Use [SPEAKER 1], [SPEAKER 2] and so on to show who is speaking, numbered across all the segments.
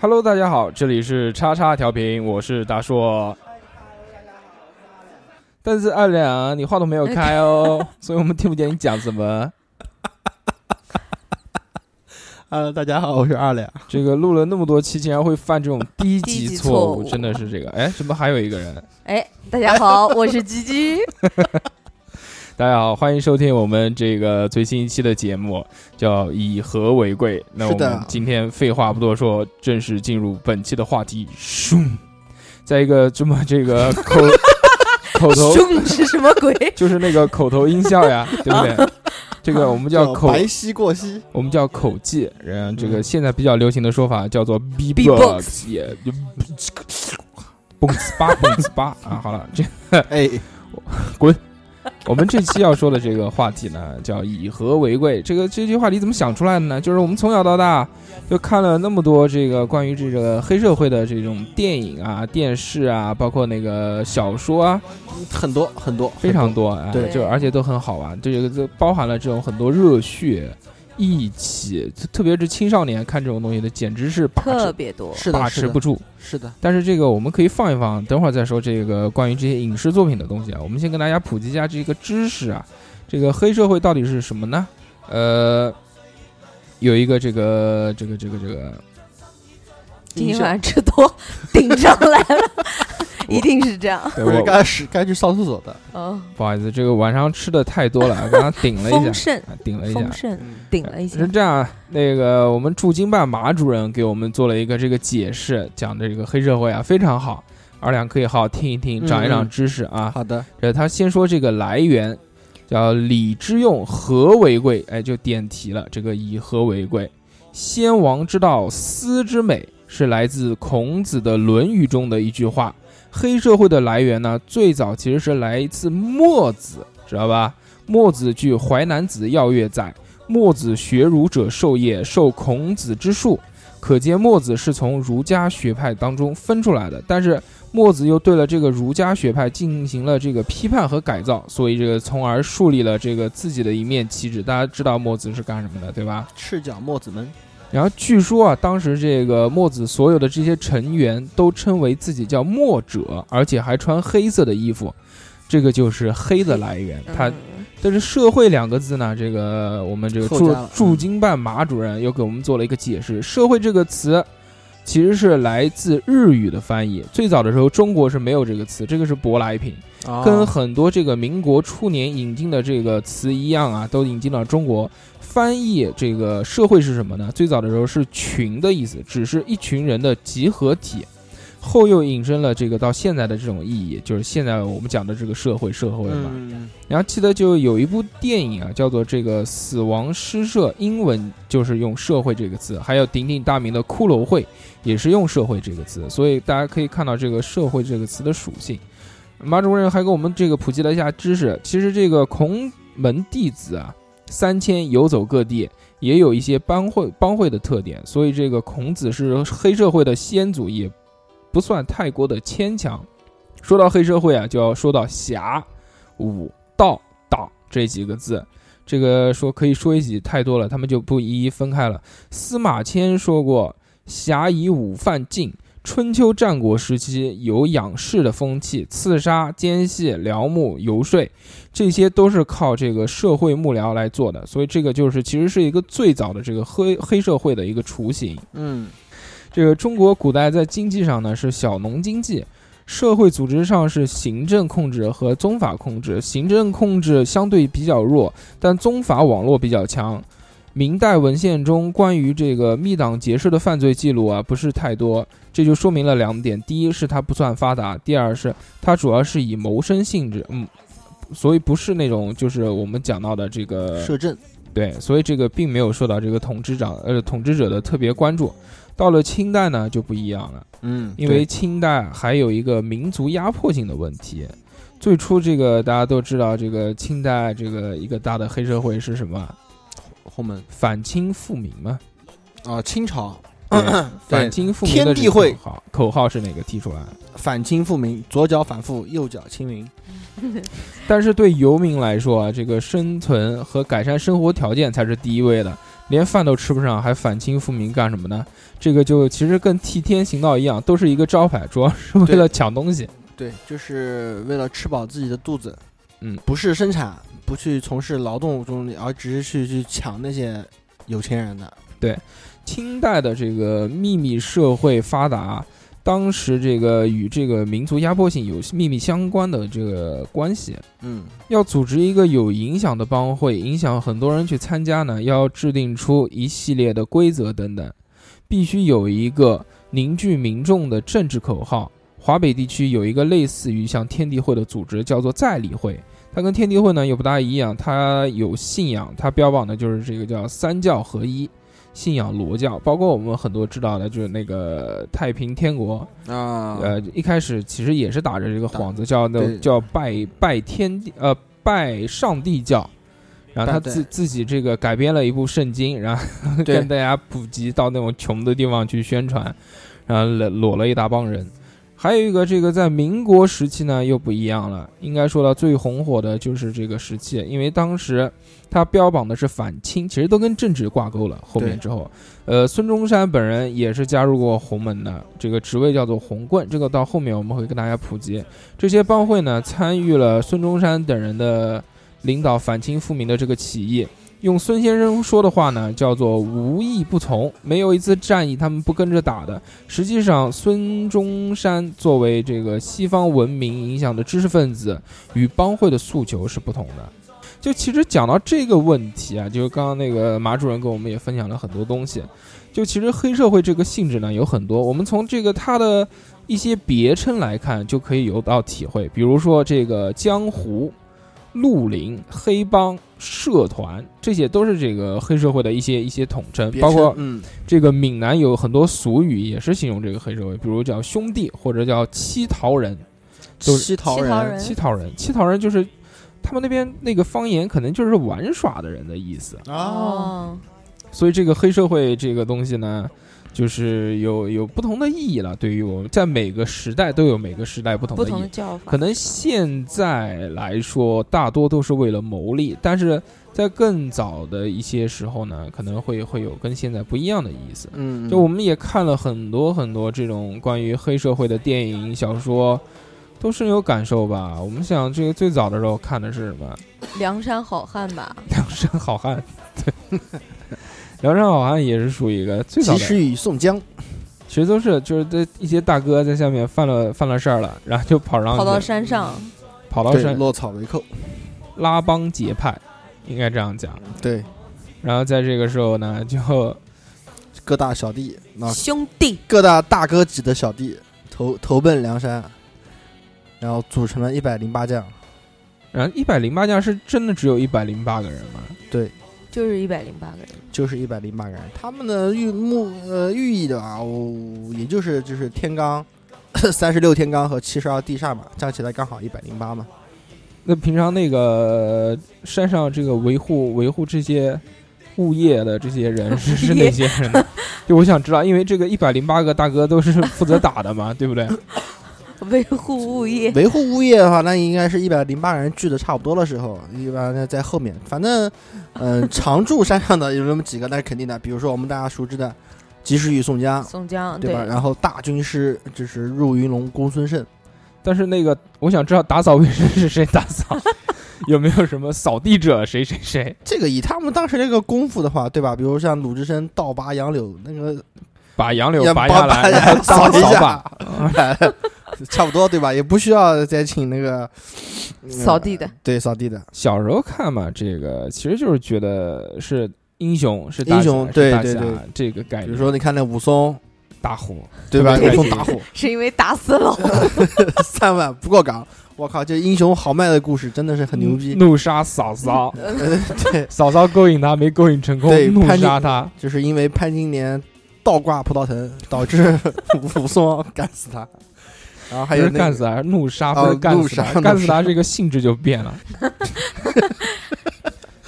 [SPEAKER 1] Hello，大家好，这里是叉叉调频，我是大硕。但是二两，你话筒没有开哦， 所以我们听不见你讲什么。
[SPEAKER 2] Hello，大家好，我是二两。
[SPEAKER 1] 这个录了那么多期，竟然会犯这种低级
[SPEAKER 3] 低级
[SPEAKER 1] 错
[SPEAKER 3] 错误
[SPEAKER 1] 真的是这个。哎，怎么还有一个人？
[SPEAKER 3] 哎，大家好，我是吉吉。
[SPEAKER 1] 大家好，欢迎收听我们这个最新一期的节目，叫以和为贵。那我
[SPEAKER 2] 是的
[SPEAKER 1] 们今天废话不多说，正式进入本期的话题。咻，在一个这么这个口口头
[SPEAKER 3] 凶是什么 鬼？
[SPEAKER 1] 就是那个口头音效呀，对不对？这个我们叫口，
[SPEAKER 2] 白皙过膝，
[SPEAKER 1] 我们叫口技，然后这个现在比较流行的说法叫做
[SPEAKER 3] B-box
[SPEAKER 1] B-box，也就蹦次吧蹦次吧啊！好了，这
[SPEAKER 2] 哎，
[SPEAKER 1] 我们这期要说的这个话题呢，叫以和为贵。这个这句话题怎么想出来的呢？就是我们从小到大就看了那么多这个关于这个黑社会的这种电影啊、电视啊，包括那个小说啊，
[SPEAKER 2] 很多很多，
[SPEAKER 1] 非常多啊，
[SPEAKER 2] 对
[SPEAKER 1] 就而且都很好玩，这个就包含了这种很多热血、义气，特特别是青少年看这种东西的，简直是把
[SPEAKER 3] 特
[SPEAKER 1] 持
[SPEAKER 3] 别多，
[SPEAKER 2] 是
[SPEAKER 1] 把
[SPEAKER 2] 的，
[SPEAKER 1] 持
[SPEAKER 2] 是
[SPEAKER 1] 不
[SPEAKER 2] 的，
[SPEAKER 1] 住。
[SPEAKER 2] 是的，
[SPEAKER 1] 但是这个我们可以放一放，等会儿再说这个关于这些影视作品的东西啊。我们先跟大家普及一下这个知识啊，这个黑社会到底是什么呢？呃，有一个这个这个这个这个，
[SPEAKER 3] 今天晚上吃多顶上来了，一定是这样。
[SPEAKER 1] 对
[SPEAKER 2] 不是
[SPEAKER 1] 我
[SPEAKER 2] 刚开始该去上厕所的，
[SPEAKER 3] 嗯，
[SPEAKER 1] 不好意思，这个晚上吃的太多了，刚刚顶了一
[SPEAKER 3] 丰
[SPEAKER 1] 下，
[SPEAKER 3] 盛，
[SPEAKER 1] 啊顶了一下
[SPEAKER 3] 丰。盛，
[SPEAKER 2] 嗯
[SPEAKER 3] 顶了一下
[SPEAKER 1] 是。这样，那个我们驻京办马主任给我们做了一个这个解释，讲的这个黑社会啊非常好，二两可以好好听一听，长一长
[SPEAKER 2] 嗯
[SPEAKER 1] 知识啊。
[SPEAKER 2] 好的，
[SPEAKER 1] 呃，他先说这个来源，叫李之用和为贵，哎，就点题了。这个以和为贵，先王之道，斯之美，是来自孔子的《论语》中的一句话。黑社会的来源呢，最早其实是来自墨子，知道吧？墨子据《淮南子·要乐》载，墨子学儒者授业，授孔子之术。可见墨子是从儒家学派当中分出来的，但是墨子又对了这个儒家学派进行了这个批判和改造，所以这个从而树立了这个自己的一面旗帜。大家知道墨子是干什么的，对吧？
[SPEAKER 2] 赤脚墨子门，
[SPEAKER 1] 然后据说啊，当时这个墨子所有的这些成员都称为自己叫墨者，而且还穿黑色的衣服，这个就是黑的来源。他
[SPEAKER 3] 嗯
[SPEAKER 1] 但是社会两个字呢，这个我们这个
[SPEAKER 2] 后
[SPEAKER 1] 驻
[SPEAKER 2] 加了嗯
[SPEAKER 1] 驻京办马主任又给我们做了一个解释，社会这个词。其实是来自日语的翻译，最早的时候中国是没有这个词，这个是舶来品。
[SPEAKER 2] 啊哦
[SPEAKER 1] 跟很多这个民国初年引进的这个词一样啊，都引进到中国。翻译这个社会是什么呢？最早的时候是群的意思，只是一群人的集合体。后又引申了这个到现在的这种意义，就是现在我们讲的这个社会社会嘛。
[SPEAKER 2] 嗯，
[SPEAKER 1] 然后记得就有一部电影啊，叫做这个《死亡诗社》，英文就是用“社会”这个字，还有鼎鼎大名的《骷髅会》也是用“社会”这个字，所以大家可以看到这个“社会”这个词的属性。马主任还给我们这个普及了一下知识，其实这个孔门弟子啊，三迁游走各地，也有一些帮会帮会的特点，所以这个孔子是黑社会的先祖，也不算太过的牵强。说到黑社会啊，就要说到侠、武、道、党这几个字。这个说可以说一起太多了，他们就不一一分开了。司马迁说过：“侠以武犯禁。”春秋战国时期有养士的风气，刺杀、奸细、辽幕、游说，这些都是靠这个社会幕僚来做的，所以这个就是其实是一个最早的这个黑黑社会的一个雏形。
[SPEAKER 2] 嗯，
[SPEAKER 1] 这个中国古代在经济上呢是小农经济，社会组织上是行政控制和宗法控制，行政控制相对比较弱，但宗法网络比较强。明代文献中关于这个密党结社的犯罪记录啊不是太多，这就说明了两点：第一是它不算发达，第二是它主要是以谋生性质，嗯，所以不是那种就是我们讲到的这个
[SPEAKER 2] 嗯摄政，
[SPEAKER 1] 对，所以这个并没有受到这个统治长呃统治者的特别关注。到了清代呢就不一样了，
[SPEAKER 2] 嗯
[SPEAKER 1] 因为清代还有一个民族压迫性的问题。最初这个大家都知道，这个清代这个一个大的黑社会是什么啊？
[SPEAKER 2] 后门
[SPEAKER 1] 反清复明嘛。
[SPEAKER 2] 啊，清朝 对
[SPEAKER 1] 反清复明的
[SPEAKER 2] 天地会
[SPEAKER 1] 这个口号口号是哪个提出来的？
[SPEAKER 2] 反清复明，左脚反复，右脚清明，
[SPEAKER 1] 但是对游民来说啊，这个生存和改善生活条件才是第一位的，连饭都吃不上，还反清复明干什么呢？这个就其实跟替天行道一样，都是一个招牌，主要是 为
[SPEAKER 2] 对
[SPEAKER 1] 了抢东西。
[SPEAKER 2] 对，就是为了吃饱自己的肚子，
[SPEAKER 1] 嗯
[SPEAKER 2] 不是生产，不去从事劳动中立，而只是去去抢那些有钱人的，
[SPEAKER 1] 清代的这个秘密社会发达，当时这个与这个民族压迫性有秘密相关的这个关系。
[SPEAKER 2] 嗯，
[SPEAKER 1] 要组织一个有影响的帮会，影响很多人去参加呢，要制定出一系列的规则等等，必须有一个凝聚民众的政治口号。华北地区有一个类似于像天地会的组织，叫做在理会。它跟天地会呢又不大一样，它有信仰，它标榜的就是这个叫三教合一，信仰罗教，包括我们很多知道的，就是那个太平天国，
[SPEAKER 2] 啊
[SPEAKER 1] 呃，一开始其实也是打着这个幌子，叫那
[SPEAKER 2] 对
[SPEAKER 1] 叫拜拜天地，呃，拜上帝教。然后他
[SPEAKER 2] 拜对
[SPEAKER 1] 自自己这个改编了一部圣经，然后
[SPEAKER 2] 对
[SPEAKER 1] 跟大家普及到那种穷的地方去宣传，然后裸裸了一大帮人。还有一个，这个在民国时期呢又不一样了，应该说到最红火的就是这个时期，因为当时他标榜的是反清，其实都跟政治挂钩了。后面
[SPEAKER 2] 对
[SPEAKER 1] 之后，呃，孙中山本人也是加入过洪门的，这个职位叫做红棍，这个到后面我们会跟大家普及。这些帮会呢，参与了孙中山等人的领导反清复明的这个起义。用孙先生说的话呢，叫做无义不从，没有一次战役他们不跟着打的。实际上，孙中山作为这个西方文明影响的知识分子，与帮会的诉求是不同的。就其实讲到这个问题啊，就是刚刚那个马主任跟我们也分享了很多东西。就其实黑社会这个性质呢有很多，我们从这个它的一些别称来看，就可以有到体会。比如说这个江湖、绿林、黑帮、社团，这些都是这个黑社会的一些一些统称，
[SPEAKER 2] 别
[SPEAKER 1] 包括
[SPEAKER 2] 称嗯，
[SPEAKER 1] 这个闽南有很多俗语也是形容这个黑社会，比如叫兄弟或者叫七桃人。都是
[SPEAKER 2] 乞讨
[SPEAKER 3] 乞讨人
[SPEAKER 1] 七桃人，七桃人就是他们那边那个方言，可能就是玩耍的人的意思。哦
[SPEAKER 2] 啊，
[SPEAKER 3] 哦
[SPEAKER 1] 所以这个黑社会这个东西呢，就是有有不同的意义了。对于我们，在每个时代都有每个时代不同
[SPEAKER 3] 不
[SPEAKER 1] 的意
[SPEAKER 3] 同的
[SPEAKER 1] 义。
[SPEAKER 3] 叫法，
[SPEAKER 1] 哦可能现在来说，大多都是为了牟利，但是在更早的一些时候呢，可能会会有跟现在不一样的意思。
[SPEAKER 2] 嗯，
[SPEAKER 1] 就我们也看了很多很多这种关于黑社会的电影、小说，都深有感受吧。我们想，这个最早的时候看的是什么？
[SPEAKER 3] 梁山好汉吧，
[SPEAKER 1] 梁山好汉，对，梁山好汉也是属于一个最早
[SPEAKER 2] 及
[SPEAKER 1] 的，
[SPEAKER 2] 时雨宋江，
[SPEAKER 1] 其实都是就是这一些大哥在下面犯了犯了事儿了，然后就跑上
[SPEAKER 3] 跑到
[SPEAKER 1] 去
[SPEAKER 3] 山上，
[SPEAKER 1] 嗯跑到
[SPEAKER 2] 对，
[SPEAKER 1] 山
[SPEAKER 2] 落草为寇，
[SPEAKER 1] 拉帮结派，应该这样讲。
[SPEAKER 2] 对，
[SPEAKER 1] 然后在这个时候呢，就
[SPEAKER 2] 各大小弟啊，
[SPEAKER 3] 兄弟
[SPEAKER 2] 各大大哥级的小弟投投奔梁山，然后组成了一百零八将。
[SPEAKER 1] 然后一百零八将是真的只有一百零八个人吗？
[SPEAKER 3] 就是一百零八个人，
[SPEAKER 2] 就是一百零八个人，他们的寓目呃寓意的啊，我也就是就是天罡，三十六天罡和七十二地煞嘛，加起来刚好一百零八嘛。
[SPEAKER 1] 那平常那个山上这个维护维护这些物业的这些人是是哪些人 呢？就我想知道，因为这个一百零八个大哥都是负责打 的嘛，对不对？
[SPEAKER 3] 维护物业。
[SPEAKER 2] 维护物业的话，那应该是一百零八人聚的差不多的时候，一般呢在后面。反正，嗯、常驻山上的有那么几个，那是肯定的。比如说我们大家熟知的及时雨宋江，
[SPEAKER 3] 宋江
[SPEAKER 2] 对吧？然后大军师就是入云龙公孙胜，
[SPEAKER 1] 但是那个我想知道打扫卫生是谁打扫，有没有什么扫地者谁谁谁？
[SPEAKER 2] 这个以他们当时那个功夫的话，对吧？比如像鲁智深倒拔杨柳那个
[SPEAKER 1] 把杨柳
[SPEAKER 2] 要
[SPEAKER 1] 拔
[SPEAKER 2] 拔
[SPEAKER 1] 下来，
[SPEAKER 2] 拔
[SPEAKER 1] 然后
[SPEAKER 2] 扫
[SPEAKER 1] 扫
[SPEAKER 2] 一
[SPEAKER 1] 扫
[SPEAKER 2] 下
[SPEAKER 1] 把。
[SPEAKER 2] 差不多对吧？也不需要再请那个、嗯
[SPEAKER 3] 扫地的，
[SPEAKER 2] 对扫地的
[SPEAKER 1] 小时候看嘛，这个其实就是觉得是英雄，是大
[SPEAKER 2] 英雄
[SPEAKER 1] 侠是
[SPEAKER 2] 对
[SPEAKER 1] 大
[SPEAKER 2] 对
[SPEAKER 1] 侠
[SPEAKER 2] 对
[SPEAKER 1] 这个概念。
[SPEAKER 2] 比如说你看那武松
[SPEAKER 1] 大虎，
[SPEAKER 2] 对吧？
[SPEAKER 1] 哎对
[SPEAKER 2] 武松打虎
[SPEAKER 3] 是因为打死老虎，
[SPEAKER 2] 三碗不过岗，我靠，这英雄豪迈的故事真的是很牛逼。呃
[SPEAKER 1] 怒杀嫂嫂，
[SPEAKER 3] 嗯
[SPEAKER 2] 对，
[SPEAKER 1] 嫂嫂勾引他没勾引成功
[SPEAKER 2] 对，
[SPEAKER 1] 怒
[SPEAKER 2] 潘金
[SPEAKER 1] 杀他。
[SPEAKER 2] 就是因为潘金莲倒挂葡萄藤，导 致武松干死他，然后还
[SPEAKER 1] 不
[SPEAKER 2] 有
[SPEAKER 1] 是
[SPEAKER 2] 那个
[SPEAKER 1] 干死他，怒杀不
[SPEAKER 2] 哦
[SPEAKER 1] 是干
[SPEAKER 2] 怒
[SPEAKER 1] 死他，
[SPEAKER 2] 杀
[SPEAKER 1] 干
[SPEAKER 2] 怒
[SPEAKER 1] 死
[SPEAKER 2] 杀
[SPEAKER 1] 他这个性质就变 了。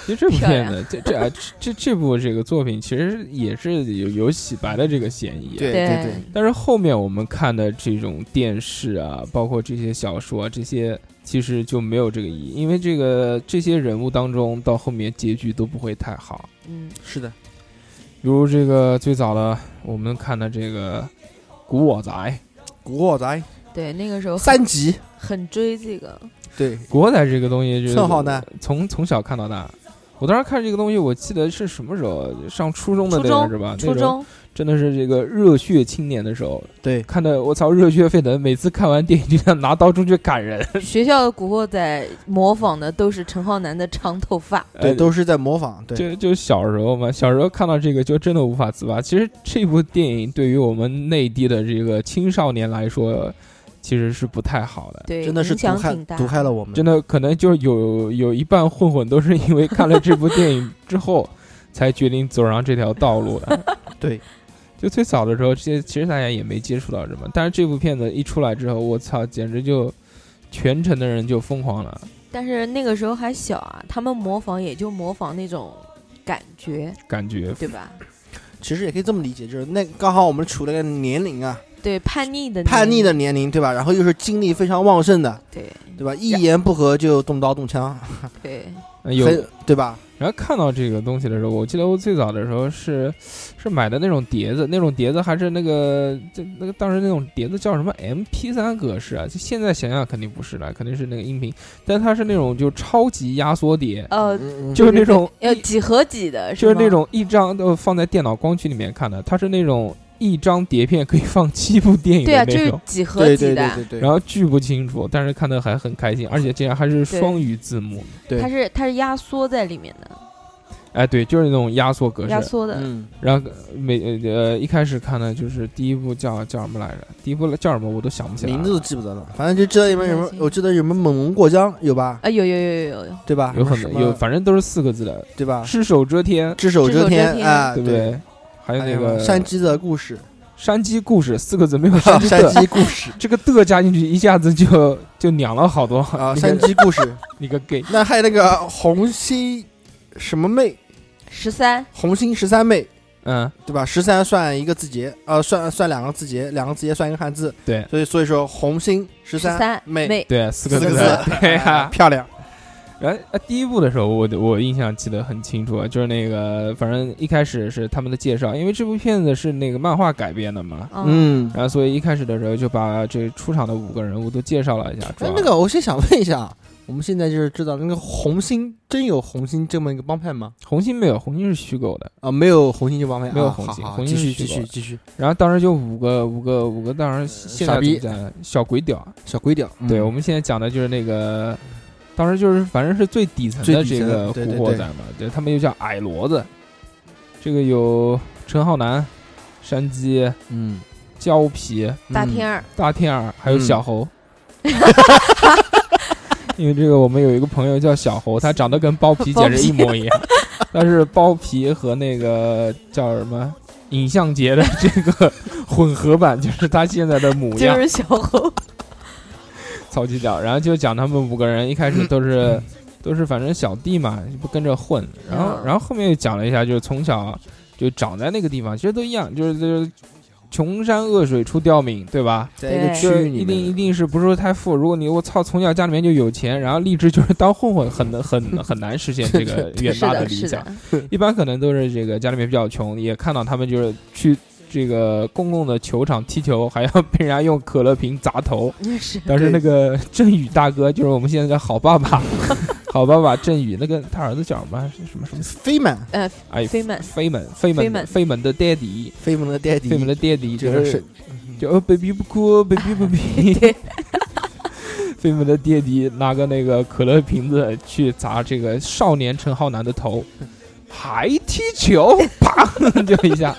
[SPEAKER 1] 其实这部
[SPEAKER 3] 漂
[SPEAKER 1] 片
[SPEAKER 3] 亮
[SPEAKER 1] 子，这这啊这这部这个作品，其实也是有有洗白的这个嫌疑、啊。
[SPEAKER 2] 对对对，
[SPEAKER 1] 但是后面我们看的这种电视啊，包括这些小说啊，这些其实就没有这个意义，因为这个这些人物当中，到后面结局都不会太好。
[SPEAKER 3] 嗯，
[SPEAKER 2] 是的，
[SPEAKER 1] 比如这个最早的我们看的这个《古惑仔》，
[SPEAKER 2] 《古惑仔》
[SPEAKER 3] 对，那个时候很
[SPEAKER 2] 三集，
[SPEAKER 3] 很追这
[SPEAKER 1] 啊
[SPEAKER 3] 个，
[SPEAKER 2] 对，
[SPEAKER 1] 《古惑仔》这个东西就是
[SPEAKER 2] 宋浩呢
[SPEAKER 1] 从从小看到大。我当时看这个东西，我记得是什么时候上初中的那
[SPEAKER 3] 初
[SPEAKER 1] 阵儿是
[SPEAKER 3] 中
[SPEAKER 1] 吧？
[SPEAKER 3] 初
[SPEAKER 1] 那时候
[SPEAKER 3] 中
[SPEAKER 1] 真的是这个热血青年的时候，
[SPEAKER 2] 对，
[SPEAKER 1] 看的我操热血沸腾，每次看完电影就想拿刀出去砍人。
[SPEAKER 3] 学校的《古惑仔》模仿的都是陈浩南的长 头发，
[SPEAKER 2] 对，都是在模仿，对，
[SPEAKER 1] 哎就就小时候嘛，小时候看到这个就真的无法自拔。其实这部电影对于我们内地的这个青少年来说，其实是不太好的。
[SPEAKER 3] 对，
[SPEAKER 2] 真的是
[SPEAKER 3] 影
[SPEAKER 2] 毒
[SPEAKER 3] 响
[SPEAKER 2] 害
[SPEAKER 3] 挺大，
[SPEAKER 2] 毒害了我们，
[SPEAKER 1] 真的可能就有有一半混混都是因为看了这部电影之后，才决定走上这条道路的。
[SPEAKER 2] 对，
[SPEAKER 1] 就最早的时候，这其实大家也没接触到什么，但是这部片子一出来之后，我操，简直就全城的人就疯狂了。
[SPEAKER 3] 但是那个时候还小啊，他们模仿也就模仿那种感觉，
[SPEAKER 1] 感觉
[SPEAKER 3] 对吧？
[SPEAKER 2] 其实也可以这么理解，就是那刚好我们处那个年龄啊，
[SPEAKER 3] 对，叛逆的
[SPEAKER 2] 叛逆
[SPEAKER 3] 那
[SPEAKER 2] 的年龄，对吧？然后又是精力非常旺盛的，
[SPEAKER 3] 对
[SPEAKER 2] 对吧？一言不合就动刀动枪，
[SPEAKER 3] 对，
[SPEAKER 1] 呃有
[SPEAKER 2] 很对吧？
[SPEAKER 1] 然后看到这个东西的时候，我记得我最早的时候是是买的那种碟子，那种碟子还是那个就那个当时那种碟子叫什么 MP 3格式啊？就现在想想肯定不是了，肯定是那个音频，但它是那种就超级压缩碟，
[SPEAKER 3] 呃，
[SPEAKER 2] 嗯
[SPEAKER 1] 就是那种
[SPEAKER 3] 要几合几的，
[SPEAKER 1] 就是是那
[SPEAKER 3] 吗
[SPEAKER 1] 种一张都放在电脑光驱里面看的，它是那种一张碟片可以放七部电影
[SPEAKER 3] 对啊，
[SPEAKER 1] 的
[SPEAKER 3] 就
[SPEAKER 1] 那
[SPEAKER 3] 是
[SPEAKER 1] 种。
[SPEAKER 3] 几合
[SPEAKER 2] 对
[SPEAKER 3] 几
[SPEAKER 2] 对
[SPEAKER 3] 的
[SPEAKER 2] 对
[SPEAKER 3] 啊。
[SPEAKER 2] 对对，
[SPEAKER 1] 然后巨不清楚，但是看的还很开心，而且竟然还是
[SPEAKER 3] 对
[SPEAKER 1] 双语字幕，
[SPEAKER 2] 对
[SPEAKER 3] 它是它是压缩在里面的，
[SPEAKER 1] 哎，对，就是那种压缩格式，
[SPEAKER 3] 压缩的，
[SPEAKER 2] 嗯，
[SPEAKER 1] 然后呃每呃一开始看的就是第一部叫叫什么来着？第一部叫什么我都想不起来了。
[SPEAKER 2] 名字都记不得了，反正就知道有没有
[SPEAKER 3] 不太
[SPEAKER 2] 什
[SPEAKER 3] 清
[SPEAKER 2] 么，我记得有没有猛龙过江有吧？
[SPEAKER 3] 啊，有有有有有，
[SPEAKER 2] 对吧？
[SPEAKER 1] 有很
[SPEAKER 2] 什
[SPEAKER 1] 多
[SPEAKER 2] 么
[SPEAKER 1] 有，反正都是四个字的，
[SPEAKER 2] 对吧？
[SPEAKER 1] 只手遮天，
[SPEAKER 2] 只手遮
[SPEAKER 3] 只手遮
[SPEAKER 2] 天
[SPEAKER 3] 天
[SPEAKER 2] 啊，
[SPEAKER 1] 对不
[SPEAKER 2] 对？
[SPEAKER 1] 对？还有
[SPEAKER 2] 还
[SPEAKER 1] 那
[SPEAKER 2] 有
[SPEAKER 1] 个
[SPEAKER 2] 山鸡的故 事，
[SPEAKER 1] 山鸡故事四个字没 有山鸡
[SPEAKER 2] 山
[SPEAKER 1] 的，
[SPEAKER 2] 鸡故事
[SPEAKER 1] 这个的加进去一下子就就娘了好多
[SPEAKER 2] 啊，
[SPEAKER 1] 你
[SPEAKER 2] 山
[SPEAKER 1] 个
[SPEAKER 2] 鸡故事。
[SPEAKER 1] 你个 gay，
[SPEAKER 2] 那还有那个红心什么妹，
[SPEAKER 3] 十三
[SPEAKER 2] 红心十三妹，
[SPEAKER 1] 嗯，
[SPEAKER 2] 对吧？十三算一个字节，呃，算算两个字节，两个字节算一个汉字，
[SPEAKER 1] 对
[SPEAKER 2] 所以所以说红心十
[SPEAKER 3] 十三
[SPEAKER 2] 妹
[SPEAKER 3] 妹，
[SPEAKER 1] 对，四个
[SPEAKER 2] 四
[SPEAKER 1] 字
[SPEAKER 2] 个
[SPEAKER 1] 的，对哎呀
[SPEAKER 2] 啊。漂亮，
[SPEAKER 1] 然后呃第一部的时候，我我印象记得很清楚，啊就是那个反正一开始是他们的介绍，因为这部片子是那个漫画改编的嘛，
[SPEAKER 3] 嗯，
[SPEAKER 2] 嗯。
[SPEAKER 1] 然后所以一开始的时候就把这出场的五个人物都介绍了一下。主
[SPEAKER 2] 哎
[SPEAKER 1] 要，
[SPEAKER 2] 那个我先想问一下，我们现在就是知道那个红星真有红星这么一个帮派吗？
[SPEAKER 1] 红星没有，红星是虚构的。
[SPEAKER 2] 啊，没有红星这帮派，
[SPEAKER 1] 没有
[SPEAKER 2] 啊
[SPEAKER 1] 红
[SPEAKER 2] 好
[SPEAKER 1] 星
[SPEAKER 2] 好
[SPEAKER 1] 红
[SPEAKER 2] 继
[SPEAKER 1] 星
[SPEAKER 2] 续
[SPEAKER 1] 是
[SPEAKER 2] 继
[SPEAKER 1] 虚构
[SPEAKER 2] 续
[SPEAKER 1] 的
[SPEAKER 2] 继续，
[SPEAKER 1] 然后当时就五个五个五个，当时现在
[SPEAKER 2] 傻逼
[SPEAKER 1] 怎么讲小鬼屌。
[SPEAKER 2] 小鬼屌，嗯
[SPEAKER 1] 对我们现在讲的就是那个，当时就是反正是最底层
[SPEAKER 2] 最
[SPEAKER 1] 的
[SPEAKER 2] 底
[SPEAKER 1] 这
[SPEAKER 2] 层
[SPEAKER 1] 个
[SPEAKER 2] 对
[SPEAKER 1] 古
[SPEAKER 2] 对
[SPEAKER 1] 惑
[SPEAKER 2] 对
[SPEAKER 1] 仔嘛，对他们又叫矮骡子。这个有陈浩南、山鸡、
[SPEAKER 2] 嗯，
[SPEAKER 1] 胶皮、
[SPEAKER 3] 大天儿，
[SPEAKER 1] 大天儿，还有
[SPEAKER 2] 嗯
[SPEAKER 1] 小猴。 因为这个，我们有一个朋友叫小猴，他长得跟包皮简直一模一 样，但是包皮和那个叫什么尹相杰的这个混合版，就是他现在的
[SPEAKER 2] 嗯
[SPEAKER 1] 模
[SPEAKER 3] 就
[SPEAKER 1] 样，
[SPEAKER 3] 是小猴，
[SPEAKER 1] 超级屌。然后就讲他们五个人一开始都是都是反正小弟嘛，就不跟着混，然后
[SPEAKER 3] 嗯
[SPEAKER 1] 然后后面又讲了一下，就是从小就长在那个地方，其实都一样，就是就是穷山恶水出刁民，对吧？
[SPEAKER 2] 在一个
[SPEAKER 3] 对
[SPEAKER 2] 区
[SPEAKER 1] 就
[SPEAKER 2] 域
[SPEAKER 1] 是
[SPEAKER 2] 里
[SPEAKER 1] 一定一
[SPEAKER 2] 面，
[SPEAKER 1] 定是不是说太富，如果你我操从小家里面就有钱，然后立志就是当混混，很难很很难实现这个远
[SPEAKER 3] 是
[SPEAKER 1] 大的
[SPEAKER 3] 的，
[SPEAKER 1] 理
[SPEAKER 3] 是
[SPEAKER 1] 想
[SPEAKER 3] 的。，
[SPEAKER 1] 一般可能都是这个家里面比较穷，也看到他们就是去这个公共的球场踢球，还要被人家用可乐瓶砸头。
[SPEAKER 3] 是
[SPEAKER 1] 但是那个振宇大哥，就是我们现在的好爸爸，好爸爸振宇，那个他儿子叫什么是什么什么？
[SPEAKER 2] 飞满
[SPEAKER 3] 呃，
[SPEAKER 1] 哎，
[SPEAKER 3] 飞门
[SPEAKER 1] 飞门飞
[SPEAKER 3] 飞
[SPEAKER 1] 门
[SPEAKER 3] 门
[SPEAKER 1] 飞门的爹地，
[SPEAKER 2] 飞门的爹地，
[SPEAKER 1] 飞门的爹地
[SPEAKER 2] 这
[SPEAKER 1] 就
[SPEAKER 2] 个
[SPEAKER 1] 是
[SPEAKER 2] 是
[SPEAKER 1] 就哦，baby 不哭，baby 不逼。
[SPEAKER 3] 对
[SPEAKER 1] 飞门的爹地拿个那个可乐瓶子去砸这个少年陈浩南的头，还踢球，砰 就一下。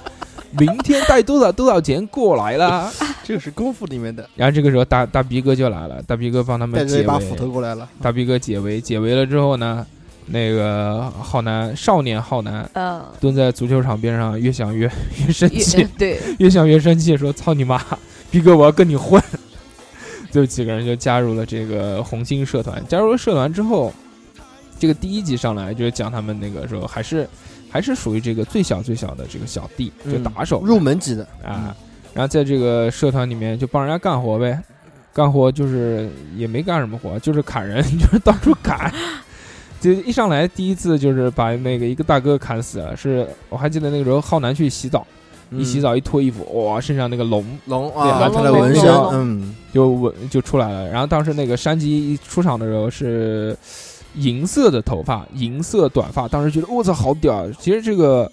[SPEAKER 1] 明天带多少多少钱过来啦？
[SPEAKER 2] 这个是功夫里面的，
[SPEAKER 1] 然后这个时候大大逼哥就来了，大逼哥帮他
[SPEAKER 2] 带
[SPEAKER 1] 们
[SPEAKER 2] 着
[SPEAKER 1] 解
[SPEAKER 2] 一把
[SPEAKER 1] 围
[SPEAKER 2] 斧。头过来了，
[SPEAKER 1] 大逼哥解围，解围了之后呢，那个浩南少年浩南
[SPEAKER 3] 嗯，
[SPEAKER 1] 蹲在足球场边上，越想越越生
[SPEAKER 3] 也
[SPEAKER 1] 气，
[SPEAKER 3] 对，
[SPEAKER 1] 越想越生气，说：“操你妈，逼哥，我要跟你混。” 就几个人就加入了这个红星社团。加入了社团之后，这个第一集上来就是讲他们那个时候还是还是属于这个最小最小的这个小弟，就
[SPEAKER 2] 嗯
[SPEAKER 1] 打手嘛
[SPEAKER 2] 入门级的，
[SPEAKER 1] 啊。然后在这个社团里面就帮人家干活呗，干活就是也没干什么活，就是砍人， 就是到处砍。就一上来第一次就是把那个一个大哥砍死了，是我还记得那个时候浩南去洗澡，一
[SPEAKER 2] 嗯
[SPEAKER 1] 洗澡一脱衣服，哇，身上那个龙
[SPEAKER 2] 龙
[SPEAKER 1] 对
[SPEAKER 2] 啊，
[SPEAKER 1] 龙
[SPEAKER 2] 他
[SPEAKER 1] 龙
[SPEAKER 2] 的
[SPEAKER 1] 龙
[SPEAKER 2] 纹
[SPEAKER 1] 龙
[SPEAKER 2] 身
[SPEAKER 3] 龙，？
[SPEAKER 2] 嗯，
[SPEAKER 1] 就闻就出来了。然后当时那个山鸡一出场的时候是银色的头发，银色短发，当时觉得我操好屌啊！其实这个，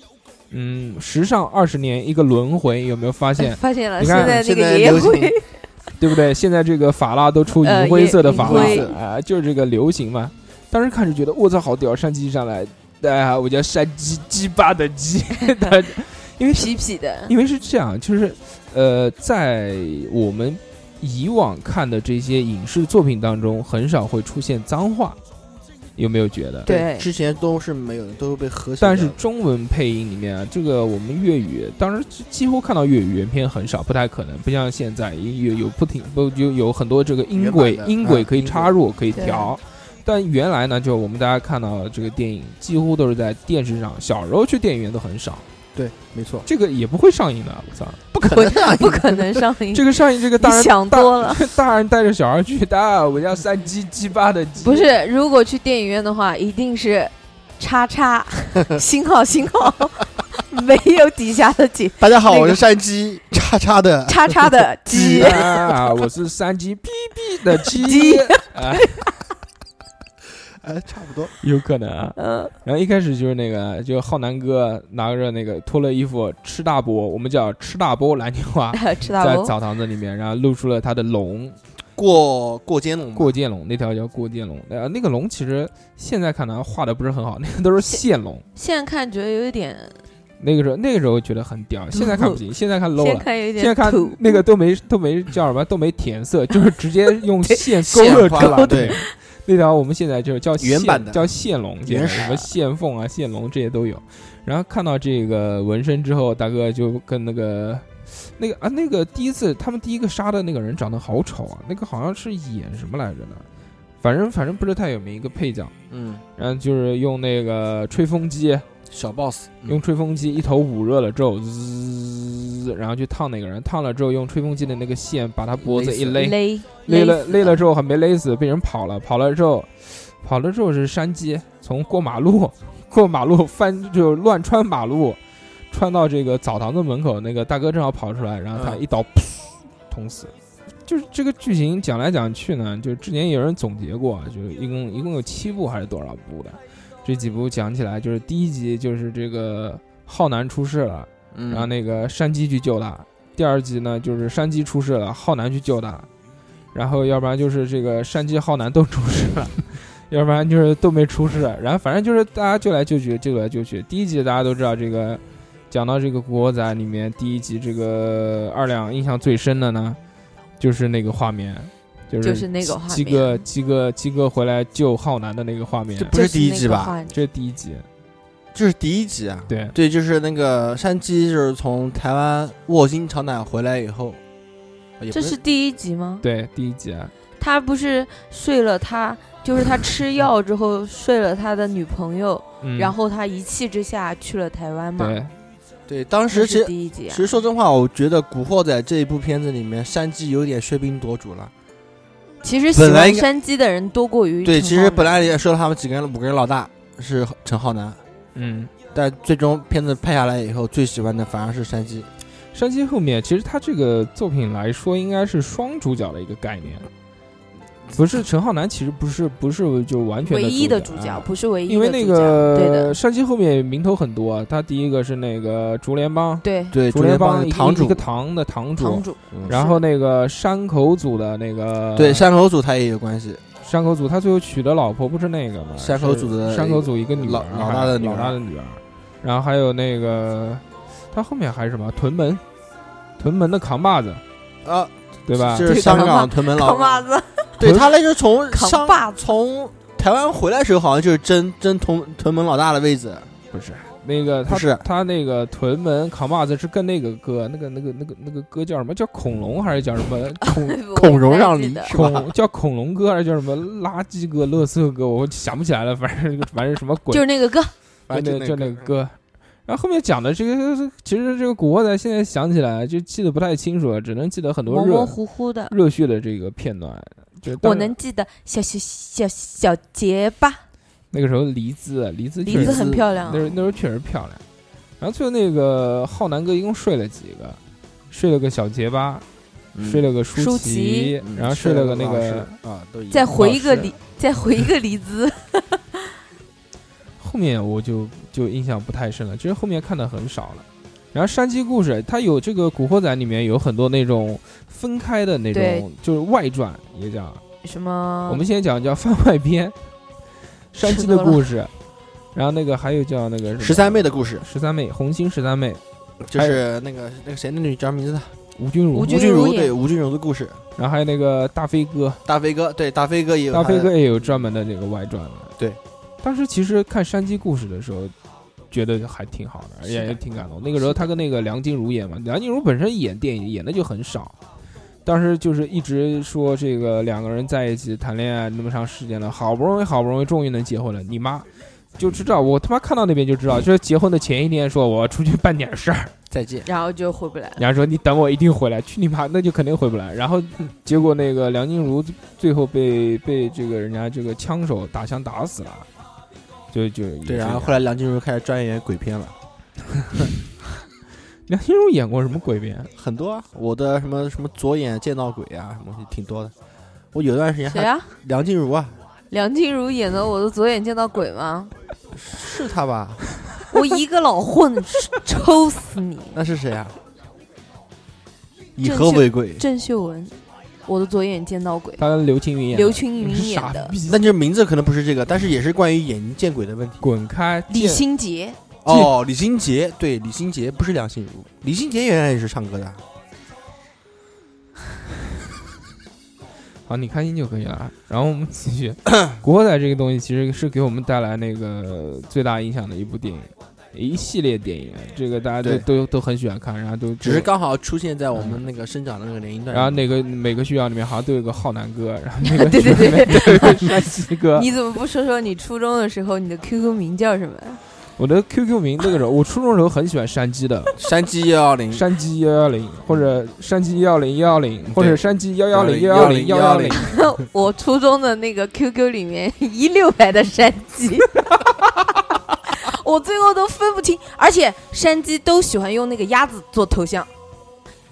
[SPEAKER 1] 嗯，时尚二十年一个轮回，有没有发现
[SPEAKER 3] 发现了，
[SPEAKER 1] 你
[SPEAKER 3] 现
[SPEAKER 1] 看
[SPEAKER 3] 在那
[SPEAKER 2] 现在
[SPEAKER 3] 个也
[SPEAKER 2] 流 行
[SPEAKER 3] 会，
[SPEAKER 1] 对不对？现在这个法拉都出
[SPEAKER 3] 呃
[SPEAKER 1] 银灰色的
[SPEAKER 3] 银
[SPEAKER 1] 法
[SPEAKER 3] 银
[SPEAKER 1] 拉
[SPEAKER 3] 灰
[SPEAKER 1] 啊、就是这个流行嘛。当时看着觉得我操好屌，山鸡一上来，哎、呀，我叫山鸡鸡巴的鸡， 他因为
[SPEAKER 3] 痞痞 的，
[SPEAKER 1] 因为是这样，就是呃，在我们以往看的这些影视作品当中，很少会出现脏话，有没有觉得？
[SPEAKER 3] 对
[SPEAKER 2] 之前都是没有的，都是被和谐掉
[SPEAKER 1] 但
[SPEAKER 2] 的，
[SPEAKER 1] 是中文配音里面啊，这个我们粤语当时几几乎看到粤语原片很少，不太可能，不像现在有有不停不有有很多这个音轨
[SPEAKER 2] 原版的
[SPEAKER 1] 音轨
[SPEAKER 2] 嗯
[SPEAKER 1] 可以
[SPEAKER 2] 音轨
[SPEAKER 1] 插入可以
[SPEAKER 3] 对
[SPEAKER 1] 调。但原来呢，就我们大家看到的这个电影，几乎都是在电视上，小时候去电影院都很少，
[SPEAKER 2] 对，没错，
[SPEAKER 1] 这个也不会上映的。我操，
[SPEAKER 2] 不可能啊这样
[SPEAKER 3] 不可 能上映，
[SPEAKER 1] 这个上映这个当
[SPEAKER 3] 你
[SPEAKER 1] 然
[SPEAKER 3] 想
[SPEAKER 1] 大
[SPEAKER 3] 多了。
[SPEAKER 1] 大人带着小孩去，大家我叫三鸡鸡巴的鸡，
[SPEAKER 3] 不是，如果去电影院的话，一定是 叉叉星号星号，没有底下的几
[SPEAKER 2] 大家好，
[SPEAKER 3] 那个
[SPEAKER 2] 我是山鸡叉叉的，
[SPEAKER 3] 叉叉的鸡
[SPEAKER 1] 鸡。啊，我是三鸡哔哔的鸡
[SPEAKER 3] 鸡
[SPEAKER 1] 啊，
[SPEAKER 2] 哎，差不多，
[SPEAKER 1] 有可能啊。
[SPEAKER 3] 嗯，，
[SPEAKER 1] 然后一开始就是那个，就是浩南哥拿着那个脱了衣服吃大波，我们叫吃大波蓝天花
[SPEAKER 3] 吃 大
[SPEAKER 1] 在
[SPEAKER 3] 波，
[SPEAKER 1] 澡堂子里面，然后露出了他的龙
[SPEAKER 2] 过过肩龙，
[SPEAKER 1] 过剑龙，那条叫过剑龙。呃，那个龙其实现在看来画的不是很好，那个都是线龙。
[SPEAKER 3] 现在看觉得有一点，
[SPEAKER 1] 那个时候那个时候觉得很屌，现在看不行，现在看 low
[SPEAKER 3] 现在
[SPEAKER 1] 了。
[SPEAKER 3] 看有一
[SPEAKER 1] 现在
[SPEAKER 3] 点
[SPEAKER 1] 看
[SPEAKER 3] 土。
[SPEAKER 1] 那个都没都没叫什么，都没填色， 就是直接用
[SPEAKER 3] 对
[SPEAKER 1] 线勾
[SPEAKER 2] 线
[SPEAKER 1] 勒出
[SPEAKER 2] 画
[SPEAKER 1] 来。
[SPEAKER 2] 了对，
[SPEAKER 1] 那条我们现在就是叫线
[SPEAKER 2] 原版的
[SPEAKER 1] 叫线龙，现在
[SPEAKER 2] 原始
[SPEAKER 1] 什么线凤啊、线龙这些都有。然后看到这个纹身之后，大哥就跟那个那个啊那个第一次他们第一个杀的那个人长得好丑啊，那个好像是演什么来着呢？反正反正不是太有名一个配角。
[SPEAKER 2] 嗯，
[SPEAKER 1] 然后就是用那个吹风机，
[SPEAKER 2] 小 boss，嗯
[SPEAKER 1] 用吹风机一头捂热了之后，滋，然后去烫那个人，烫了之后用吹风机的那个线把他脖子一勒，勒
[SPEAKER 3] 勒
[SPEAKER 1] 了
[SPEAKER 3] 死
[SPEAKER 1] 勒了之后还没勒死，被人跑了，跑了之后，跑了之后是山鸡，从过马路过马路翻就乱穿马路，穿到这个澡堂子门口，那个大哥正好跑出来，然后他
[SPEAKER 2] 嗯
[SPEAKER 1] 一刀噗捅死。就是这个剧情讲来讲去呢，就之前有人总结过，啊就是一共一共有七部还是多少部的，这几部讲起来就是第一集就是这个浩南出事了，
[SPEAKER 2] 嗯，
[SPEAKER 1] 然后那个山鸡去救他。第二集呢，就是山鸡出事了，浩南去救他。然后要不然就是这个山鸡、浩南都出事了，要不然就是都没出事。然后反正就是大家救来救去，救来救去。第一集大家都知道这个讲到这个《古惑仔》里面第一集，这个二两印象最深的呢，就是那个画面，就是
[SPEAKER 3] 就是那个画面
[SPEAKER 1] 鸡哥鸡哥鸡哥回来救浩南的那个画面
[SPEAKER 2] 这，不是第一集吧？
[SPEAKER 1] 这是第一集，
[SPEAKER 2] 这是第一集啊。
[SPEAKER 1] 对，
[SPEAKER 2] 对，就是那个山鸡，就是从台湾卧薪尝胆回来以后，也
[SPEAKER 3] 这
[SPEAKER 2] 不
[SPEAKER 3] 是第一集吗？
[SPEAKER 1] 对，第一集啊，
[SPEAKER 3] 他不是睡了他，就是他吃药之后睡了他的女朋友，
[SPEAKER 1] 嗯，
[SPEAKER 3] 然后他一气之下去了台湾嘛。
[SPEAKER 1] 对，
[SPEAKER 2] 对，当
[SPEAKER 3] 这
[SPEAKER 2] 时其
[SPEAKER 3] 是
[SPEAKER 2] 实
[SPEAKER 3] 第一集
[SPEAKER 2] 其
[SPEAKER 3] 啊，
[SPEAKER 2] 实说真话，我觉得《古惑仔》这一部片子里面，山鸡有点喧宾夺主了。
[SPEAKER 3] 其实喜
[SPEAKER 2] 本来
[SPEAKER 3] 欢
[SPEAKER 2] 应该
[SPEAKER 3] 山鸡的人多过于
[SPEAKER 2] 对，
[SPEAKER 3] 陈
[SPEAKER 2] 其
[SPEAKER 3] 浩
[SPEAKER 2] 实
[SPEAKER 3] 南
[SPEAKER 2] 本来也说他们几个人，五个人老大是陈浩南，
[SPEAKER 1] 嗯，
[SPEAKER 2] 但最终片子拍下来以后，最喜欢的反而是山鸡。
[SPEAKER 1] 山鸡后面其实他这个作品来说，应该是双主角的一个概念，不是陈浩南，其实不是不是就完全
[SPEAKER 3] 唯一的
[SPEAKER 1] 的
[SPEAKER 3] 主
[SPEAKER 1] 啊
[SPEAKER 3] 角，不是唯一的
[SPEAKER 1] 因为那
[SPEAKER 3] 主角对
[SPEAKER 1] 个
[SPEAKER 3] 的
[SPEAKER 1] 山鸡后面名头很多啊，他第一个是那个竹联帮，
[SPEAKER 3] 对
[SPEAKER 2] 对，
[SPEAKER 1] 竹
[SPEAKER 2] 联帮
[SPEAKER 1] 帮一
[SPEAKER 2] 的
[SPEAKER 1] 个
[SPEAKER 2] 堂
[SPEAKER 1] 一
[SPEAKER 2] 主
[SPEAKER 1] 个，堂的堂
[SPEAKER 3] 堂
[SPEAKER 1] 主，
[SPEAKER 3] 主
[SPEAKER 2] 嗯
[SPEAKER 1] 然后呃那个山口组的那个
[SPEAKER 2] 对山口组他也有关系。
[SPEAKER 1] 山口组，他最后娶的老婆不是那个吗？
[SPEAKER 2] 山口组的
[SPEAKER 1] 是山口组一个女儿啊
[SPEAKER 2] 老老大的女儿
[SPEAKER 1] 老大的女儿，然后还有那个他后面还是什么屯门，屯门的扛把子，
[SPEAKER 2] 啊，
[SPEAKER 1] 对吧？
[SPEAKER 2] 就是香港屯门 老
[SPEAKER 3] 扛把子，
[SPEAKER 2] 对他那时候从
[SPEAKER 3] 扛
[SPEAKER 2] 上
[SPEAKER 3] 把子
[SPEAKER 2] 从台湾回来的时候，好像就是争争屯屯门老大的位置。
[SPEAKER 1] 不是那个他
[SPEAKER 2] 不是
[SPEAKER 1] 他那个屯门扛把子是跟那个哥，那个那个那个那个哥叫什么叫恐龙还是叫什么 恐？
[SPEAKER 3] 我
[SPEAKER 2] 孔
[SPEAKER 3] 不
[SPEAKER 2] 融
[SPEAKER 3] 太
[SPEAKER 2] 让
[SPEAKER 3] 记
[SPEAKER 2] 梨
[SPEAKER 3] 得
[SPEAKER 2] 是吧？
[SPEAKER 1] 恐叫恐龙哥还是叫什么垃圾哥、乐色哥，我想不起来了，反正反正什么鬼
[SPEAKER 3] 就，是那个哥，
[SPEAKER 2] 反
[SPEAKER 1] 就
[SPEAKER 2] 正
[SPEAKER 1] 那就那
[SPEAKER 2] 个
[SPEAKER 1] 个歌。然后后面讲的这个，其实这个《古惑仔》现在想起来就记得不太清楚了，只能记得很多
[SPEAKER 3] 模
[SPEAKER 1] 热啊
[SPEAKER 3] 模糊糊的。
[SPEAKER 1] 热血的这个片段。就当
[SPEAKER 3] 我
[SPEAKER 1] 时
[SPEAKER 3] 能记得小小小小结巴，
[SPEAKER 1] 那个时候黎姿，啊黎姿确
[SPEAKER 3] 梨
[SPEAKER 1] 实
[SPEAKER 3] 子
[SPEAKER 2] 子
[SPEAKER 3] 很漂亮啊
[SPEAKER 1] 那，时候那时候确实漂亮。然后最后那个浩南哥一共睡了几个？睡了个小结巴，
[SPEAKER 2] 嗯
[SPEAKER 1] 睡了个
[SPEAKER 3] 舒
[SPEAKER 1] 舒
[SPEAKER 3] 淇
[SPEAKER 1] 淇，然后嗯睡了个那个
[SPEAKER 2] 啊，都一样
[SPEAKER 3] 再回一个
[SPEAKER 1] 老师
[SPEAKER 3] 梨，再回一个梨子，
[SPEAKER 1] 后面我就就印象不太深了，其实后面看的很少了。然后山鸡故事，它有这个《古惑仔》里面有很多那种分开的那
[SPEAKER 3] 对嗯
[SPEAKER 1] 种，就是外传也叫。
[SPEAKER 3] 什么？
[SPEAKER 1] 我们先讲叫番外篇，山鸡的故事，然后那个还有叫那个
[SPEAKER 2] 十三妹的故事，
[SPEAKER 1] 十三妹红星十三妹
[SPEAKER 2] 就
[SPEAKER 1] 还有
[SPEAKER 2] 是那个那个谁那女叫什么名字的？
[SPEAKER 1] 吴君如
[SPEAKER 3] 吴，君
[SPEAKER 2] 吴君
[SPEAKER 3] 如
[SPEAKER 2] 如
[SPEAKER 3] 也
[SPEAKER 2] 对吴君如的故事，
[SPEAKER 1] 然后还有那个大飞哥，
[SPEAKER 2] 大飞哥对大飞哥也有
[SPEAKER 1] 大
[SPEAKER 2] 他的
[SPEAKER 1] 飞哥也有专门的这个外传了。
[SPEAKER 2] 对，
[SPEAKER 1] 当时其实看山鸡故事的时候，觉得还挺好的，
[SPEAKER 3] 是的
[SPEAKER 1] 也挺感动。那个时候他跟那个梁静茹演嘛，梁静茹本身演电影演的就很少，当时就是一直说这个两个人在一起谈恋爱那么长时间了，好不容易好不容易终于能结婚了，你妈。就知道我他妈看到那边就知道，就是结婚的前一天说我要出去办点事儿，
[SPEAKER 2] 再见，
[SPEAKER 3] 然后就回不来了。
[SPEAKER 1] 然后说你等我一定回来，去你妈，那就肯定回不来。然后结果那个梁静茹最后被被这个人家这个枪手打枪打死了，就就也
[SPEAKER 2] 对，啊
[SPEAKER 1] 是
[SPEAKER 2] 然后后来梁静茹开始专演鬼片了，
[SPEAKER 1] 梁静茹演过什么鬼片？
[SPEAKER 2] 很多啊，我的什么什么左眼见到鬼啊，什么东西挺多的。我有段时间
[SPEAKER 3] 谁
[SPEAKER 2] 还
[SPEAKER 3] 啊？
[SPEAKER 2] 梁静茹啊，
[SPEAKER 3] 梁静茹演的《我的左眼见到鬼》吗？
[SPEAKER 2] 是她吧？
[SPEAKER 3] 我一个老混， 抽死你！
[SPEAKER 2] 那是谁啊？以
[SPEAKER 3] 郑
[SPEAKER 2] 和
[SPEAKER 3] 秀
[SPEAKER 2] 为贵，
[SPEAKER 3] 郑秀文，《我的左眼见到鬼》，
[SPEAKER 1] 他跟刘青云演的，
[SPEAKER 3] 刘青云演
[SPEAKER 1] 傻
[SPEAKER 3] 的，
[SPEAKER 1] 逼，
[SPEAKER 2] 那就名字可能不是这个，但是也是关于眼睛见鬼的问题。
[SPEAKER 1] 滚开！
[SPEAKER 3] 李
[SPEAKER 1] 见
[SPEAKER 3] 心洁，
[SPEAKER 2] 哦，李心洁，对，李心洁不是梁心如，李心洁原来也是唱歌的。啊
[SPEAKER 1] 好，你开心就可以了。然后我们继续，国仔这个东西其实是给我们带来那个最大影响的一部电影，一系列电影，这个大家都
[SPEAKER 2] 对
[SPEAKER 1] 都都很喜欢看，然后都
[SPEAKER 2] 只是刚好出现在我们那个生长的那个年龄段。
[SPEAKER 1] 然后那个每个学校里面好像都有个浩南哥，然后那个
[SPEAKER 3] 对对对
[SPEAKER 1] 学校里面都有个山西 哥。
[SPEAKER 3] 你怎么不说说你初中的时候你的 QQ 名叫什么？
[SPEAKER 1] 我的 QQ 名那个时候，我初中的时候很喜欢山鸡的，
[SPEAKER 2] 山鸡啊幺幺零，
[SPEAKER 1] 山鸡幺幺零或者山鸡幺零幺幺零或者
[SPEAKER 2] 嗯对
[SPEAKER 1] 山鸡幺幺零幺
[SPEAKER 2] 幺
[SPEAKER 1] 幺
[SPEAKER 2] 零
[SPEAKER 1] 零幺幺零
[SPEAKER 2] 零。
[SPEAKER 3] 我初中的那个 QQ 里面一六排的山鸡， 我最后都分不清，而且山鸡都喜欢用那个鸭子做头像，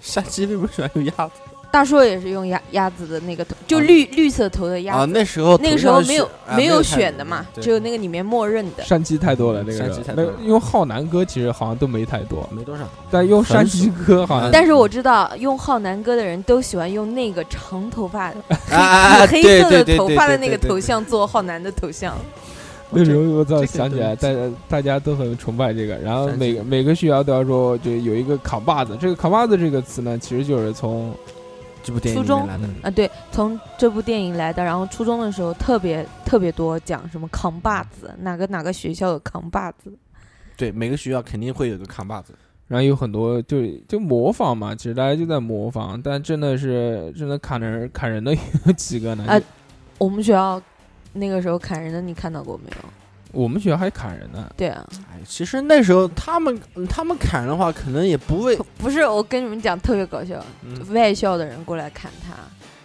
[SPEAKER 2] 山鸡为什么喜欢用鸭 子
[SPEAKER 3] 大硕也是用鸭鸭子的那个头，就绿、绿色头的鸭子。
[SPEAKER 2] 啊？那时候
[SPEAKER 3] 那个时
[SPEAKER 2] 头
[SPEAKER 3] 候
[SPEAKER 2] 像
[SPEAKER 3] 没有、
[SPEAKER 2] 啊
[SPEAKER 3] 没
[SPEAKER 2] 没有
[SPEAKER 3] 选的嘛，只有那个里面默认的。
[SPEAKER 1] 山鸡太多了，那个时
[SPEAKER 2] 山
[SPEAKER 1] 候
[SPEAKER 2] 鸡太
[SPEAKER 1] 那
[SPEAKER 2] 多嗯
[SPEAKER 1] 个
[SPEAKER 2] 了
[SPEAKER 1] 用浩南哥其实好像都没太多，
[SPEAKER 2] 没多少。
[SPEAKER 1] 但用
[SPEAKER 2] 很
[SPEAKER 1] 山鸡哥好
[SPEAKER 2] 嗯
[SPEAKER 1] 像
[SPEAKER 3] 但是我知道，用浩南哥的人都喜欢用那个长头发、
[SPEAKER 2] 啊啊啊！
[SPEAKER 3] 黑
[SPEAKER 2] 对
[SPEAKER 3] 色
[SPEAKER 2] 对
[SPEAKER 3] 的
[SPEAKER 2] 对
[SPEAKER 3] 头
[SPEAKER 2] 对
[SPEAKER 3] 发的
[SPEAKER 2] 对
[SPEAKER 3] 那个
[SPEAKER 2] 对
[SPEAKER 3] 头
[SPEAKER 2] 对
[SPEAKER 3] 像做浩南的头像。
[SPEAKER 1] 那时候我早
[SPEAKER 2] 这个
[SPEAKER 1] 想起来，大
[SPEAKER 2] 对
[SPEAKER 1] 家大家都很崇拜这个，然后
[SPEAKER 2] 三
[SPEAKER 1] 每
[SPEAKER 2] 级
[SPEAKER 1] 个每个续摇都要说，就有一个扛把子。这个扛把子这个词呢，其实就是从
[SPEAKER 2] 这部电
[SPEAKER 3] 初
[SPEAKER 2] 影里
[SPEAKER 3] 中
[SPEAKER 2] 面来的。
[SPEAKER 3] 啊，对，从这部电影来的。然后初中的时候特别特别多讲什么扛把子，哪个哪个学校有扛把子，
[SPEAKER 2] 对，每个学校肯定会有个扛把子。
[SPEAKER 1] 然后有很多就就模仿嘛，其实大家就在模仿，但真的是真的砍人砍人的有几个呢？
[SPEAKER 3] 啊
[SPEAKER 1] 就
[SPEAKER 3] 我们学校那个时候砍人的，你看到过没有？
[SPEAKER 1] 我们学校还砍人呢，
[SPEAKER 3] 对啊，
[SPEAKER 2] 哎，其实那时候他们嗯他们砍的话，可能也不为
[SPEAKER 3] 不是，我跟你们讲特别搞笑，
[SPEAKER 1] 嗯
[SPEAKER 3] 外校的人过来砍他，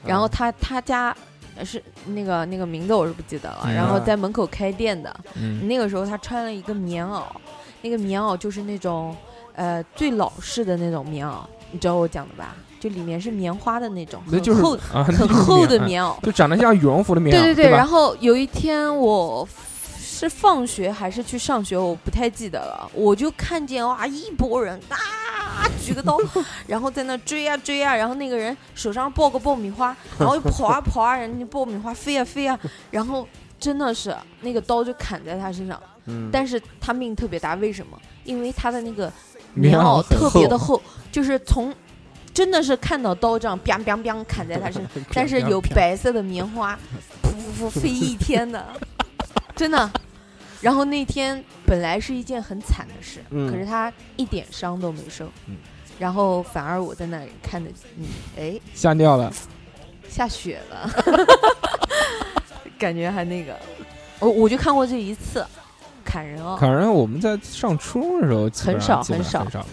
[SPEAKER 3] 然后他他家是那个那个名字我是不记得了，
[SPEAKER 1] 嗯
[SPEAKER 3] 然后在门口开店的，
[SPEAKER 1] 嗯
[SPEAKER 3] 那个时候他穿了一个棉袄，那个棉袄就是那种呃最老式的那种棉袄，你知道我讲的吧？就里面是棉花的那种，
[SPEAKER 1] 那就是
[SPEAKER 3] 很厚
[SPEAKER 1] 啊，那
[SPEAKER 3] 很
[SPEAKER 1] 就是
[SPEAKER 3] 厚的
[SPEAKER 1] 棉
[SPEAKER 3] 棉袄。
[SPEAKER 1] 就长得像羽绒服的棉袄，
[SPEAKER 3] 对对
[SPEAKER 1] 对
[SPEAKER 3] 对，
[SPEAKER 1] 吧
[SPEAKER 3] 然后有一天我是放学还是去上学，我不太记得了。我就看见哇，一拨人啊，举个刀，然后在那追啊追啊，然后那个人手上抱个爆米花，然后就跑啊跑啊，人家爆米花飞啊飞啊，然后真的是那个刀就砍在他身上，
[SPEAKER 2] 嗯，
[SPEAKER 3] 但是他命特别大，为什么？因为他的那个
[SPEAKER 1] 棉
[SPEAKER 3] 棉
[SPEAKER 1] 袄
[SPEAKER 3] 袄
[SPEAKER 1] 啊很
[SPEAKER 3] 啊特别的厚，就是从真的是看到刀这样 biang biang biang 砍在他 身上，但是有白色的棉花，噗噗噗飞一 天的，真的。然后那天本来是一件很惨的事，
[SPEAKER 2] 嗯
[SPEAKER 3] 可是他一点伤都没受，
[SPEAKER 2] 嗯
[SPEAKER 3] 然后反而我在那里看着，嗯，哎，
[SPEAKER 1] 吓尿了。
[SPEAKER 3] 下雪 了，感觉还那个，我我就看过这一次砍人哦，
[SPEAKER 1] 反正我们在上初中的时候基本上，
[SPEAKER 3] 很
[SPEAKER 1] 基
[SPEAKER 3] 少
[SPEAKER 1] 本上很少，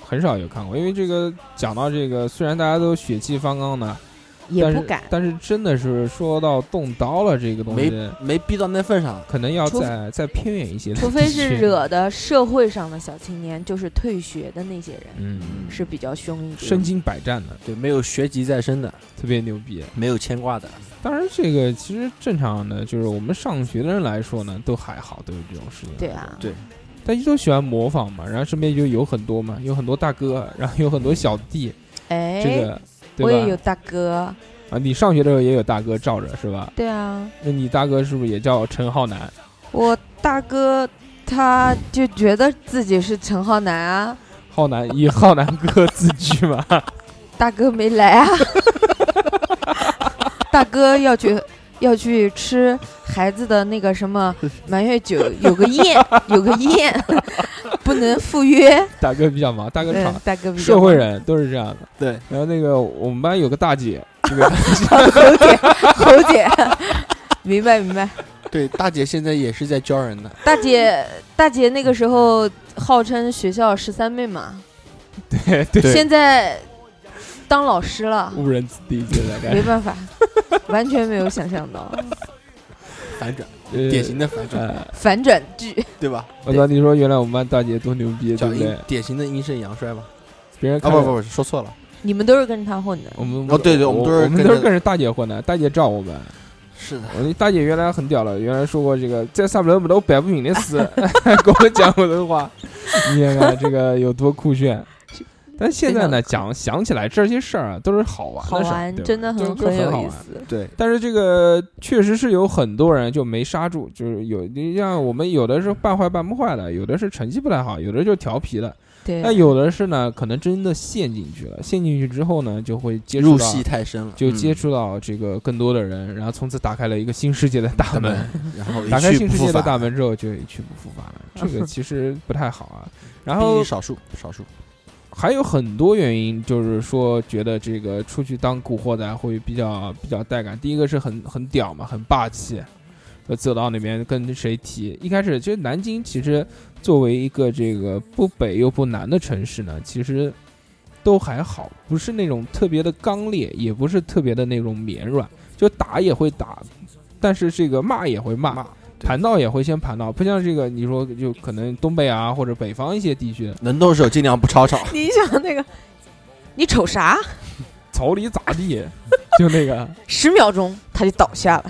[SPEAKER 1] 很少有看过。因为这个讲到这个，虽然大家都血气方刚的，
[SPEAKER 3] 也不敢。
[SPEAKER 1] 但是，但是真的是说到动刀了这个东西，
[SPEAKER 2] 没逼到那份上。
[SPEAKER 1] 可能要
[SPEAKER 3] 除
[SPEAKER 1] 再再偏远一些的地区，
[SPEAKER 3] 除非是惹的社会上的小青年，就是退学的那些人，
[SPEAKER 1] 嗯，
[SPEAKER 3] 是比较凶一
[SPEAKER 1] 身
[SPEAKER 3] 点。
[SPEAKER 1] 经百战的，
[SPEAKER 2] 对，没有学籍在身的，
[SPEAKER 1] 特别牛逼。
[SPEAKER 2] 没有牵挂的，
[SPEAKER 1] 当然，这个其实正常的，就是我们上学的人来说呢，都还好，都有这种事情。
[SPEAKER 3] 对，啊，
[SPEAKER 2] 对
[SPEAKER 1] 大家都喜欢模仿嘛，然后身边就有很多嘛，有很多大哥，然后有很多小弟，
[SPEAKER 3] 嗯哎，
[SPEAKER 1] 这个对吧？
[SPEAKER 3] 我也有大哥，
[SPEAKER 1] 啊，你上学的时候也有大哥罩着是吧？
[SPEAKER 3] 对啊，
[SPEAKER 1] 那你大哥是不是也叫陈浩南？
[SPEAKER 3] 我大哥他就觉得自己是陈浩南啊，
[SPEAKER 1] 浩南以浩南哥自居嘛？
[SPEAKER 3] 大哥没来啊， 大哥要去要去吃孩子的那个什么满月酒，有个宴，有个宴， 不能赴约。
[SPEAKER 1] 大哥比较忙，大哥
[SPEAKER 3] 对
[SPEAKER 1] 厂，
[SPEAKER 3] 大嗯哥比较
[SPEAKER 1] 社会人都是这样的。
[SPEAKER 2] 对，
[SPEAKER 1] 然后那个我们班有个大姐，这个
[SPEAKER 3] 侯姐，侯姐， 明白明白。
[SPEAKER 2] 对，大姐现在也是在教人的，
[SPEAKER 3] 大姐，大姐那个时候号称学校十三妹嘛，
[SPEAKER 1] 对对
[SPEAKER 3] 现在当老师了，
[SPEAKER 1] 误人子弟现在
[SPEAKER 3] 没
[SPEAKER 1] 该
[SPEAKER 3] 办法，完全没有想象到
[SPEAKER 2] 反转，
[SPEAKER 1] 呃
[SPEAKER 2] 典型的反转，
[SPEAKER 1] 哎
[SPEAKER 3] 反转剧。
[SPEAKER 2] 对吧？
[SPEAKER 1] 我操！你说原来我们班大姐多牛逼，对
[SPEAKER 2] 叫
[SPEAKER 1] 不
[SPEAKER 2] 阴
[SPEAKER 1] 对？
[SPEAKER 2] 典型的阴盛阳衰吧？
[SPEAKER 1] 别人
[SPEAKER 2] 啊，
[SPEAKER 1] 看
[SPEAKER 2] 不
[SPEAKER 1] 着
[SPEAKER 2] 不不，说错了，
[SPEAKER 3] 你们都是跟他混的，
[SPEAKER 1] 我们
[SPEAKER 2] 哦对对
[SPEAKER 1] 我
[SPEAKER 2] 我们都是
[SPEAKER 1] 我们
[SPEAKER 2] 跟
[SPEAKER 1] 都是
[SPEAKER 2] 着
[SPEAKER 1] 跟着大姐混的，大姐罩我们。
[SPEAKER 2] 是的，
[SPEAKER 1] 我那大姐原来很屌了，原来说过这个在上面我们都摆不平的 事，跟我讲过的话，你看看这个有多酷炫。但现在呢，讲想起来这些事儿啊，都是好玩
[SPEAKER 3] 好
[SPEAKER 1] 的事儿，
[SPEAKER 3] 玩
[SPEAKER 1] 对，吧
[SPEAKER 3] 真的
[SPEAKER 1] 都
[SPEAKER 3] 很
[SPEAKER 1] 都很好
[SPEAKER 3] 有意
[SPEAKER 1] 玩。
[SPEAKER 3] 思。
[SPEAKER 2] 对，
[SPEAKER 1] 但是这个确实是有很多人就没刹住，就是有你像我们有的是半坏半不坏的，有的是成绩不太好，有的就调皮的，
[SPEAKER 3] 对，
[SPEAKER 1] 但有的是呢，可能真的陷进去了，陷进去之后呢，就会接触
[SPEAKER 2] 入
[SPEAKER 1] 到
[SPEAKER 2] 戏太深了，
[SPEAKER 1] 就
[SPEAKER 2] 嗯
[SPEAKER 1] 接触到这个更多的人，然后从此打开了一个新世界的大
[SPEAKER 2] 他
[SPEAKER 1] 门
[SPEAKER 2] 们。， 然后
[SPEAKER 1] 打开
[SPEAKER 2] 嗯一去
[SPEAKER 1] 新
[SPEAKER 2] 不
[SPEAKER 1] 世
[SPEAKER 2] 复
[SPEAKER 1] 界的
[SPEAKER 2] 返
[SPEAKER 1] 大，门之后，就一去不复返了。这个其实不太 好啊。然
[SPEAKER 2] 毕
[SPEAKER 1] 后
[SPEAKER 2] 竟少数少数，
[SPEAKER 1] 还有很多原因，就是说觉得这个出去当古惑仔会比较比较带感。第一个是很很屌嘛，很霸气。呃，走到那边跟谁提？一开始其实南京其实作为一个这个不北又不南的城市呢，其实都还好，不是那种特别的刚烈，也不是特别的那种绵软，就打也会打，但是这个骂也会骂
[SPEAKER 2] 骂对
[SPEAKER 1] 盘道也会先盘道，不像这个你说就可能东北啊或者北方一些地区，
[SPEAKER 2] 能动手尽量不吵吵，
[SPEAKER 3] 你想那个，你瞅啥？
[SPEAKER 1] 草里咋地， 就那个
[SPEAKER 3] 十秒钟他就倒下了。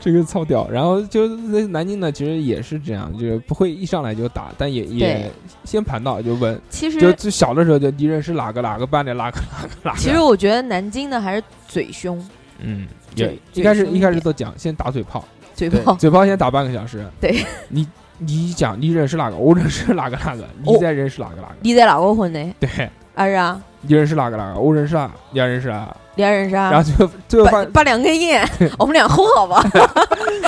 [SPEAKER 1] 这个操屌。然后就是在南京呢，其实也是这样，就是不会一上来就打，但也也
[SPEAKER 3] 对
[SPEAKER 1] 先盘道就问，
[SPEAKER 3] 其
[SPEAKER 1] 就
[SPEAKER 3] 实，
[SPEAKER 1] 最小的时候就敌人是哪个哪个班的哪个哪个哪个。
[SPEAKER 3] 其实我觉得南京的还是嘴凶，
[SPEAKER 1] 嗯，
[SPEAKER 3] 嘴
[SPEAKER 1] 也
[SPEAKER 3] 嘴
[SPEAKER 1] 一开始
[SPEAKER 3] 凶一
[SPEAKER 1] 一开始
[SPEAKER 3] 点
[SPEAKER 1] 都讲先打嘴炮，
[SPEAKER 3] 嘴炮，
[SPEAKER 1] 嘴炮先打半个小时。
[SPEAKER 3] 对，
[SPEAKER 1] 你你讲你认识哪个，我认识哪个哪个，你
[SPEAKER 3] 哦
[SPEAKER 1] 再认识哪个哪个。
[SPEAKER 3] 你在哪个混的？
[SPEAKER 1] 对，
[SPEAKER 3] 啊是啊，
[SPEAKER 1] 你认识哪个哪个，我认识啊，你还认识啊。
[SPEAKER 3] 你还认识
[SPEAKER 1] 然后
[SPEAKER 3] 啊？
[SPEAKER 1] 最后最后
[SPEAKER 3] 把
[SPEAKER 1] 发
[SPEAKER 3] 把两根 烟，我们俩轰好吧？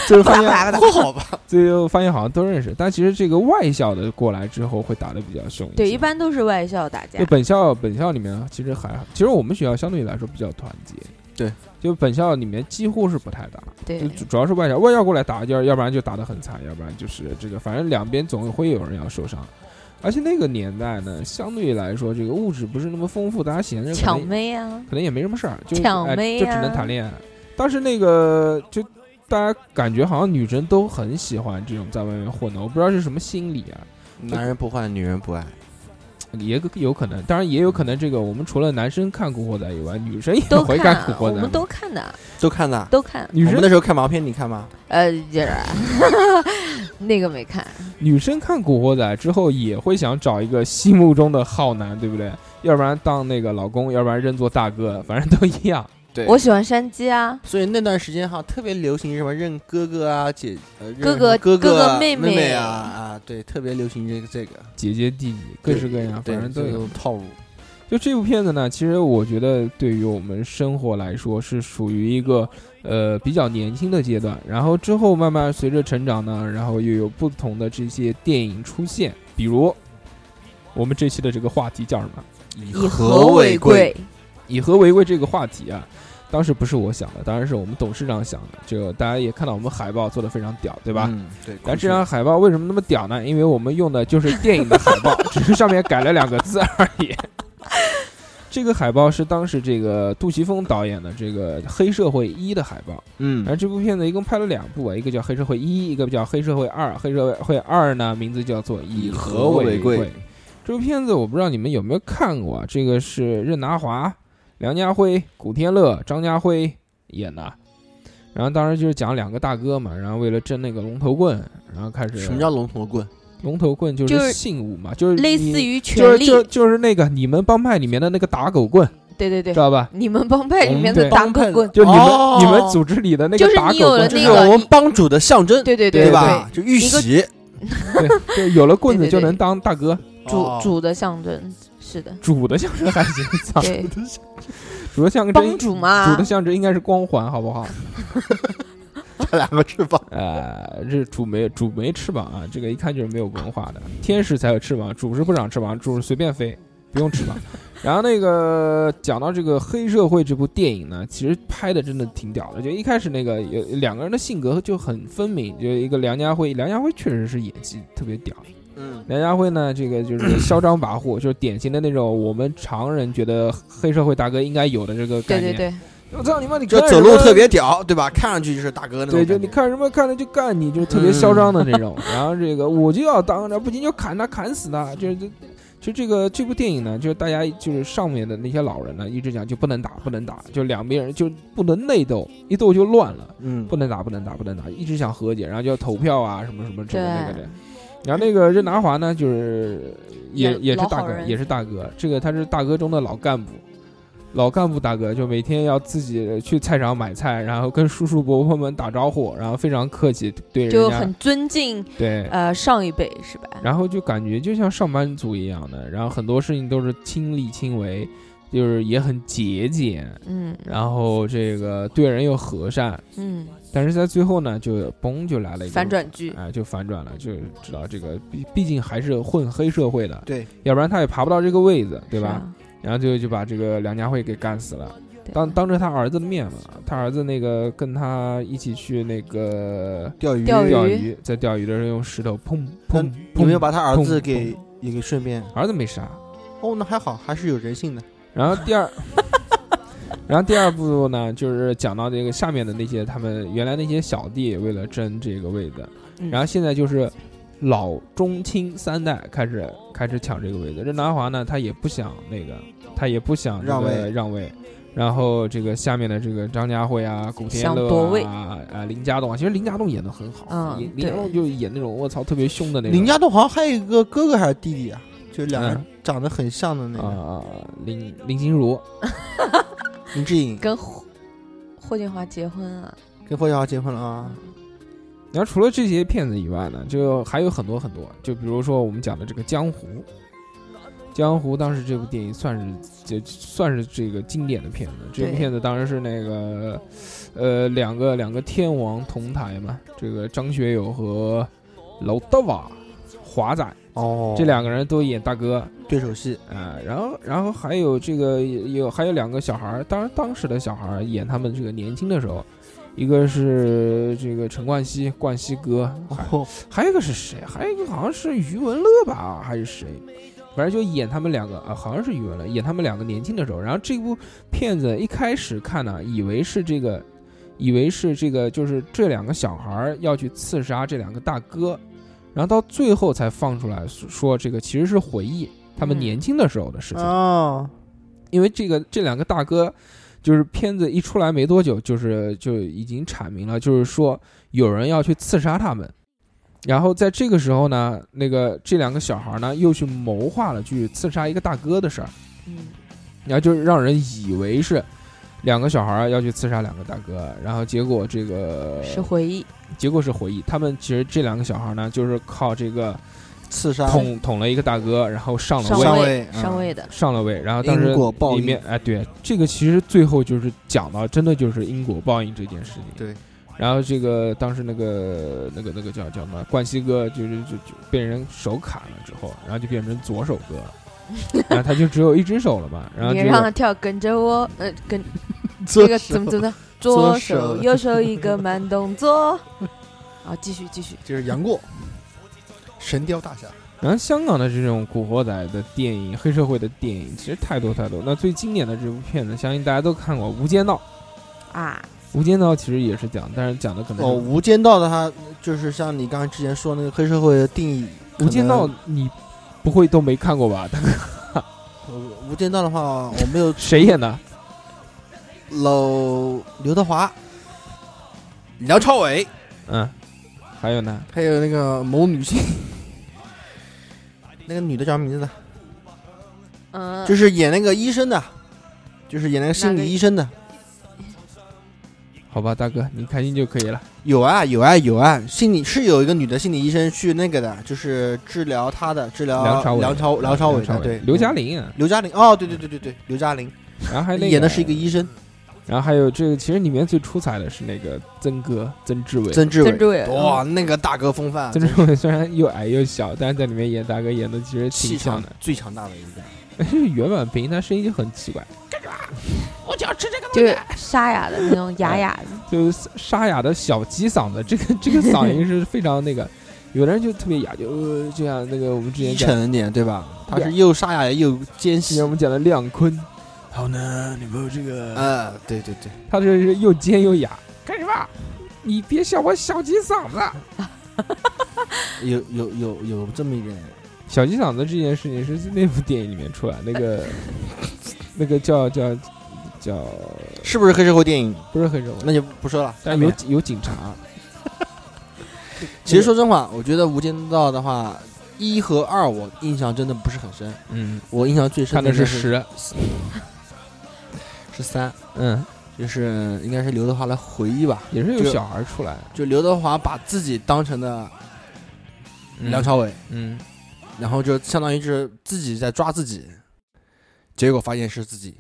[SPEAKER 1] 最后
[SPEAKER 3] 不
[SPEAKER 1] 发
[SPEAKER 3] 打
[SPEAKER 1] 现
[SPEAKER 3] 不打不打。
[SPEAKER 2] 好吧，
[SPEAKER 1] 最后发现好像都认识，但其实这个外校的过来之后会打得比较凶些。
[SPEAKER 3] 对，一般都是外校打架
[SPEAKER 1] 就。本校本校里面其实还好，其实我们学校相对来说比较团结。
[SPEAKER 2] 对，
[SPEAKER 1] 就本校里面几乎是不太打，
[SPEAKER 3] 对
[SPEAKER 1] 就，主主要是外校外校过来打，要要不然就打得很惨，要不然就是这个，反正两边总会有人要受伤。而且那个年代呢，相对来说这个物质不是那么丰富，大家闲着可
[SPEAKER 3] 抢
[SPEAKER 1] 能
[SPEAKER 3] 妹啊，
[SPEAKER 1] 可能也没什么事儿，就
[SPEAKER 3] 抢
[SPEAKER 1] 哎
[SPEAKER 3] 妹
[SPEAKER 1] 就只能
[SPEAKER 3] 呀
[SPEAKER 1] 谈恋爱。当时那个就大家感觉好像女生都很喜欢这种在外面混的，我不知道是什么心理啊，
[SPEAKER 2] 男人不坏，女人不爱，
[SPEAKER 1] 也有可能，当然也有可能这个我们除了男生看《古惑仔》以外，女生也
[SPEAKER 3] 都
[SPEAKER 1] 会
[SPEAKER 3] 看
[SPEAKER 1] 看《古
[SPEAKER 3] 啊，我
[SPEAKER 1] 惑仔》
[SPEAKER 3] 们都看的，
[SPEAKER 2] 都看的。
[SPEAKER 3] 都看。
[SPEAKER 1] 女
[SPEAKER 2] 我们那
[SPEAKER 1] 生
[SPEAKER 2] 时候看毛片，你看吗？
[SPEAKER 3] 呃，就是 那个没看，
[SPEAKER 1] 女生看《古惑仔》之后也会想找一个心目中的浩男，对不对？要不然当那个老公，要不然认作大哥，反正都一样。
[SPEAKER 2] 对
[SPEAKER 3] 我喜欢山鸡啊，
[SPEAKER 2] 所以那段时间哈，特别流行什么认哥哥啊、姐呃认
[SPEAKER 3] 哥哥
[SPEAKER 2] 哥
[SPEAKER 3] 哥哥
[SPEAKER 2] 妹
[SPEAKER 3] 妹妹
[SPEAKER 2] 啊啊，对，特别流行这个这个，
[SPEAKER 1] 姐姐弟弟各式各样，
[SPEAKER 2] 对
[SPEAKER 1] 反正都
[SPEAKER 2] 这
[SPEAKER 1] 有
[SPEAKER 2] 种。套路。
[SPEAKER 1] 就这部片子呢，其实我觉得对于我们生活来说是属于一个呃比较年轻的阶段，然后之后慢慢随着成长呢，然后又有不同的这些电影出现，比如我们这期的这个话题叫什么？
[SPEAKER 3] 以和为贵。
[SPEAKER 1] 以和为贵这个话题啊，当时不是我想的，当然是我们董事长想的。这个大家也看到我们海报做的非常屌，对
[SPEAKER 2] 对
[SPEAKER 1] 吧？
[SPEAKER 2] 嗯，对。
[SPEAKER 1] 但这张海报为什么那么屌呢？因为我们用的就是电影的海报，只是上面改了两个字而已。 这个海报是当时这个杜琪峰导演的这个《黑社会一》的海报，然后
[SPEAKER 2] 嗯，
[SPEAKER 1] 这部片子一共拍了两部啊，一个叫《黑社会一》，一个叫《黑社会二》。《黑社会二》呢，名字叫做《以和为贵》。这部片子我不知道你们有没有看过啊？这个是任达华、梁家辉、古天乐、张家辉演的。然后当时就是讲两个大哥嘛，然后为了争那个龙头棍，然后开始
[SPEAKER 2] 什么叫龙头棍？
[SPEAKER 1] 龙头棍就
[SPEAKER 3] 就是
[SPEAKER 1] 是信物嘛，就是
[SPEAKER 3] 类
[SPEAKER 1] 你
[SPEAKER 3] 似于
[SPEAKER 1] 就
[SPEAKER 3] 权
[SPEAKER 1] 是
[SPEAKER 3] 力，
[SPEAKER 1] 就就是那个你们帮派里面的那个打狗棍，
[SPEAKER 3] 对对对
[SPEAKER 1] 知，道吧？
[SPEAKER 3] 你们帮派里面
[SPEAKER 1] 我
[SPEAKER 3] 的
[SPEAKER 1] 们
[SPEAKER 3] 打狗棍，
[SPEAKER 1] 就你们、
[SPEAKER 2] 哦
[SPEAKER 1] 你们组织里的那
[SPEAKER 3] 就是
[SPEAKER 1] 个打
[SPEAKER 3] 你有
[SPEAKER 1] 狗
[SPEAKER 3] 了
[SPEAKER 1] 棍，
[SPEAKER 2] 这
[SPEAKER 3] 那
[SPEAKER 2] 是
[SPEAKER 3] 个
[SPEAKER 2] 我们帮主的象征，
[SPEAKER 3] 对对
[SPEAKER 1] 对
[SPEAKER 2] 吧？就玉玺
[SPEAKER 1] 对，就有了棍子
[SPEAKER 3] 对对
[SPEAKER 1] 就
[SPEAKER 3] 对
[SPEAKER 1] 能当大哥，
[SPEAKER 3] 对，
[SPEAKER 2] 哦
[SPEAKER 1] 哦
[SPEAKER 3] 主主的象征是的，
[SPEAKER 1] 主的象征还 行，操，
[SPEAKER 3] 对，
[SPEAKER 1] 主的象征
[SPEAKER 3] 帮啊主嘛
[SPEAKER 1] 啊主的，象征应该是光环，好不好？
[SPEAKER 2] 这两个翅膀，
[SPEAKER 1] 呃，这主没主没翅膀啊，这个一看就是没有文化的。天使才有翅膀，主是不长翅膀，主是随便飞，不用翅膀。然后那个讲到这个黑社会这部电影呢，其实拍的真的挺屌的。就一开始那个有两个人的性格就很分明，就一个梁家辉，梁家辉确实是演技特别屌。
[SPEAKER 2] 嗯，
[SPEAKER 1] 梁家辉呢，这个 就是嚣张跋扈，就是典型的那种我们常人觉得黑社会大哥应该有的这个概
[SPEAKER 3] 对
[SPEAKER 1] 念。
[SPEAKER 3] 对对，
[SPEAKER 1] 对，我操你妈！你
[SPEAKER 2] 就
[SPEAKER 1] 干
[SPEAKER 2] 走
[SPEAKER 1] 什
[SPEAKER 2] 路
[SPEAKER 1] 么
[SPEAKER 2] 特别屌，对吧？看上去就是大哥那种
[SPEAKER 1] 对，
[SPEAKER 2] 感觉。
[SPEAKER 1] 就你看什么看了就干你，就是特
[SPEAKER 3] 嗯
[SPEAKER 1] 别嚣张的那种。然后这个我就要当，然后不行就砍他，砍死他。就是就就这个这部电影呢，就是大家就是上面的那些老人呢，一直讲就不能打，不能打，就两边人就不能内斗，一斗就乱了，
[SPEAKER 2] 嗯，
[SPEAKER 1] 不能打，不能打，不能打，一直想和解，然后就要投票啊，什么什么这个那个
[SPEAKER 3] 对
[SPEAKER 1] 的。然后那个任达华呢，就是也
[SPEAKER 3] 老
[SPEAKER 1] 也是
[SPEAKER 3] 老
[SPEAKER 1] 大
[SPEAKER 3] 好
[SPEAKER 1] 哥，
[SPEAKER 3] 人
[SPEAKER 1] 也是大哥，这个他是大哥中的老干部。老干部大哥就每天要自己去菜场买菜，然后跟叔叔伯伯们打招呼，然后非常客气对人
[SPEAKER 3] 就
[SPEAKER 1] 家
[SPEAKER 3] 很尊敬
[SPEAKER 1] 对，
[SPEAKER 3] 呃上一辈是吧？
[SPEAKER 1] 然后就感觉就像上班族一样的，然后很多事情都是亲力亲为，就是也很节俭，
[SPEAKER 3] 嗯
[SPEAKER 1] 然后这个对人又和善，
[SPEAKER 3] 嗯，
[SPEAKER 1] 但是在最后呢，就嘣就来了一个
[SPEAKER 3] 反转剧，
[SPEAKER 1] 哎，就反转了，就知道这个毕毕竟还是混黑社会的，
[SPEAKER 2] 对，
[SPEAKER 1] 要不然他也爬不到这个位子，对
[SPEAKER 3] 是
[SPEAKER 1] 吧？
[SPEAKER 3] 啊？
[SPEAKER 1] 然后最后就把这个梁家辉给干死了，
[SPEAKER 3] 对
[SPEAKER 1] 当当着他儿子的面嘛，他儿子那个跟他一起去那个
[SPEAKER 2] 钓鱼
[SPEAKER 3] 钓鱼
[SPEAKER 1] 钓鱼，在钓鱼的时候用石头砰
[SPEAKER 2] 那
[SPEAKER 1] 砰，
[SPEAKER 2] 有没有
[SPEAKER 1] 砰
[SPEAKER 2] 把他儿子
[SPEAKER 1] 砰
[SPEAKER 2] 给也给顺便？
[SPEAKER 1] 儿子没杀？
[SPEAKER 2] 哦，那还好，还是有人性的。
[SPEAKER 1] 然后第二， 然后第二部呢，就是讲到这个下面的那些他们原来那些小弟为了争这个位子，
[SPEAKER 3] 嗯
[SPEAKER 1] 然后现在就是老中青三代开始开始抢这个位子。任达华呢，他也不想那个，他也不想这个
[SPEAKER 2] 让位
[SPEAKER 1] 让位。然后这个下面的这个张家辉啊、古天
[SPEAKER 3] 想夺
[SPEAKER 1] 乐
[SPEAKER 3] 位
[SPEAKER 1] 啊、啊林家栋啊，其实林家栋演的很好，
[SPEAKER 3] 嗯
[SPEAKER 1] 演林家
[SPEAKER 3] 对
[SPEAKER 1] 栋就是演那种我操特别凶的那种。
[SPEAKER 2] 林家栋好像还有一个哥哥还是弟弟啊，就两个人
[SPEAKER 1] 嗯
[SPEAKER 2] 长得很像的那个
[SPEAKER 1] 啊、林林心如，
[SPEAKER 2] 林志颖
[SPEAKER 3] 跟霍霍建华结婚啊，
[SPEAKER 2] 跟霍小华结婚了啊。
[SPEAKER 1] 然后除了这些骗子以外呢，就还有很多很多，就比如说我们讲的这个《江湖》，《江湖》当时这部电影算是就算是这个经典的片子。这部
[SPEAKER 3] 对
[SPEAKER 1] 片子当时是那个，呃，两个两个天王同台嘛，这个张学友和老德瓦华仔
[SPEAKER 2] 哦
[SPEAKER 1] 这两个人都演大哥
[SPEAKER 2] 对手戏，
[SPEAKER 1] 啊、然后然后还有这个有还有两个小孩儿，当然当时的小孩儿演他们这个年轻的时候。一个是这个陈冠希，冠希哥，还
[SPEAKER 2] 哦
[SPEAKER 1] 还有一个是谁？啊还有一个好像是余文乐吧，啊还是谁？反正就演他们两个啊，好像是余文乐演他们两个年轻的时候。然后这部片子一开始看呢，以为是这个，以为是这个，就是这两个小孩儿要去刺杀这两个大哥，然后到最后才放出来说说这个其实是回忆他们
[SPEAKER 3] 嗯
[SPEAKER 1] 年轻的时候的事情。
[SPEAKER 2] 哦，
[SPEAKER 1] 因为这个这两个大哥，就是片子一出来没多久，就是就已经阐明了，就是说有人要去刺杀他们。然后在这个时候呢，那个这两个小孩呢又去谋划了去刺杀一个大哥的事儿，
[SPEAKER 3] 嗯，
[SPEAKER 1] 然后就是让人以为是两个小孩要去刺杀两个大哥，然后结果这个
[SPEAKER 3] 是回忆，
[SPEAKER 1] 结果是回忆，他们其实这两个小孩呢就是靠这个
[SPEAKER 2] 刺杀
[SPEAKER 1] 捅捅了一个大哥，然后上了
[SPEAKER 3] 上
[SPEAKER 1] 位，
[SPEAKER 2] 位
[SPEAKER 3] 位
[SPEAKER 2] 嗯
[SPEAKER 3] 上位的，
[SPEAKER 1] 上了位，然后啊当时
[SPEAKER 2] 因果报应
[SPEAKER 1] 里面哎，对，这个其实最后就是讲到，真的就是因果报应这件事情。
[SPEAKER 2] 对，
[SPEAKER 1] 然后这个当时那个那个那个叫叫什么冠希哥，就是就就被人手砍了之后，然后就变成左手哥 了，然后他就只有一只手了嘛。然后
[SPEAKER 3] 别
[SPEAKER 1] 这
[SPEAKER 3] 让他
[SPEAKER 1] 个
[SPEAKER 3] 跳，跟着我，呃， 跟这个怎么怎么的，左
[SPEAKER 2] 左手
[SPEAKER 3] 手右手一个慢动作，好，继续继续，
[SPEAKER 2] 就是杨过，《神雕大侠》
[SPEAKER 1] 然后香港的这种古惑仔的电影、黑社会的电影，其实太多太多。那最经典的这部片子，相信大家都看过《无间道》。
[SPEAKER 3] 啊，
[SPEAKER 1] 《无间道》其实也是讲，但是讲的可能
[SPEAKER 2] 哦，《
[SPEAKER 1] 是
[SPEAKER 2] 无间道》的它就是像你刚才之前说那个黑社会的定义，可
[SPEAKER 1] 无间
[SPEAKER 2] 能
[SPEAKER 1] 道》，你不会都没看过吧？
[SPEAKER 2] 呃无间道》的话，我没有
[SPEAKER 1] 谁演的？
[SPEAKER 2] 搂刘德华、梁朝伟，
[SPEAKER 1] 嗯，还有呢？
[SPEAKER 2] 还有那个某女性， 那个女的叫什么名字呢？
[SPEAKER 3] 嗯，
[SPEAKER 2] 就是演那个医生的，就是演那个心理医生的。
[SPEAKER 1] 好吧，大哥，你开心就可以 了。
[SPEAKER 2] 有啊有啊有啊，心理是有一个女的心理医生去那个的，就是治疗她的，治疗
[SPEAKER 1] 梁朝伟
[SPEAKER 2] 梁朝梁朝伟的，对，
[SPEAKER 1] 刘嘉玲，啊
[SPEAKER 2] 刘嘉玲，哦，对对对对对，刘嘉玲
[SPEAKER 1] 然后还那
[SPEAKER 2] 演的是一个，医生，
[SPEAKER 1] 然后还有这个，其实里面最出彩的是那个曾哥曾志伟。
[SPEAKER 2] 曾志
[SPEAKER 3] 曾志
[SPEAKER 2] 伟，
[SPEAKER 3] 伟，
[SPEAKER 2] 哇，那个大哥风范啊，
[SPEAKER 1] 曾志伟虽然又矮又小，但是在里面演大哥演的其实
[SPEAKER 2] 气
[SPEAKER 1] 挺像
[SPEAKER 2] 场
[SPEAKER 1] 的。
[SPEAKER 2] 最强大的一个。
[SPEAKER 1] 袁婉平她声音就很奇怪，我就要吃这个
[SPEAKER 3] 就是沙哑的那种
[SPEAKER 1] 哎
[SPEAKER 3] 哑哑的，
[SPEAKER 1] 就是沙哑的小鸡嗓子，这个 这个嗓音是非常那个， 有的人就特别哑，就、呃就像那个我们之前
[SPEAKER 2] 低
[SPEAKER 1] 讲，
[SPEAKER 2] 沉一点，对吧？他是
[SPEAKER 1] Yeah
[SPEAKER 2] 又沙哑又尖
[SPEAKER 1] 之
[SPEAKER 2] 细
[SPEAKER 1] 前我。们讲的亮坤，
[SPEAKER 4] 好呢，女朋友这个
[SPEAKER 2] 呃，对对对，
[SPEAKER 1] 他这是又尖又哑，干什么？你别笑我小鸡嗓子。
[SPEAKER 2] 有有有有这么一点。
[SPEAKER 1] 小鸡嗓子这件事情是那部电影里面出来，那个那个叫叫叫
[SPEAKER 2] 是不是黑社会电影？
[SPEAKER 1] 不是很热
[SPEAKER 2] 那
[SPEAKER 1] 门，
[SPEAKER 2] 就不说了。
[SPEAKER 1] 但有有警察，
[SPEAKER 2] 其实说真话，我觉得《无间道》的话，一和二我印象真的不是很深。
[SPEAKER 1] 嗯，
[SPEAKER 2] 我印象最深
[SPEAKER 1] 看的
[SPEAKER 2] 是
[SPEAKER 1] 是十，
[SPEAKER 2] 是三，
[SPEAKER 1] 嗯，
[SPEAKER 2] 就是应该是刘德华来回忆吧。
[SPEAKER 1] 也是有
[SPEAKER 2] 就
[SPEAKER 1] 小孩出来，
[SPEAKER 2] 就刘德华把自己当成了
[SPEAKER 1] 嗯
[SPEAKER 2] 梁，朝伟，
[SPEAKER 1] 嗯，
[SPEAKER 2] 然后就相当于就是自己在抓自己，结果发现是自己，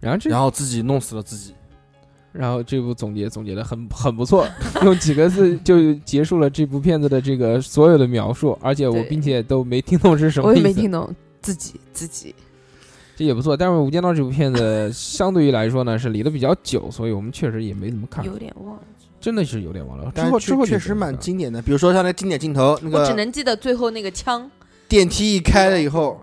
[SPEAKER 1] 然后这
[SPEAKER 2] 然后自己弄死了自己。
[SPEAKER 1] 然后这部总结总结的很很不错， 用几个字就结束了这部片子的这个所有的描述，而且我
[SPEAKER 3] 对
[SPEAKER 1] 并且都没听懂是什么
[SPEAKER 3] 我
[SPEAKER 1] 意
[SPEAKER 3] 也
[SPEAKER 1] 思，
[SPEAKER 3] 没听懂，自己自己，
[SPEAKER 1] 这也不错。但是《无间道》这部片子相对于来说呢是离得比较久，所以我们确实也没怎么看，
[SPEAKER 3] 有点忘了，
[SPEAKER 1] 真的是有点忘了。之
[SPEAKER 2] 但
[SPEAKER 1] 后
[SPEAKER 2] 是
[SPEAKER 1] 之后嗯
[SPEAKER 2] 确实蛮经典的，比如说像那经典镜头，那
[SPEAKER 3] 我只
[SPEAKER 2] 个
[SPEAKER 3] 能记得最后那个枪，
[SPEAKER 2] 电梯一开了以后，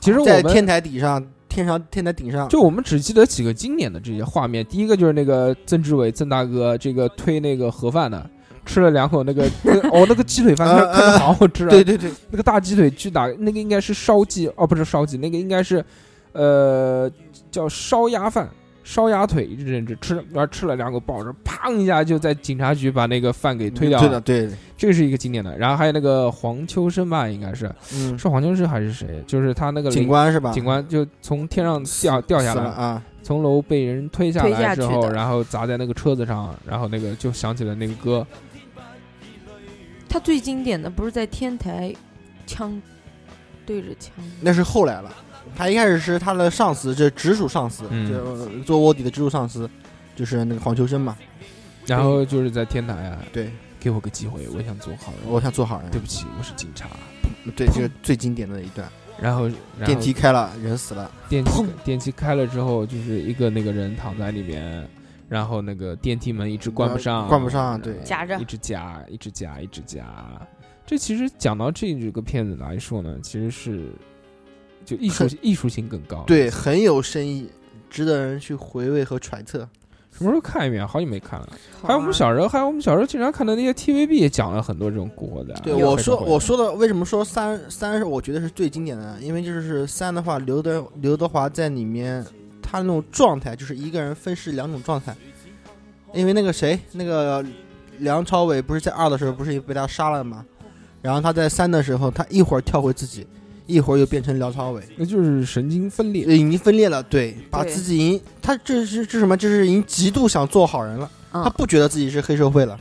[SPEAKER 1] 其实我
[SPEAKER 2] 在
[SPEAKER 1] 们
[SPEAKER 2] 天台底上，天上天台顶上，
[SPEAKER 1] 就我们只记得几个经典的这些画面，第一个就是那个曾志伟曾大哥这个推那个盒饭的，吃了两口那个哦那个鸡腿饭看
[SPEAKER 2] 嗯
[SPEAKER 1] 看着好好吃啊，
[SPEAKER 2] 对对对，
[SPEAKER 1] 那个大鸡腿巨大，那个应该是烧鸡哦不是烧鸡，那个应该是呃叫烧鸭饭。烧鸭腿一阵子吃，然后吃了两口，抱着，砰一下就在警察局把那个饭给推掉
[SPEAKER 2] 对
[SPEAKER 1] 了。
[SPEAKER 2] 的对的，
[SPEAKER 1] 这个是一个经典的。然后还有那个黄秋生吧，应该是
[SPEAKER 2] 嗯，
[SPEAKER 1] 是黄秋生还是谁？就是他那个
[SPEAKER 2] 警官是吧？
[SPEAKER 1] 警官就从天上掉掉下
[SPEAKER 2] 啊死
[SPEAKER 1] 来
[SPEAKER 2] 了，啊，
[SPEAKER 1] 从楼被人推下
[SPEAKER 3] 推下
[SPEAKER 1] 来之
[SPEAKER 3] 去
[SPEAKER 1] 后，
[SPEAKER 3] 的
[SPEAKER 1] 然后砸在那个车子上，然后那个就响起了那个歌，
[SPEAKER 3] 他最经典的不是在天台，枪对着枪，
[SPEAKER 2] 那是后来了。他一开始是他的上司，这直属上司，
[SPEAKER 1] 嗯
[SPEAKER 2] 就做卧底的直属上司，就是那个黄秋生嘛。
[SPEAKER 1] 然后就是在天台啊，
[SPEAKER 2] 对，
[SPEAKER 1] 给我个机会，我想做好人。
[SPEAKER 2] 我想做好人。
[SPEAKER 1] 对不起，我是警察。
[SPEAKER 2] 对，这个最经典的一段，
[SPEAKER 1] 然后然后哦
[SPEAKER 2] 电梯开了，人死了，
[SPEAKER 1] 电梯
[SPEAKER 3] 砰
[SPEAKER 1] 电梯开了之后，就是一个那个人躺在里面，然后那个电梯门一直关不上，
[SPEAKER 2] 关不上对
[SPEAKER 3] 夹着
[SPEAKER 1] 一直夹，一直夹，一直夹。这其实讲到这个片子来说呢，其实是就艺术艺术性更高。
[SPEAKER 2] 对，，很有深意，值得人去回味和揣测。
[SPEAKER 1] 什么时候看一遍？好久没看了。
[SPEAKER 2] 啊
[SPEAKER 3] 好
[SPEAKER 1] 还有我们
[SPEAKER 3] 玩
[SPEAKER 1] 小时候，还有我们小时候经常看的那些 TVB 也讲了很多这种古惑仔。
[SPEAKER 2] 对，
[SPEAKER 1] 啊有
[SPEAKER 2] 我
[SPEAKER 1] 黑社
[SPEAKER 2] 说
[SPEAKER 1] 会
[SPEAKER 2] 我说的为什么说三三是我觉得是最经典的呢，因为就是三的话，刘德刘德华在里面他那种状态，就是一个人分饰两种状态，因为那个谁，那个梁朝伟不是在二的时候不是也被他杀了吗？然后他在三的时候，他一会儿跳回自己，一会儿又变成梁朝伟，
[SPEAKER 1] 那就是神经分裂。
[SPEAKER 2] 已经分裂了，对，把
[SPEAKER 3] 对
[SPEAKER 2] 自己已经他这是这是什么？这是已经极度想做好人了，
[SPEAKER 3] 嗯
[SPEAKER 2] 他不觉得自己是黑社会了，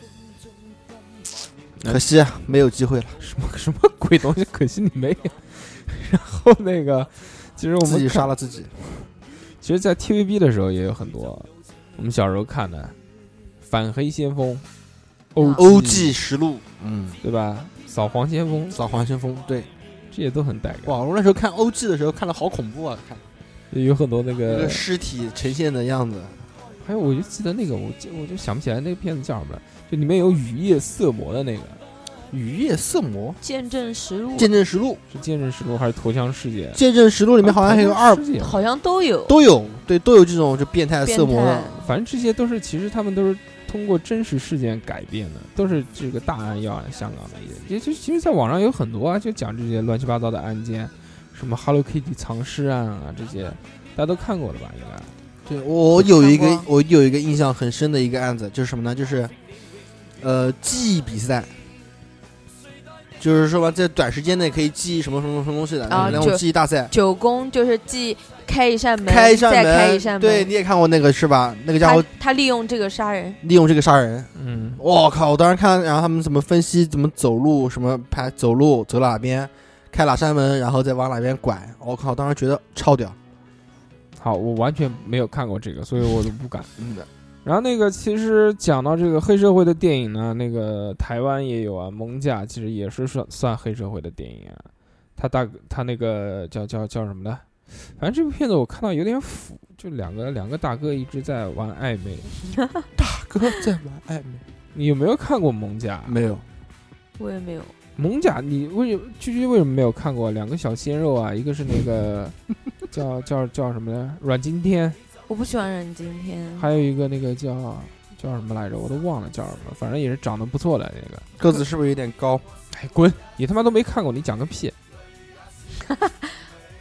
[SPEAKER 2] 可惜啊，没有机会了。
[SPEAKER 1] 什么什么鬼东西？可惜你没有。然后那 个，其实我们
[SPEAKER 2] 自己
[SPEAKER 1] 看
[SPEAKER 2] 杀了自己，
[SPEAKER 1] 其实，在 TVB 的时候也有很多，我们小时候看的《反黑先
[SPEAKER 2] 啊
[SPEAKER 1] 锋》、
[SPEAKER 3] 嗯
[SPEAKER 2] OG 实录，嗯，
[SPEAKER 1] 对吧？扫黄先锋，
[SPEAKER 2] 扫黄先锋，对，
[SPEAKER 1] 这些都很带感。
[SPEAKER 2] 哇，我那时候看 OG 的时候看的好恐怖啊，看
[SPEAKER 1] 有很多那
[SPEAKER 2] 那
[SPEAKER 1] 个
[SPEAKER 2] 个，尸体呈现的样子，
[SPEAKER 1] 还有哎我就记得那个，我记我就想不起来那个片子叫什么了，就里面有雨夜色魔的那个，
[SPEAKER 2] 雨夜色魔，
[SPEAKER 3] 见证实录，
[SPEAKER 2] 见证实录，
[SPEAKER 1] 是《剑刃实录》还是《投降世界》？啊
[SPEAKER 2] 见证实录里面好像还有二
[SPEAKER 1] 投，降世界
[SPEAKER 3] 好像都有
[SPEAKER 2] 都有，对，都有这种就变态
[SPEAKER 3] 变
[SPEAKER 2] 色魔
[SPEAKER 3] 态
[SPEAKER 2] 的，，
[SPEAKER 1] 反正这些都是，其实他们都是通过真实事件改编的，都是这个大案要案，香港的也也就其实，在网上有很多啊，就讲这些乱七八糟的案件，什么 Hello Kitty 藏尸案啊这些，大家都看过了吧？应该
[SPEAKER 2] 对我有一个
[SPEAKER 3] 看
[SPEAKER 2] 我有一个印象很深的一个案子，就是什么呢？就是呃记忆比赛。就是说吧，在短时间内可以记忆什么什么什么东西的，
[SPEAKER 3] 啊
[SPEAKER 2] 那种
[SPEAKER 3] 就
[SPEAKER 2] 记忆大赛，
[SPEAKER 3] 九宫就是既开一扇门，
[SPEAKER 2] 开一扇
[SPEAKER 3] 再
[SPEAKER 2] 门，
[SPEAKER 3] 开一扇门，
[SPEAKER 2] 对，你也看过那个是吧？那个家
[SPEAKER 3] 他
[SPEAKER 2] 伙
[SPEAKER 3] 他利用这个杀人，
[SPEAKER 2] 利用这个杀人，
[SPEAKER 1] 嗯，
[SPEAKER 2] 我靠！我当时看，然后他们怎么分析，怎么走路，什么排走路，走哪边，开哪扇门，然后再往哪边拐。我靠！当时觉得超屌。
[SPEAKER 1] 好，我完全没有看过这个，所以我都不敢。
[SPEAKER 2] 嗯，
[SPEAKER 1] 然后那个，其实讲到这个黑社会的电影呢，那个台湾也有啊，《蒙甲》其实也是算算黑社会的电影啊。他大他那个叫叫叫什么呢？反正这部片子我看到有点腐，就两个两个大哥一直在玩暧昧。
[SPEAKER 2] 哥在玩暧昧？
[SPEAKER 1] 你有没有看过《蒙甲》？《
[SPEAKER 2] 没有，
[SPEAKER 3] 我也没有，
[SPEAKER 1] 蒙甲》你为居居为什么没有看过？两个小鲜肉啊，一个是那个 叫叫叫什么呢？阮经天，
[SPEAKER 3] 我不喜欢人今天，
[SPEAKER 1] 还有一个那个叫叫什么来着？我都忘了叫什么，反正也是长得不错的那个。
[SPEAKER 2] 个子是不是有点高？
[SPEAKER 1] 哎，滚！你他妈都没看过，你讲个 屁！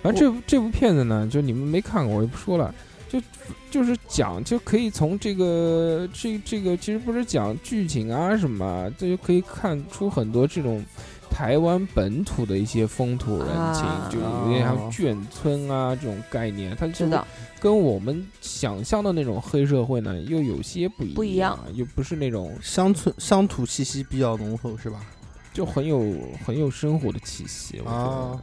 [SPEAKER 1] 反正这部这部片子呢，就你们没看过，我就不说了。就就是讲，就可以从这个这这个，其实不是讲剧情啊什么啊，这就可以看出很多这种台湾本土的一些风土人情，
[SPEAKER 3] 啊
[SPEAKER 1] 就有点像眷村啊这种概念。它
[SPEAKER 3] 知
[SPEAKER 1] 真的
[SPEAKER 3] 道
[SPEAKER 1] 跟我们想象的那种黑社会呢，又有些不一啊
[SPEAKER 3] 不一样，
[SPEAKER 1] 又不是那种
[SPEAKER 2] 乡村乡土气息比较浓厚，是吧？
[SPEAKER 1] 就很有很有生活的气息，我觉得
[SPEAKER 2] 啊。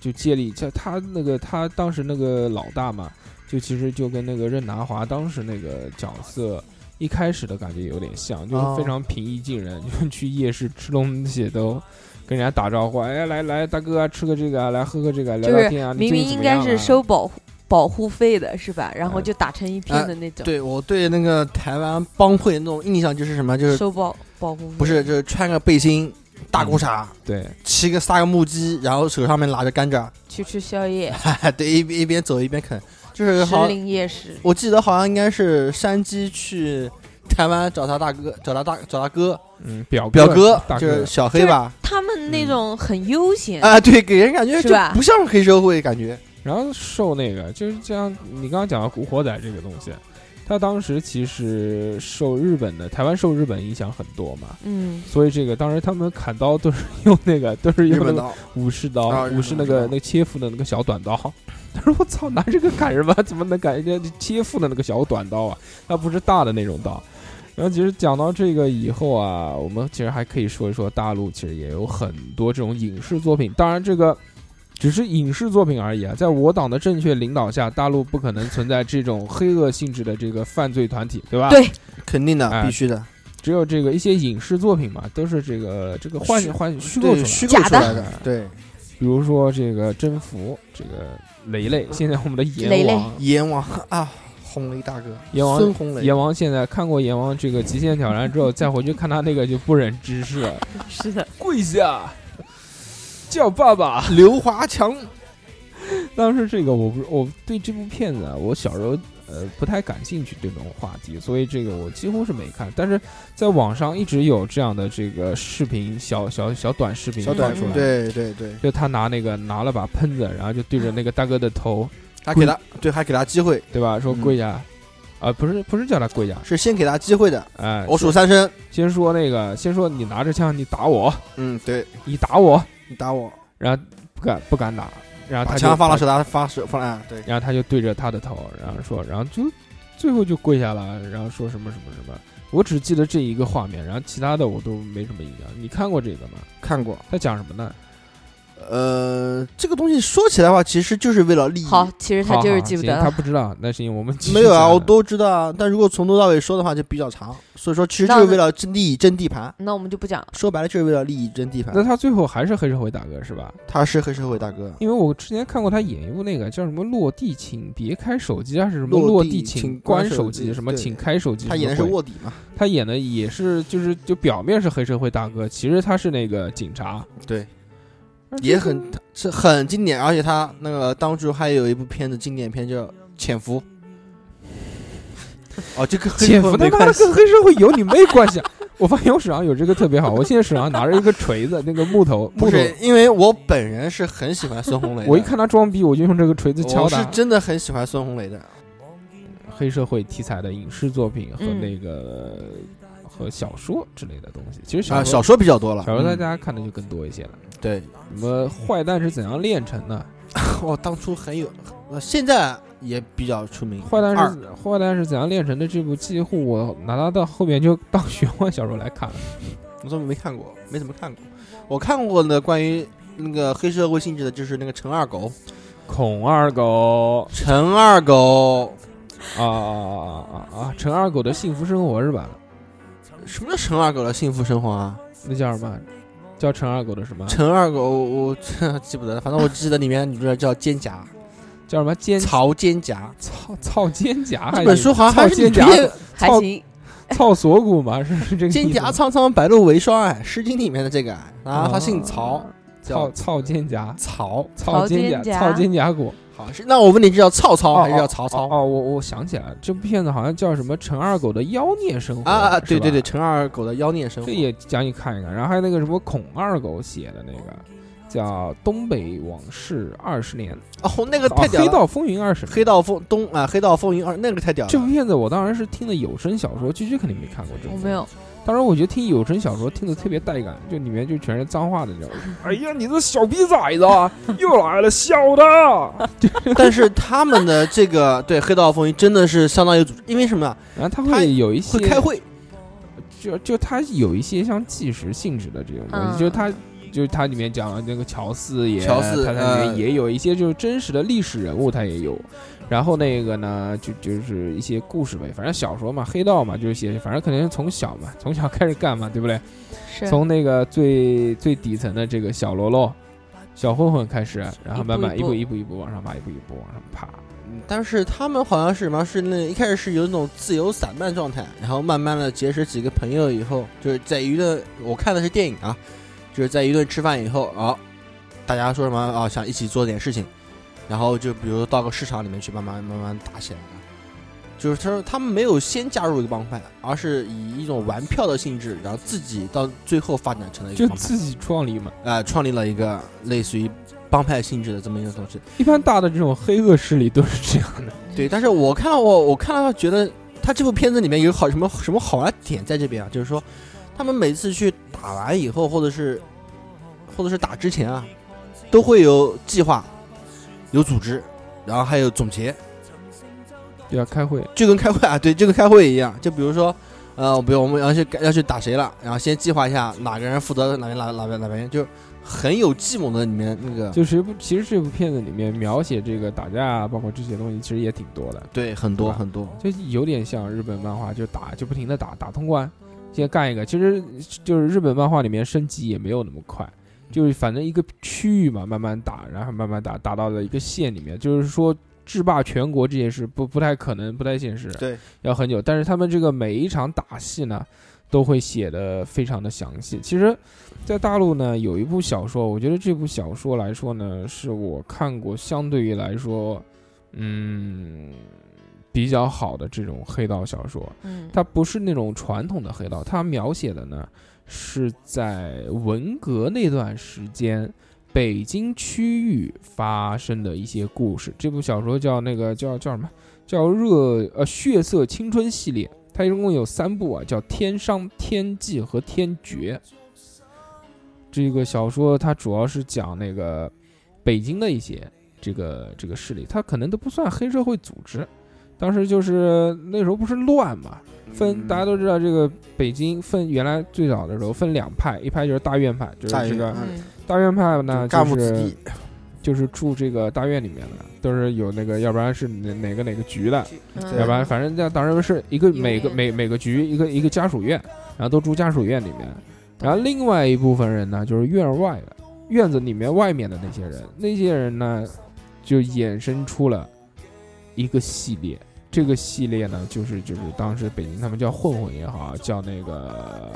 [SPEAKER 1] 就借力，像他那个他当时那个老大嘛，就其实就跟那个任达华当时那个角色一开始的感觉有点像，就是
[SPEAKER 2] 哦
[SPEAKER 1] 非常平易近人，就是去夜市吃东西都跟人家打招呼，哎来来大哥啊，吃个这个啊，来喝个这个啊，聊
[SPEAKER 3] 就是
[SPEAKER 1] 聊天啊，你
[SPEAKER 3] 明
[SPEAKER 1] 最
[SPEAKER 3] 明
[SPEAKER 1] 近怎
[SPEAKER 3] 应
[SPEAKER 1] 么样
[SPEAKER 3] 该
[SPEAKER 1] 啊
[SPEAKER 3] 是收保护保护费的是吧？然后
[SPEAKER 1] 哎
[SPEAKER 3] 就打成一片的那种，
[SPEAKER 2] 对，我对那个台湾帮会那种印象就是什么，就是
[SPEAKER 3] 收保保护费
[SPEAKER 2] 不是就是穿个背心、大裤衩、
[SPEAKER 1] 对，
[SPEAKER 2] 骑个撒个木屐，然后手上面拿着甘蔗，
[SPEAKER 3] 去吃宵夜，
[SPEAKER 2] 对，一边一边走一边啃，就是好
[SPEAKER 3] 石林夜市，
[SPEAKER 2] 我记得好像应该是山鸡去台湾找他大哥，找他大找他哥
[SPEAKER 1] 嗯，表
[SPEAKER 2] 表
[SPEAKER 1] 哥
[SPEAKER 2] 哥，
[SPEAKER 1] 大
[SPEAKER 2] 就是小黑吧？
[SPEAKER 3] 他们那
[SPEAKER 1] 嗯
[SPEAKER 3] 种很悠闲，
[SPEAKER 2] 啊，对，给人感觉
[SPEAKER 3] 是
[SPEAKER 2] 就
[SPEAKER 3] 吧
[SPEAKER 2] 不像是黑社会感觉。
[SPEAKER 1] 然后受那个，就是像你刚刚讲到《古惑仔》这个东西，他当时其实受日本的台湾受日本影响很多嘛，
[SPEAKER 3] 嗯，
[SPEAKER 1] 所以这个当时他们砍刀都是用那个， 都是
[SPEAKER 2] 日
[SPEAKER 1] 用那
[SPEAKER 2] 本
[SPEAKER 1] 个
[SPEAKER 2] 刀，
[SPEAKER 1] 武士刀，
[SPEAKER 2] 啊
[SPEAKER 1] 武士那个
[SPEAKER 2] 日本刀
[SPEAKER 1] 那个切腹的那个小短刀。 他说：“我操，拿这个砍人吗？怎么能砍人家切腹的那个小短刀啊？那不是大的那种刀。”然后其实讲到这个以后啊，我们其实还可以说一说大陆其实也有很多这种影视作品，当然这个只是影视作品而已啊。在我党的正确领导下，大陆不可能存在这种黑恶性质的这个犯罪团体，对吧？
[SPEAKER 3] 对
[SPEAKER 2] 肯定的，
[SPEAKER 1] 哎
[SPEAKER 2] 必须的，
[SPEAKER 1] 只有这个一些影视作品嘛，都是这个这个幻
[SPEAKER 2] 虚
[SPEAKER 1] 幻虚构出
[SPEAKER 2] 对，
[SPEAKER 1] 来
[SPEAKER 2] 虚
[SPEAKER 1] 的，
[SPEAKER 2] 构
[SPEAKER 3] 假
[SPEAKER 2] 出
[SPEAKER 3] 的
[SPEAKER 2] 来的，对，
[SPEAKER 1] 比如说这个征服，这个雷雷，
[SPEAKER 2] 嗯
[SPEAKER 1] 现在我们的阎
[SPEAKER 3] 雷雷
[SPEAKER 1] 王，
[SPEAKER 2] 阎王啊，红雷大哥，
[SPEAKER 1] 阎王
[SPEAKER 2] 孙红雷，
[SPEAKER 1] 阎王现在看过阎王这个《极限挑战》之后，再回去看他那个就不忍直视 了，
[SPEAKER 3] 是的，
[SPEAKER 1] 跪下叫爸爸。
[SPEAKER 2] 刘华强，
[SPEAKER 1] 当时这个我不是我对这部片子啊，我小时候呃不太感兴趣这种话题，所以这个我几乎是没看。但是在网上一直有这样的这个视频，小小小短视频
[SPEAKER 2] 小短
[SPEAKER 1] 放出
[SPEAKER 2] 裤，
[SPEAKER 1] 来，，
[SPEAKER 2] 对对对，
[SPEAKER 1] 就他拿那个拿了把喷子，然后就对着那个大哥的头，
[SPEAKER 2] 还给他，对，还给他机会，
[SPEAKER 1] 对吧？说
[SPEAKER 2] 嗯
[SPEAKER 1] 跪下，啊、不是不是叫他跪下，
[SPEAKER 2] 是先给他机会的，
[SPEAKER 1] 哎、
[SPEAKER 2] 我数三声，
[SPEAKER 1] 先说那个，先说你拿着枪，你打我，
[SPEAKER 2] 嗯，对
[SPEAKER 1] 你打我，
[SPEAKER 2] 你打我，
[SPEAKER 1] 然后不敢不敢打，然后
[SPEAKER 2] 把
[SPEAKER 1] 啊他
[SPEAKER 2] 枪
[SPEAKER 1] 就
[SPEAKER 2] 放到手，他发射放啊，对，
[SPEAKER 1] 然后他就对着他的头，然后说，然后就最后就跪下了，然后说什么什么什么。我只记得这一个画面，然后其他的我都没什么印象。你看过这个吗？
[SPEAKER 2] 看过，
[SPEAKER 1] 他讲什么呢？
[SPEAKER 2] 呃，这个东西说起来的话，其实就是为了利益，
[SPEAKER 3] 好，其实他
[SPEAKER 1] 好
[SPEAKER 3] 就
[SPEAKER 1] 好
[SPEAKER 3] 是记不
[SPEAKER 1] 行
[SPEAKER 3] 得
[SPEAKER 1] 他
[SPEAKER 3] 了。
[SPEAKER 1] 不知道，那是因为我们继续
[SPEAKER 2] 没有啊，
[SPEAKER 1] 讲
[SPEAKER 2] 我
[SPEAKER 1] 的
[SPEAKER 2] 都知道啊，但如果从头到尾说的话就比较长，所以说其实
[SPEAKER 3] 那
[SPEAKER 2] 就是为了争利益争地盘，
[SPEAKER 3] 那我们就不讲了，
[SPEAKER 2] 说白了就是为了利益争地盘
[SPEAKER 1] 那。他最后还是黑社会大哥是吧？
[SPEAKER 2] 他是黑社会大哥，
[SPEAKER 1] 因为我之前看过他演一部那个叫什么《落地请别开手机》还是什么《
[SPEAKER 2] 落
[SPEAKER 1] 落
[SPEAKER 2] 地
[SPEAKER 1] 地请
[SPEAKER 2] 请
[SPEAKER 1] 关
[SPEAKER 2] 关手
[SPEAKER 1] 手
[SPEAKER 2] 机
[SPEAKER 1] 机》什么
[SPEAKER 2] 对
[SPEAKER 1] 请开手机什么
[SPEAKER 2] 他
[SPEAKER 1] 鬼，
[SPEAKER 2] 演的是卧底嘛？
[SPEAKER 1] 他演的也是，就是就表面是黑社会大哥，其实他是那个警察，
[SPEAKER 2] 对，也很是很经典，而且他那个当初还有一部片子经典片叫《潜伏》。哦，这个黑
[SPEAKER 1] 潜
[SPEAKER 2] 社
[SPEAKER 1] 伏
[SPEAKER 2] 会
[SPEAKER 1] 他
[SPEAKER 2] 没
[SPEAKER 1] 妈的
[SPEAKER 2] 关系
[SPEAKER 1] 跟黑社会有你没关系啊。 我发现我手上有这个特别好，我现在手上拿着一个锤子，那个木头
[SPEAKER 2] 不
[SPEAKER 1] 木头，
[SPEAKER 2] 是因为我本人是很喜欢孙红雷的，
[SPEAKER 1] 我一看他装逼，我就用这个锤子敲
[SPEAKER 2] 我哦是
[SPEAKER 1] 他。
[SPEAKER 2] 真的很喜欢孙红雷的。
[SPEAKER 1] 黑社会题材的影视作品和
[SPEAKER 3] 嗯
[SPEAKER 1] 那个、和小说之类的东西，其实
[SPEAKER 2] 啊，
[SPEAKER 1] 小
[SPEAKER 2] 小
[SPEAKER 1] 说、
[SPEAKER 2] 说比较多了，
[SPEAKER 1] 小说大
[SPEAKER 2] 嗯、
[SPEAKER 1] 家看的就更多一些了。
[SPEAKER 2] 对，
[SPEAKER 1] 什么坏蛋是怎样炼成的？
[SPEAKER 2] 我哦当初很有，呃现在也比较出名。
[SPEAKER 1] 坏蛋
[SPEAKER 2] 二
[SPEAKER 1] 是坏蛋是怎样炼成的？这部几乎我拿它到后面就当玄幻小说来看了。
[SPEAKER 2] 我怎么没看过？没怎么看过。我看过的关于那个黑社会性质的，就是那个陈二狗。
[SPEAKER 1] 孔二狗
[SPEAKER 2] 陈二狗，
[SPEAKER 1] 啊啊啊啊啊啊！陈二狗的幸福生活是吧？
[SPEAKER 2] 什么叫陈二狗的幸福生活啊？
[SPEAKER 1] 那叫什么？叫陈二狗的什么？
[SPEAKER 2] 陈二狗，我我 记不得了，反正我记得里面女主角叫肩胛，
[SPEAKER 1] 叫什么肩
[SPEAKER 2] 曹肩胛。
[SPEAKER 1] 操操肩胛还是？
[SPEAKER 2] 这本书好像还
[SPEAKER 1] 操
[SPEAKER 2] 是你
[SPEAKER 1] 肩
[SPEAKER 2] 别
[SPEAKER 1] 胛
[SPEAKER 3] 还
[SPEAKER 1] 操
[SPEAKER 3] 行。
[SPEAKER 1] 操锁骨嘛？是是这个
[SPEAKER 2] 肩
[SPEAKER 1] 意思
[SPEAKER 2] 胛
[SPEAKER 1] 吗
[SPEAKER 2] 苍苍，白露为霜哎，《诗经》里面的这个哎
[SPEAKER 1] 哦
[SPEAKER 2] 啊，他姓曹，
[SPEAKER 1] 操
[SPEAKER 2] 叫
[SPEAKER 1] 操肩胛，
[SPEAKER 2] 曹，
[SPEAKER 1] 操肩
[SPEAKER 3] 肩胛
[SPEAKER 1] 操肩胛骨。
[SPEAKER 2] 好像是。那我问你，这叫曹操
[SPEAKER 1] 哦
[SPEAKER 2] 还是叫曹操？
[SPEAKER 1] 哦，哦我我想起来了，这部片子好像叫什么《陈二狗的妖孽生活》
[SPEAKER 2] 啊啊，对
[SPEAKER 1] 哦是吧
[SPEAKER 2] 对对，陈二狗的妖孽生活
[SPEAKER 1] 这。也讲你看一看。然后还有那个什么孔二狗写的那个叫《东北往事二十年》，
[SPEAKER 2] 哦，那个
[SPEAKER 1] 啊
[SPEAKER 2] 太屌
[SPEAKER 1] 黑
[SPEAKER 2] 了，
[SPEAKER 1] 道风云二十年
[SPEAKER 2] 黑》。道风东啊，黑道风云二，那个太屌
[SPEAKER 1] 这部
[SPEAKER 2] 了。
[SPEAKER 1] 片子我当然是听的有声小说，居居肯定没看过这部。
[SPEAKER 3] 我没有。
[SPEAKER 1] 当然，我觉得听有声小说听的特别带感，就里面就全是脏话的 那种。哎呀，你这小逼崽子啊，又来了，小 的。啊
[SPEAKER 2] 但是他们的这个对黑道风云真的是相当有组织，因为什么啊？
[SPEAKER 1] 然后他 会有一些
[SPEAKER 2] 会开会，
[SPEAKER 1] 就就它有一些像纪实性质的这种东西，
[SPEAKER 3] 嗯
[SPEAKER 1] 就是它就是它里面讲了那个乔四也，
[SPEAKER 2] 乔四
[SPEAKER 1] 它它里面
[SPEAKER 2] 嗯
[SPEAKER 1] 也有一些就是真实的历史人物，它也有。然后那个呢，就就是一些故事呗，反正小说嘛，黑道嘛，就是写，反正肯定是从小嘛，从小开始干嘛，对不对？
[SPEAKER 3] 是
[SPEAKER 1] 从那个最最底层的这个小喽啰、小混混开始，然后慢慢一
[SPEAKER 3] 一
[SPEAKER 1] 步
[SPEAKER 3] 步
[SPEAKER 1] 一步一步往上爬，一步一步往上爬。
[SPEAKER 2] 嗯但是他们好像是什么？是那一开始是有那种自由散漫状态，然后慢慢的结识几个朋友以后，就是在一顿我看的是电影啊，就是在一顿吃饭以后啊，大家说什么啊，想一起做点事情，然后就比如说到个市场里面去，慢慢慢慢打起来了。就是他说他们没有先加入一个帮派，而是以一种玩票的性质，然后自己到最后发展成了一
[SPEAKER 1] 就
[SPEAKER 2] 个帮派，
[SPEAKER 1] 自己创立嘛。
[SPEAKER 2] 呃，创立了一个类似于帮派性质的这么一个东西。
[SPEAKER 1] 一般大的这种黑恶势力都是这样的。
[SPEAKER 2] 对，但是我看到我我看到觉得他这部片子里面有好什么什么好玩的点在这边啊，就是说他们每次去打完以后，或者是或者是打之前啊，都会有计划、有组织，然后还有总结，
[SPEAKER 1] 对啊，开会
[SPEAKER 2] 就跟开会啊，对，就跟开会一样。就比如说呃，比如我们要去要去打谁了，然后先计划一下哪个人负责哪边哪哪边哪边，就很有计谋的里面那个，
[SPEAKER 1] 就是一部其实这部片子里面描写这个打架啊，包括这些东西，其实也挺多的，
[SPEAKER 2] 对，很多
[SPEAKER 1] 对吧
[SPEAKER 2] 很多，
[SPEAKER 1] 就有点像日本漫画，就打就不停的打，打通关，先干一个。其实就是日本漫画里面升级也没有那么快，就是反正一个区域嘛，慢慢打，然后慢慢打，打到了一个县里面，就是说制霸全国这件事不不太可能，不太现实。
[SPEAKER 2] 对，
[SPEAKER 1] 要很久。但是他们这个每一场打戏呢，都会写的非常的详细。其实，在大陆呢，有一部小说，我觉得这部小说来说呢，是我看过相对于来说，嗯，比较好的这种黑道小说。
[SPEAKER 3] 嗯，
[SPEAKER 1] 它不是那种传统的黑道，它描写的呢是在文革那段时间北京区域发生的一些故事。这部小说叫那个叫叫什么？叫热呃血色青春系列，它一共有三部啊，叫《天商》《天际》和《天绝》。这个小说它主要是讲那个北京的一些这个这个势力，它可能都不算黑社会组织。当时就是那时候不是乱嘛，
[SPEAKER 2] 嗯
[SPEAKER 1] 分大家都知道这个北京分原来最早的时候分两派，一派就是大院派，就是
[SPEAKER 2] 大院
[SPEAKER 1] 这个
[SPEAKER 2] 嗯
[SPEAKER 3] 嗯
[SPEAKER 1] 大院派呢，
[SPEAKER 2] 干部
[SPEAKER 1] 就
[SPEAKER 2] 子
[SPEAKER 1] 是
[SPEAKER 2] 弟，
[SPEAKER 1] 就是住这个大院里面的，都是有那个，要不然是哪哪个哪个局的，
[SPEAKER 3] 嗯，
[SPEAKER 2] 对
[SPEAKER 1] 要不然反正在当时是一个
[SPEAKER 3] 有
[SPEAKER 1] 每个
[SPEAKER 3] 点
[SPEAKER 1] 每每个局一个一个家属院，然后都住家属院里面，然后
[SPEAKER 3] 嗯
[SPEAKER 1] 另外一部分人呢就是院外的院子里面外面的那些人，那些人呢就衍生出了一个系列。这个系列呢，就是就是当时北京他们叫混混也好，叫那个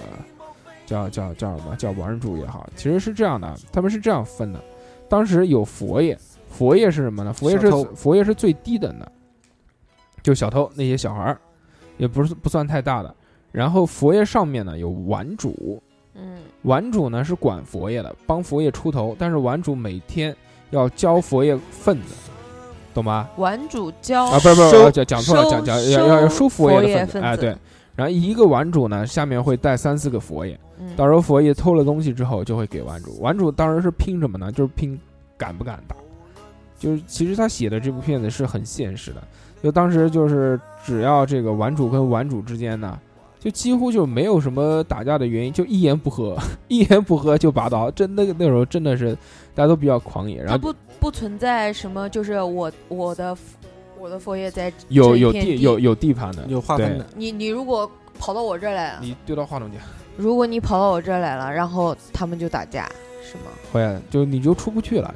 [SPEAKER 1] 叫叫叫什么叫玩主也好，其实是这样的，他们是这样分的。当时有佛爷，佛爷是什么呢？佛爷是
[SPEAKER 2] 小偷
[SPEAKER 1] 佛爷是最低等的，就小偷那些小孩儿，也不是不算太大的。然后佛爷上面呢有玩主，
[SPEAKER 3] 嗯
[SPEAKER 1] 玩主呢是管佛爷的，帮佛爷出头，但是玩主每天要交佛爷份子，懂吗？
[SPEAKER 3] 玩主教
[SPEAKER 1] 啊，不是不是，
[SPEAKER 2] 收
[SPEAKER 1] 啊讲讲错了，
[SPEAKER 3] 哦收
[SPEAKER 1] 讲讲要要要收佛爷的份
[SPEAKER 3] 佛
[SPEAKER 1] 子，
[SPEAKER 3] 爷份
[SPEAKER 1] 哎
[SPEAKER 3] 子
[SPEAKER 1] 对。然后一个玩主呢，下面会带三四个佛爷，
[SPEAKER 3] 嗯
[SPEAKER 1] 到时候佛爷偷了东西之后就会给玩主，玩主当时是拼什么呢？就是拼敢不敢打。就是其实他写的这部片子是很现实的，就当时就是只要这个玩主跟玩主之间呢，就几乎就没有什么打架的原因，就一言不合， 一言不合就拔刀。真那个那时候真的是大家都比较狂野，然
[SPEAKER 3] 它
[SPEAKER 1] 后
[SPEAKER 3] 不不存在什么，就是我我的我的佛爷在这
[SPEAKER 1] 有有
[SPEAKER 3] 片地
[SPEAKER 1] 地有有地盘的，
[SPEAKER 2] 有划分的，
[SPEAKER 3] 你你如果跑到我这儿来了，
[SPEAKER 1] 你丢到话筒去，
[SPEAKER 3] 如果你跑到我这儿来了，然后他们就打架，是吗？
[SPEAKER 1] 回来就你就出不去了。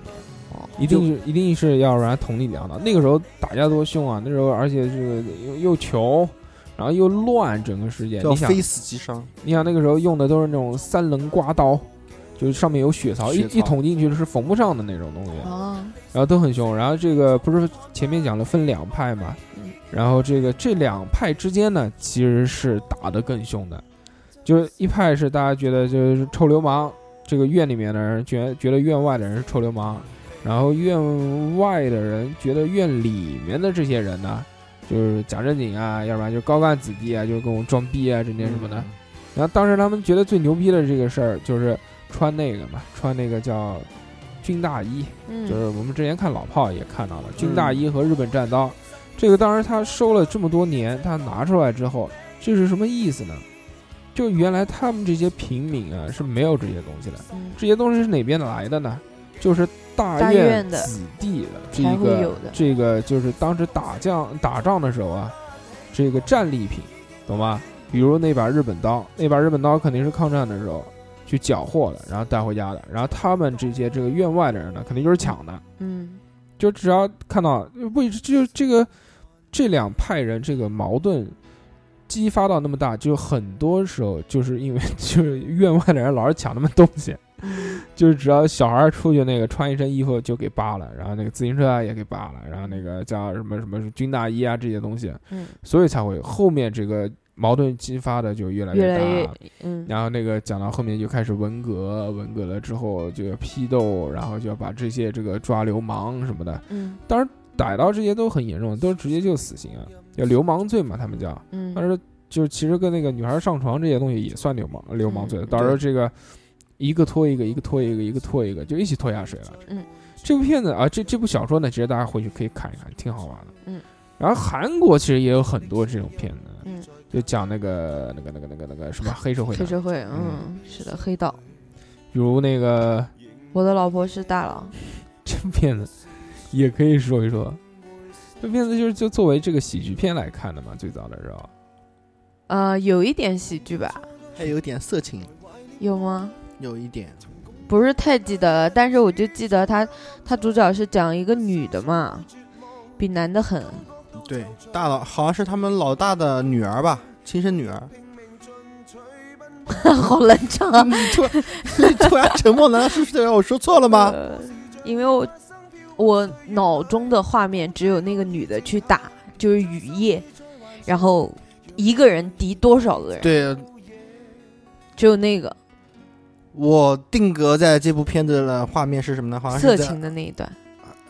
[SPEAKER 3] 哦，
[SPEAKER 1] 一定是一定是要让人同理两道。那个时候打架多凶啊！那时候而且这个又又穷，然后又乱，整个世界。
[SPEAKER 2] 叫
[SPEAKER 1] 你想
[SPEAKER 2] 非，死即伤，
[SPEAKER 1] 你想那个时候用的都是那种三棱刮刀，就是上面有血槽，
[SPEAKER 2] 血槽
[SPEAKER 1] 一一捅进去是缝不上的那种东西，
[SPEAKER 3] 啊，
[SPEAKER 1] 然后都很凶。然后这个不是前面讲了分两派嘛
[SPEAKER 3] 嗯，
[SPEAKER 1] 然后这个这两派之间呢，其实是打得更凶的，就是一派是大家觉得就是臭流氓，这个院里面的人觉觉得院外的人是臭流氓，然后院外的人觉得院里面的这些人呢，就是假正经啊，要不然就高干子弟啊，就是跟我装逼啊，整天什么的。然后当时他们觉得最牛逼的这个事儿就是穿那个嘛，穿那个叫军大衣，就
[SPEAKER 3] 嗯
[SPEAKER 1] 是我们之前看老炮也看到了军大衣和日本战刀，这个当时他收了这么多年，他拿出来之后，这是什么意思呢？就原来他们这些平民啊是没有这些东西的，
[SPEAKER 3] 嗯，
[SPEAKER 1] 这些东西是哪边来的呢？就是大
[SPEAKER 3] 大
[SPEAKER 1] 院
[SPEAKER 3] 院的
[SPEAKER 1] 子弟的这
[SPEAKER 3] 才会有
[SPEAKER 1] 个
[SPEAKER 3] 的
[SPEAKER 1] 这个就是当时打仗打仗的时候啊，这个战利品，懂吗？比如那把日本刀，那把日本刀肯定是抗战的时候去缴获的，然后带回家的。然后他们这些这个院外的人呢，肯定就是抢的，
[SPEAKER 3] 嗯
[SPEAKER 1] 就只要看到为就这个这两派人这个矛盾激发到那么大，就很多时候就是因为 就是院外的人老是抢他们东西，
[SPEAKER 3] 嗯
[SPEAKER 1] 就是只要小孩儿出去那个穿一身衣服就给扒了，然后那个自行车啊也给扒了，然后那个叫什么什么军大衣啊这些东西，
[SPEAKER 3] 嗯，
[SPEAKER 1] 所以才会后面这个矛盾激发的就越来
[SPEAKER 3] 越
[SPEAKER 1] 大。
[SPEAKER 3] 来越嗯
[SPEAKER 1] 然后那个讲到后面就开始文革，文革了之后就要批斗，然后就要把这些这个抓流氓什么的，
[SPEAKER 3] 嗯
[SPEAKER 1] 当然逮到这些都很严重，都直接就死刑啊，叫流氓罪嘛，他们叫。
[SPEAKER 3] 嗯
[SPEAKER 1] 但是就是其实跟那个女孩上床这些东西也算流氓流氓罪，
[SPEAKER 3] 嗯
[SPEAKER 1] 到时候这个一个拖一个，一个拖一个，一个拖一个，就一起拖下水了。
[SPEAKER 3] 嗯，
[SPEAKER 1] 这部片子啊，这这部小说呢，其实大家回去可以看一看，挺好玩的。
[SPEAKER 3] 嗯，
[SPEAKER 1] 然后韩国其实也有很多这种片子，
[SPEAKER 3] 嗯，
[SPEAKER 1] 就讲那个那个那个那个那个什么黑社会
[SPEAKER 3] 黑
[SPEAKER 1] 的，
[SPEAKER 3] 社会，嗯，是的，黑道。
[SPEAKER 1] 比如那个
[SPEAKER 3] 我的老婆是大佬，
[SPEAKER 1] 这片子也可以说一说。这片子就是就作为这个喜剧片来看的嘛，最早的时候，
[SPEAKER 3] 呃，有一点喜剧吧？
[SPEAKER 2] 还有点色情，
[SPEAKER 3] 有吗？
[SPEAKER 2] 有一点，
[SPEAKER 3] 不是太记得了，但是我就记得他，他主角是讲一个女的嘛，比男的狠。
[SPEAKER 2] 对，大佬好像是他们老大的女儿吧，亲生女儿。
[SPEAKER 3] 好冷场啊！
[SPEAKER 2] 你突然你突然沉默，难道是让我说错了吗？
[SPEAKER 3] 呃因为我我脑中的画面只有那个女的去打，就是雨夜，然后一个人敌多少个人，
[SPEAKER 2] 对，
[SPEAKER 3] 只有那个
[SPEAKER 2] 我定格在这部片子的画面是什么呢？好像
[SPEAKER 3] 色
[SPEAKER 2] 啊是在，
[SPEAKER 3] 情的那一段。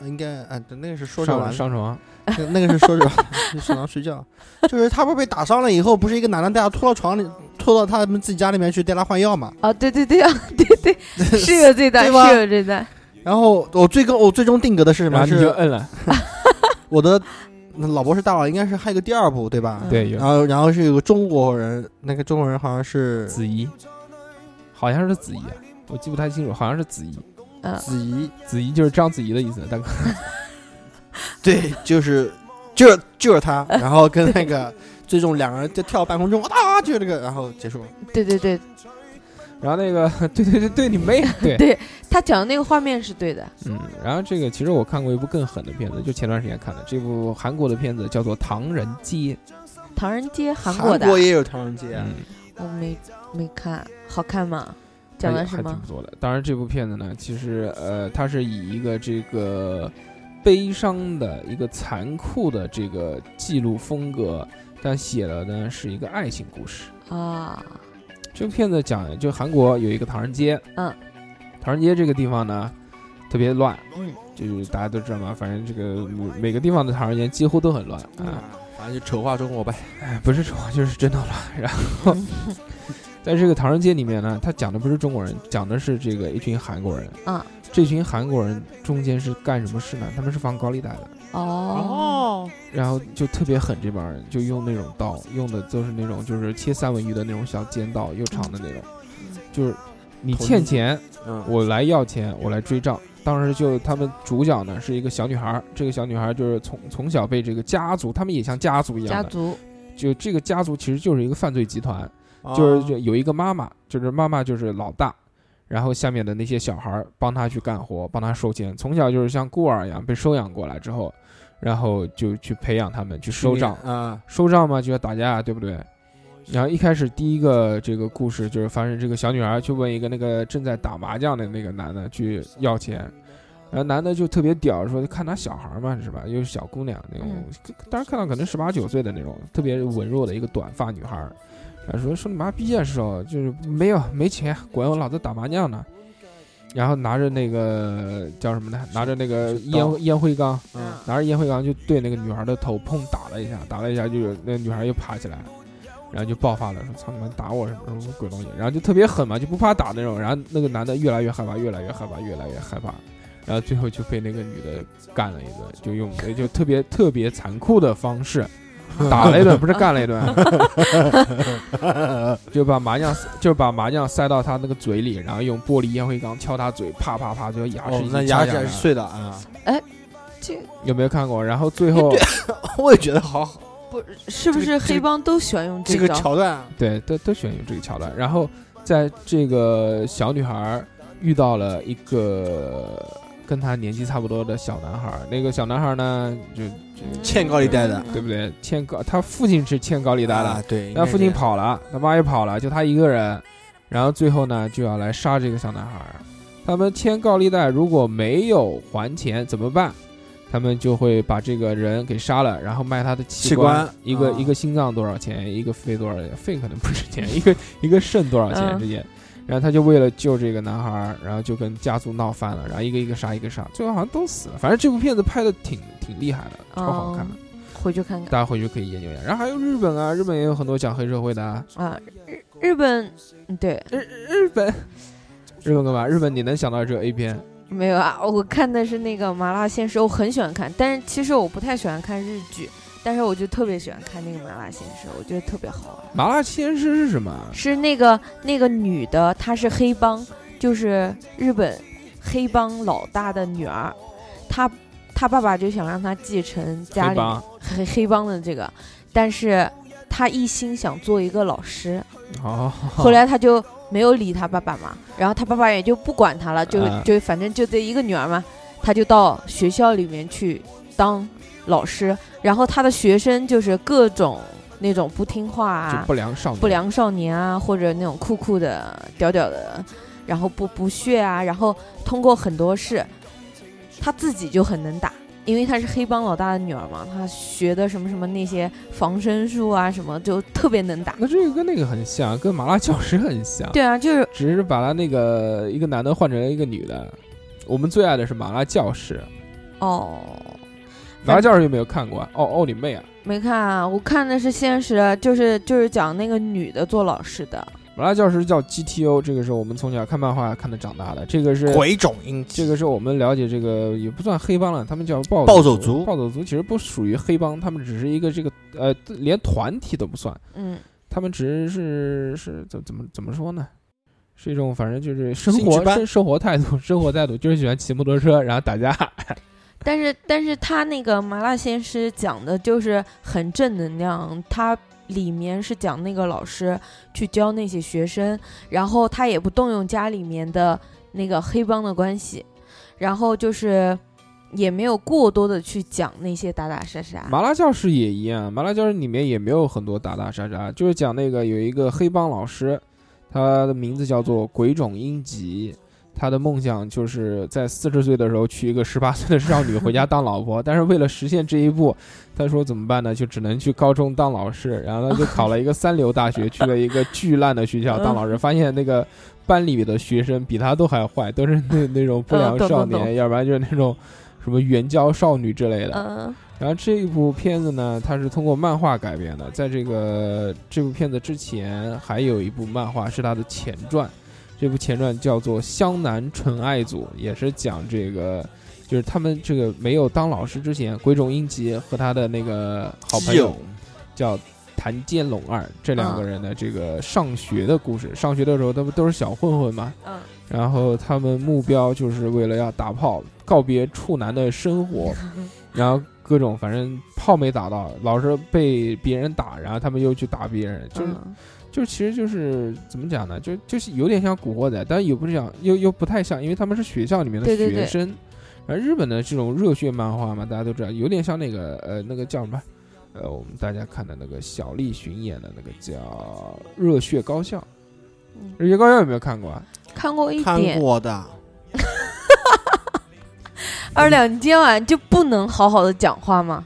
[SPEAKER 2] 应该啊，对那个是说着
[SPEAKER 1] 上
[SPEAKER 2] 玩的，
[SPEAKER 1] 上床，
[SPEAKER 2] 那那个是说着玩 的，是上床睡觉。就是他不是被打伤了以后，不是一个男的带他拖到床里，拖到他们自己家里面去带他换药嘛？
[SPEAKER 3] 啊，对对对啊，对对，是有这段，
[SPEAKER 2] 对吧
[SPEAKER 3] 是有这段。
[SPEAKER 2] 然后我最跟我最终定格的是什
[SPEAKER 1] 然后
[SPEAKER 2] 么？
[SPEAKER 1] 你就是摁了，
[SPEAKER 2] 我的老婆是大佬，应该是还有个第二部对吧？
[SPEAKER 3] 嗯
[SPEAKER 1] 对，有
[SPEAKER 2] 然后然后是有个中国人，那个中国人好像是
[SPEAKER 1] 子怡，好像是子怡啊，我记不太清楚，好像是子怡，
[SPEAKER 3] 嗯、
[SPEAKER 2] 子怡，
[SPEAKER 1] 子怡就是章子怡的意思，大哥，
[SPEAKER 2] 对，就是就是就是 他，然后跟那个最终两个人就跳半空中啊，就是这个，然后结束了。
[SPEAKER 3] 对对对，
[SPEAKER 1] 然后那个对对对对你妹，啊对，
[SPEAKER 3] 他讲的那个画面是对的。
[SPEAKER 1] 嗯，然后这个其实我看过一部更狠的片子，就前段时间看的，这部韩国的片子叫做《唐人街》，
[SPEAKER 3] 唐人街，韩
[SPEAKER 2] 国
[SPEAKER 3] 国的，
[SPEAKER 2] 也有唐人街啊，
[SPEAKER 1] 嗯，
[SPEAKER 3] 我没没看，好看吗？
[SPEAKER 1] 还
[SPEAKER 3] 讲的什
[SPEAKER 1] 还挺
[SPEAKER 3] 么
[SPEAKER 1] 不？错的。当然，这部片子呢，其实呃，它是以一个这个悲伤的一个残酷的这个记录风格，但写的呢是一个爱情故事。
[SPEAKER 3] 啊，
[SPEAKER 1] 这部片子讲就韩国有一个唐人街，
[SPEAKER 3] 嗯，
[SPEAKER 1] 唐人街这个地方呢特别乱，
[SPEAKER 3] 嗯，
[SPEAKER 1] 就是大家都知道嘛，反正这个每每个地方的唐人街几乎都很乱
[SPEAKER 3] 嗯
[SPEAKER 1] 啊，
[SPEAKER 5] 反正就丑化中国呗。
[SPEAKER 1] 哎，不是说就是真的乱。然后 在这个唐人街里面呢，他讲的不是中国人，讲的是这个一群韩国人，
[SPEAKER 3] 啊，
[SPEAKER 1] 这群韩国人中间是干什么事呢？他们是放高利贷的。
[SPEAKER 3] 哦，
[SPEAKER 1] 然后就特别狠，这帮人就用那种刀，用的都是那种就是切三文鱼的那种小尖刀，又长的那种，就是你欠钱，
[SPEAKER 3] 哦
[SPEAKER 2] 嗯，
[SPEAKER 1] 我来要钱，我来追账。当时就他们主角呢是一个小女孩儿，这个小女孩儿就是从从小被这个家族，他们也像家族一
[SPEAKER 3] 家
[SPEAKER 1] 样的，
[SPEAKER 3] 族，
[SPEAKER 1] 就这个家族其实就是一个犯罪集团，
[SPEAKER 2] 啊
[SPEAKER 1] 就是就有一个妈妈，就是妈妈就是老大，然后下面的那些小孩儿帮她去干活，帮她收钱，从小就是像孤儿一样被收养过来之后，然后就去培养他们去收账，
[SPEAKER 2] 啊，
[SPEAKER 1] 收账嘛就要打架，对不对？然后一开始第一个这个故事就是发生这个小女孩去问一个那个正在打麻将的那个男的去要钱，然后男的就特别屌，说看他小孩嘛是吧，又是小姑娘那种，当时看到可能十八九岁的那种特别文弱的一个短发女孩，然后说说你妈逼啊，是哦，就是没有没钱，管我老子打麻将呢，然后拿着那个叫什么呢？拿着那个
[SPEAKER 2] 刀
[SPEAKER 1] 烟烟灰缸，
[SPEAKER 2] 嗯
[SPEAKER 1] 拿着烟灰缸就对那个女孩的头砰打了一下，打了一下就有那女孩又爬起来，然后就爆发了，说操你们打我什么什么鬼东西，然后就特别狠嘛，就不怕打那种，然后那个男的越来越害怕，越来越害怕，越来越害怕，然后最后就被那个女的干了一顿，就用就特别特别残酷的方 式打了一顿，不是干了一顿， 就把麻将就把麻将塞到他那个嘴里，然后用玻璃烟灰缸敲他嘴，啪啪啪，最后牙齿
[SPEAKER 2] 哦
[SPEAKER 1] 已，
[SPEAKER 2] 那
[SPEAKER 1] 经
[SPEAKER 2] 牙
[SPEAKER 1] 敲
[SPEAKER 2] 齿
[SPEAKER 1] 下来
[SPEAKER 2] 还
[SPEAKER 1] 了
[SPEAKER 2] 是碎的啊，
[SPEAKER 3] 这
[SPEAKER 1] 有没有看过？然后最 后。
[SPEAKER 2] 我也觉得好好，
[SPEAKER 3] 不是不
[SPEAKER 2] 这
[SPEAKER 3] 是
[SPEAKER 2] 个
[SPEAKER 3] 黑帮都喜欢用
[SPEAKER 2] 这
[SPEAKER 3] 这
[SPEAKER 2] 个
[SPEAKER 3] 招？
[SPEAKER 2] 桥段啊
[SPEAKER 1] 对，都都喜欢用这个桥段。然后在这个小女孩儿遇到了一个跟她年纪差不多的小男孩儿，那个小男孩儿呢，就
[SPEAKER 2] 欠高利贷的，
[SPEAKER 3] 嗯
[SPEAKER 1] 对不对？欠高，他父亲是欠高利贷
[SPEAKER 2] 啊
[SPEAKER 1] 的，，
[SPEAKER 2] 对，
[SPEAKER 1] 但父亲
[SPEAKER 2] 应该是
[SPEAKER 1] 跑了，他妈也跑了，就他一个人。然后最后呢，就要来杀这个小男孩儿。他们欠高利贷，如果没有还钱怎么办？他们就会把这个人给杀了，然后卖他的器
[SPEAKER 2] 器官
[SPEAKER 1] 一个、
[SPEAKER 2] 啊
[SPEAKER 1] 一个心脏多少钱，一个肺多少钱，肺可能不值钱，一个一个肾多少钱
[SPEAKER 3] 嗯
[SPEAKER 1] 这些。然后他就为了救这个男孩儿，然后就跟家族闹翻了，然后一个一个杀，一个杀，最后好像都死了。反正这部片子拍的挺挺厉害的，超好看，
[SPEAKER 3] 嗯回去看看
[SPEAKER 1] 大家回去可以研究一下。然后还有日本啊，日本也有很多讲黑社会的、啊。
[SPEAKER 3] 啊。日日本，嗯对，
[SPEAKER 1] 日本，日本干嘛？日本你能想到只有 A 片，
[SPEAKER 3] 没有啊，我看的是那个《麻辣鲜师》，我很喜欢看，但是其实我不太喜欢看日剧，但是我就特别喜欢看那个麻辣鲜师，我觉得特别好玩。
[SPEAKER 1] 麻辣鲜师是什么啊？
[SPEAKER 3] 是那个那个女的，她是黑帮，就是日本黑帮老大的女儿，她她爸爸就想让她继承家
[SPEAKER 1] 黑
[SPEAKER 3] 里
[SPEAKER 1] 帮
[SPEAKER 3] 黑 黑帮的这个，但是她一心想做一个老师，
[SPEAKER 1] 哦，
[SPEAKER 3] 后来她就没有理她爸爸嘛，然后她爸爸也就不管她了，就
[SPEAKER 1] 啊
[SPEAKER 3] 就反正就这一个女儿嘛，她就到学校里面去当老师，然后她的学生就是各种那种不听话 啊，
[SPEAKER 1] 就不良少年，
[SPEAKER 3] 不良少年啊，或者那种酷酷的、屌屌的，然后不不屑啊，然后通过很多事，他自己就很能打，因为他是黑帮老大的女儿嘛，他学的什么什么那些防身术啊，什么就特别能打。
[SPEAKER 1] 那这个跟那个很像，跟麻辣教师很像，
[SPEAKER 3] 对啊，就是
[SPEAKER 1] 只是把他那个一个男的换成了一个女的。我们最爱的是麻辣教师，
[SPEAKER 3] 哦，
[SPEAKER 1] 麻辣教师有没有看过啊？哦哦，你妹啊！
[SPEAKER 3] 没看啊，我看的是现实，就是就是讲那个女的做老师的，
[SPEAKER 1] 麻辣教师叫 GTO，这个是我们从小看漫画看的长大的，这个是
[SPEAKER 2] 鬼冢英
[SPEAKER 1] 这个是我们了解这个也不算黑帮了，他们叫暴
[SPEAKER 2] 暴走
[SPEAKER 1] 走
[SPEAKER 2] 族
[SPEAKER 1] 暴走族其实不属于黑帮，他们只是一个这个呃，连团体都不算，
[SPEAKER 3] 嗯，
[SPEAKER 1] 他们只是是怎怎么怎么说呢？是一种反正就是生
[SPEAKER 2] 兴
[SPEAKER 1] 活
[SPEAKER 2] 趣班
[SPEAKER 1] 生生活态度，生活态度就是喜欢骑摩托车，然后打架。
[SPEAKER 3] 但是，但是他那个麻辣鲜师讲的就是很正能量，他里面是讲那个老师去教那些学生，然后他也不动用家里面的那个黑帮的关系，然后就是也没有过多的去讲那些打打杀杀。
[SPEAKER 1] 麻辣教师也一样，麻辣教师里面也没有很多打打杀杀，就是讲那个有一个黑帮老师，他的名字叫做鬼冢英吉，他的梦想就是在四十岁的时候娶一个十八 岁的少女回家当老婆，但是为了实现这一步，他说怎么办呢？就只能去高中当老师，然后他就考了一个三流大学，去了一个巨烂的学校当老师，发现那个班里的学生比他都还坏，都是那那种不良
[SPEAKER 3] 嗯懂
[SPEAKER 1] 少
[SPEAKER 3] 懂懂
[SPEAKER 1] 年，要不然就是那种什么援交少女之类的。
[SPEAKER 3] 嗯
[SPEAKER 1] 然后这部片子呢，它是通过漫画改编的。在这个这部片子之前，还有一部漫画是它的前传，这部前传叫做《湘南纯爱组》，也是讲这个，就是他们这个没有当老师之前，鬼冢英吉和他的那个好朋友叫谭健龙二这两个人的这个上学的故事。上学的时候，他们都是小混混嘛，
[SPEAKER 3] 嗯，
[SPEAKER 1] 然后他们目标就是为了要打炮，告别处男的生 活，然后各种反正炮没打到，老是被别人打，然后他们又去打别人，就是、
[SPEAKER 3] 嗯
[SPEAKER 1] 就是其实就是怎么讲呢，就就是有点像古惑仔，但又不是像又又不太像，因为他们是学校里面的
[SPEAKER 3] 对对对
[SPEAKER 1] 学生，而日本的这种热血漫画嘛，大家都知道，有点像那个呃那个叫什么，呃我们大家看的那个小栗旬演的那个叫《热血高校》，
[SPEAKER 3] 嗯
[SPEAKER 1] 《热血高校》有没有看过啊？
[SPEAKER 3] 看过一
[SPEAKER 2] 看
[SPEAKER 3] 点。
[SPEAKER 2] 过的，
[SPEAKER 3] 二两，你今晚就不能好好的讲话吗？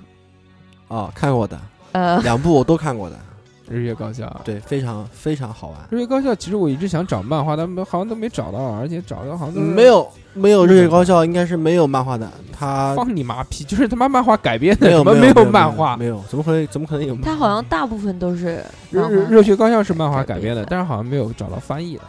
[SPEAKER 2] 哦，看过的，
[SPEAKER 3] 呃，
[SPEAKER 2] 两部我都看过的，
[SPEAKER 1] 《日月高校》啊，
[SPEAKER 2] 对，非常非常好玩。
[SPEAKER 1] 日月高校》其实我一直想找漫画，但没好像都没找到，而且找的好像都是
[SPEAKER 2] 没有没有热血高校应该是没有漫画的，它
[SPEAKER 1] 放你妈屁，就是他妈漫画改编的，
[SPEAKER 2] 啊没有
[SPEAKER 1] 怎么
[SPEAKER 2] 没
[SPEAKER 1] 有漫画？
[SPEAKER 2] 没有，怎么可能怎么可能有？
[SPEAKER 3] 他好像大部分都是
[SPEAKER 1] 热
[SPEAKER 3] 漫
[SPEAKER 1] 热
[SPEAKER 3] 画
[SPEAKER 1] 热血高校是漫画改编的，
[SPEAKER 3] 改编的
[SPEAKER 1] 但是好像没有找到翻译的。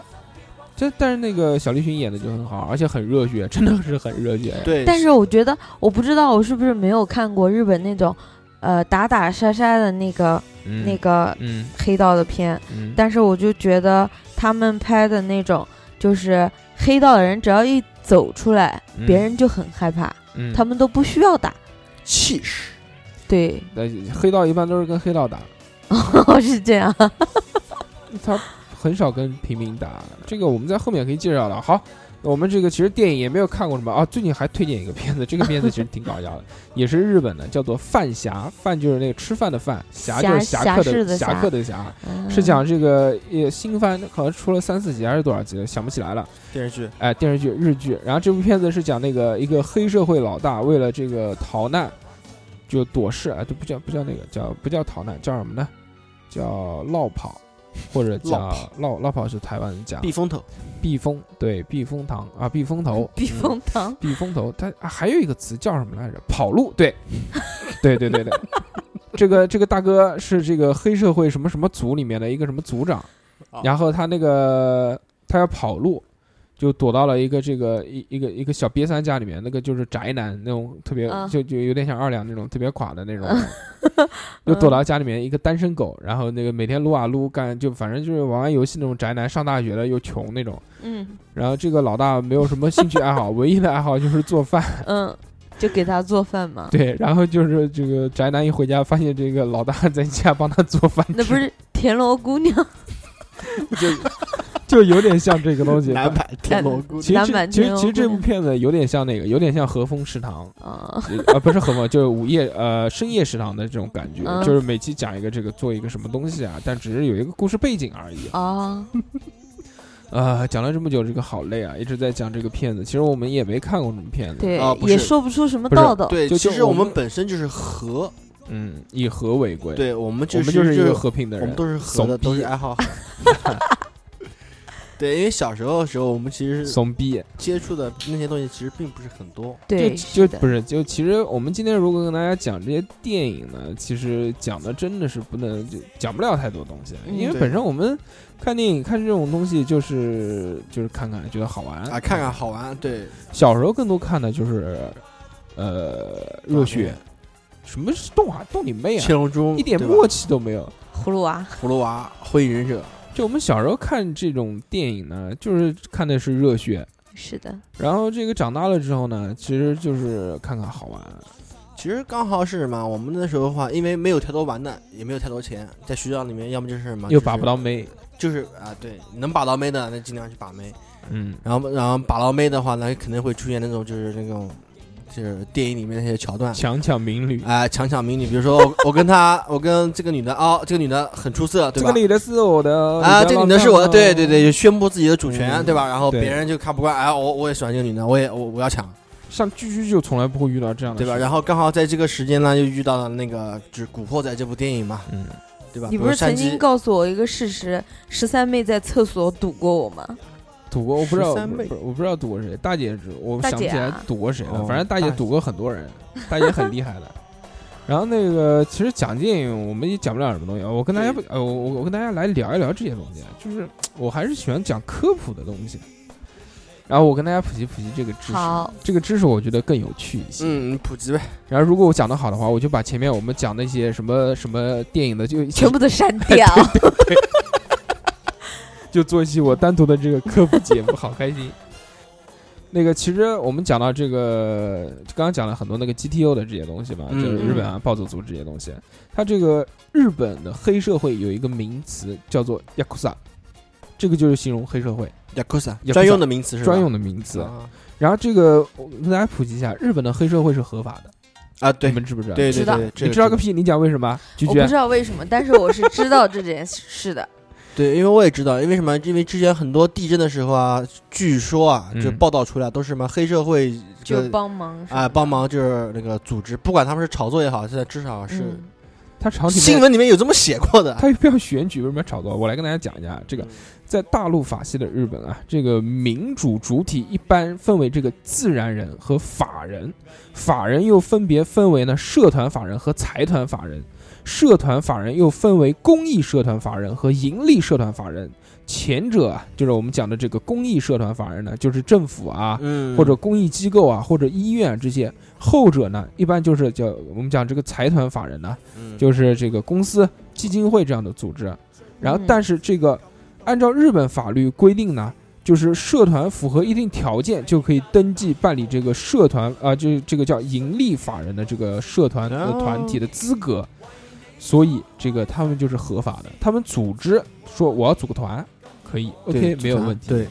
[SPEAKER 1] 这但是那个小栗旬演的就很好，而且很热血，真的是很热血。
[SPEAKER 2] 对，
[SPEAKER 3] 但是我觉得，我不知道我是不是没有看过日本那种，呃，打打杀杀的那个、
[SPEAKER 1] 嗯，
[SPEAKER 3] 那个
[SPEAKER 1] 嗯
[SPEAKER 3] 黑道的片，
[SPEAKER 1] 嗯，
[SPEAKER 3] 但是我就觉得他们拍的那种，就是黑道的人只要一走出来，
[SPEAKER 1] 嗯
[SPEAKER 3] 别人就很害怕，
[SPEAKER 1] 嗯
[SPEAKER 3] 他们都不需要打。
[SPEAKER 2] 气势，
[SPEAKER 3] 对，
[SPEAKER 1] 呃黑道一般都是跟黑道打，
[SPEAKER 3] 是这样。
[SPEAKER 1] 他很少跟平民打。这个我们在后面可以介绍的。好，我们这个其实电影也没有看过什么啊。最近还推荐一个片子，这个片子其实挺搞 笑的，也是日本的，叫做《饭侠》。饭就是那个吃饭的饭，侠就是
[SPEAKER 3] 侠
[SPEAKER 1] 侠客
[SPEAKER 3] 侠士的侠
[SPEAKER 1] 侠嗯客的侠， 是讲这个呃新番，好像出了三四集还是多少集了，想不起来了。
[SPEAKER 2] 电视剧
[SPEAKER 1] 哎，电视剧日剧。然后这部片子是讲那个一个黑社会老大为了这个逃难，就躲事啊，就不叫不叫那个叫不叫逃难，叫什么呢？叫落跑，或者叫
[SPEAKER 2] 落跑
[SPEAKER 1] 落落跑是台湾人讲
[SPEAKER 2] 避嗯风头，
[SPEAKER 1] 避风，对避风塘啊，避风头，
[SPEAKER 3] 避风塘，
[SPEAKER 1] 避风头，它、啊、还有一个词叫什么来着？跑路，对， 对对对 对。这个这个大哥是这个黑社会什么什么组里面的一个什么组长，然后他那个他要跑路，就躲到了一个这个一一个一个小瘪三家里面，那个就是宅男那种特别、
[SPEAKER 3] 嗯
[SPEAKER 1] 就就有点像二两那种特别垮的那种，
[SPEAKER 3] 嗯
[SPEAKER 1] 就躲到家里面一个单身狗，然后那个每天撸啊撸干，就反正就是玩玩游戏那种宅男，上大学了又穷那种。
[SPEAKER 3] 嗯
[SPEAKER 1] 然后这个老大没有什么兴趣爱好，唯一的爱好就是做饭。
[SPEAKER 3] 嗯，就给他做饭嘛。
[SPEAKER 1] 对，然后就是这个宅男一回家，发现这个老大在家帮他做饭吃，
[SPEAKER 3] 那不是田螺姑娘，
[SPEAKER 1] 就有点像这个东西。
[SPEAKER 2] 男版天
[SPEAKER 3] 嗯
[SPEAKER 2] 罗姑
[SPEAKER 1] 其
[SPEAKER 2] 娘，
[SPEAKER 1] 实
[SPEAKER 3] 男
[SPEAKER 1] 这其
[SPEAKER 3] 版天
[SPEAKER 1] 实
[SPEAKER 3] 龙
[SPEAKER 1] 其实这
[SPEAKER 3] 姑
[SPEAKER 1] 部
[SPEAKER 3] 娘
[SPEAKER 1] 片子有点像那个，有点像和风食堂。
[SPEAKER 3] 啊，
[SPEAKER 1] 啊，不是很晚，就是午夜呃深夜食堂的这种感觉，
[SPEAKER 3] 嗯
[SPEAKER 1] 就是每期讲一个这个做一个什么东西啊，但只是有一个故事背景而已。
[SPEAKER 3] 啊，嗯
[SPEAKER 1] 呃，讲了这么久，这个好累啊，一直在讲这个片子。其实我们也没看过什么片子，
[SPEAKER 3] 对
[SPEAKER 2] 啊，不
[SPEAKER 3] 也
[SPEAKER 2] 是
[SPEAKER 3] 说不出什么
[SPEAKER 1] 哦不是
[SPEAKER 3] 道道。
[SPEAKER 2] 对，
[SPEAKER 1] 就
[SPEAKER 2] 其
[SPEAKER 1] 就
[SPEAKER 2] 实
[SPEAKER 1] 我
[SPEAKER 2] 我们
[SPEAKER 1] 们
[SPEAKER 2] 本身就是和，
[SPEAKER 1] 嗯，以和为贵，，
[SPEAKER 2] 对我们
[SPEAKER 1] 我
[SPEAKER 2] 就
[SPEAKER 1] 们
[SPEAKER 2] 是
[SPEAKER 1] 就是一
[SPEAKER 2] 是
[SPEAKER 1] 个和平的
[SPEAKER 2] 我们
[SPEAKER 1] 人，
[SPEAKER 2] 都是和的，
[SPEAKER 1] 怂逼
[SPEAKER 2] 都是爱好。 对，因为小时候的时候，我们其实
[SPEAKER 1] 怂逼，
[SPEAKER 2] 接触的那些东西其实并不是很多。
[SPEAKER 1] 就
[SPEAKER 3] 对，
[SPEAKER 1] 就是
[SPEAKER 3] 的
[SPEAKER 1] 不是就其实我们今天如果跟大家讲这些电影呢，其实讲的真的是不能就讲不了太多东西，
[SPEAKER 3] 嗯
[SPEAKER 1] 因为
[SPEAKER 2] 对
[SPEAKER 1] 本身我们看电影看这种东西就是就是看看觉得好玩
[SPEAKER 2] 啊，看看好玩，对，
[SPEAKER 1] 小时候更多看的就是，呃，热血，什么是动画？动你妹啊
[SPEAKER 2] 七！龙珠
[SPEAKER 1] 一点
[SPEAKER 2] 对吧
[SPEAKER 1] 默契都没有。
[SPEAKER 3] 葫芦娃，
[SPEAKER 2] 葫芦娃、火影忍者，
[SPEAKER 1] 就我们小时候看这种电影呢，就是看的是热血，
[SPEAKER 3] 是的，
[SPEAKER 1] 然后这个长大了之后呢，其实就是看看好玩。
[SPEAKER 2] 啊其实刚好是什么？我们那时候的话，因为没有太多玩的，也没有太多钱，在学校里面，要么就是什么，就
[SPEAKER 1] 又
[SPEAKER 2] 是
[SPEAKER 1] 把不到，妹，
[SPEAKER 2] 就是啊，对，能把到妹的那尽量去把妹，
[SPEAKER 1] 嗯，
[SPEAKER 2] 然后然后把到妹的话，那肯定会出现那种就是那种就是电影里面那些桥段。
[SPEAKER 1] 强抢民女。
[SPEAKER 2] 啊、强抢民女，比如说我我跟她， 我跟这个女的啊、这个女的很出色，对
[SPEAKER 1] 这
[SPEAKER 2] 吧
[SPEAKER 1] 个？女的是我的
[SPEAKER 2] 啊，这个女的是我的，对对对，，就宣布自己的主权，
[SPEAKER 1] 嗯
[SPEAKER 2] 对吧？然后
[SPEAKER 1] 对
[SPEAKER 2] 别人就看不惯，哎，我我也喜欢这个女的，我也我我要抢，
[SPEAKER 1] 像居居就从来不会遇到这样的，
[SPEAKER 2] 对吧？然
[SPEAKER 1] 后，
[SPEAKER 2] 后刚好在这个时间呢，又遇到了那个就是《古惑仔》这部电影嘛，
[SPEAKER 1] 嗯，
[SPEAKER 2] 对吧？啊比
[SPEAKER 3] 你不
[SPEAKER 2] 如
[SPEAKER 3] 是曾
[SPEAKER 2] 山鸡
[SPEAKER 3] 经告诉我一个事实，十三妹在厕所堵过我吗？
[SPEAKER 1] 赌过，我不知道，我
[SPEAKER 2] 13
[SPEAKER 1] 不
[SPEAKER 2] 妹
[SPEAKER 1] 知道我不知道赌过谁，大姐知，我
[SPEAKER 3] 大
[SPEAKER 1] 想不
[SPEAKER 3] 姐
[SPEAKER 1] 起来
[SPEAKER 3] 啊
[SPEAKER 1] 赌过谁了，
[SPEAKER 2] 哦
[SPEAKER 1] 反正大姐
[SPEAKER 2] 大姐
[SPEAKER 1] 赌过很 多人，大姐很厉害的。然后那个，其实讲电影我们也讲不了什么东西，我跟大家不，呃，我我我跟大家来聊一聊这些东西，啊就是我还是喜欢讲科普的东西。然后我跟大家普及普及这个知识
[SPEAKER 3] 好，
[SPEAKER 1] 这个知识我觉得更有趣一些。
[SPEAKER 2] 嗯，普及呗，
[SPEAKER 1] 然后如果我讲的好的话，我就把前面我们讲那些什么什么电影的就
[SPEAKER 3] 全部都 删 掉。
[SPEAKER 1] 就做一期我单独的这个科普节目，好开心。 那个，其实我们讲到这个，刚刚讲了很多那个 GTO 的这些东西嘛，
[SPEAKER 2] 嗯
[SPEAKER 1] 就是日本啊、暴走族这些东西。它这个日本的黑社会有一个名词叫做 yakuza，这个就是形容黑社会
[SPEAKER 2] 雅库萨
[SPEAKER 1] Yakuza
[SPEAKER 2] 专用的名词是吧？
[SPEAKER 1] 专用的名词。
[SPEAKER 2] 啊
[SPEAKER 1] 然后这个我跟大家普及一下，日本的黑社会是合法的，
[SPEAKER 2] 啊，
[SPEAKER 1] 你
[SPEAKER 2] 对
[SPEAKER 1] 们知不知道？
[SPEAKER 2] 对对
[SPEAKER 3] 知道
[SPEAKER 2] 对，这
[SPEAKER 1] 你知道个
[SPEAKER 2] 这
[SPEAKER 1] 屁！你讲为什么？菊
[SPEAKER 3] 我
[SPEAKER 1] 菊
[SPEAKER 3] 不知道为什么，但是我是知道这件事的。
[SPEAKER 2] 对，因为我也知道，因为什么？因为之前很多地震的时候啊，据说啊，就
[SPEAKER 1] 嗯
[SPEAKER 2] 报道出来都是什么黑社会这
[SPEAKER 3] 就
[SPEAKER 2] 个
[SPEAKER 3] 帮忙什么
[SPEAKER 2] 啊
[SPEAKER 3] 的
[SPEAKER 2] 帮，忙，就是那个组织，不管他们是炒作也好，现在至少是
[SPEAKER 3] 嗯，
[SPEAKER 1] 他朝里
[SPEAKER 2] 新
[SPEAKER 1] 面，
[SPEAKER 2] 闻里面有这么写过的。
[SPEAKER 1] 他又不要选举，为什么要炒作？我来跟大家讲一下啊这个
[SPEAKER 2] 嗯
[SPEAKER 1] 在大陆法系的日本啊，这个民主主体一般分为这个自然人和法人，法人又分别分为呢社团法人和财团法人，社团法人又分为公益社团法人和盈利社团法人。前者啊，就是我们讲的这个公益社团法人呢，就是政府啊。
[SPEAKER 2] 嗯，
[SPEAKER 1] 或者公益机构啊，或者医院啊这些，后者呢，一般就是叫我们讲这个财团法人呢、
[SPEAKER 2] 嗯
[SPEAKER 1] 就是这个公司、基金会这样的组织。啊然后
[SPEAKER 3] 嗯，
[SPEAKER 1] 但是这个按照日本法律规定呢，就是社团符合一定条件就可以登记办理这个社团啊、就是这个叫盈利法人的这个社团的
[SPEAKER 2] 哦
[SPEAKER 1] 团体的资格。所以这个他们就是合法的，他们组织说我要组个团，可以
[SPEAKER 2] 对
[SPEAKER 1] ，OK 没有问题。
[SPEAKER 2] 对，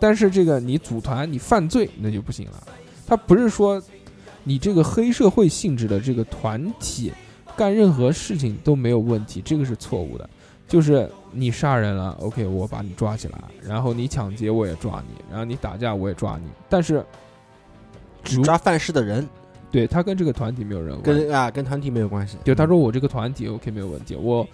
[SPEAKER 1] 但是这个你组团你犯罪那就不行了，他不是说你这个黑社会性质的这个团体干任何事情都没有问题，这个是错误的。就是你杀人了，OK，我把你抓起来，然后你抢劫我也抓你，然后你打架我也抓你，但是
[SPEAKER 2] 只抓犯事的人，
[SPEAKER 1] 对他跟这个团体没有任何关系。
[SPEAKER 2] 跟啊跟团体没有关系。
[SPEAKER 1] 就他说我这个团体 OK 没有问题，我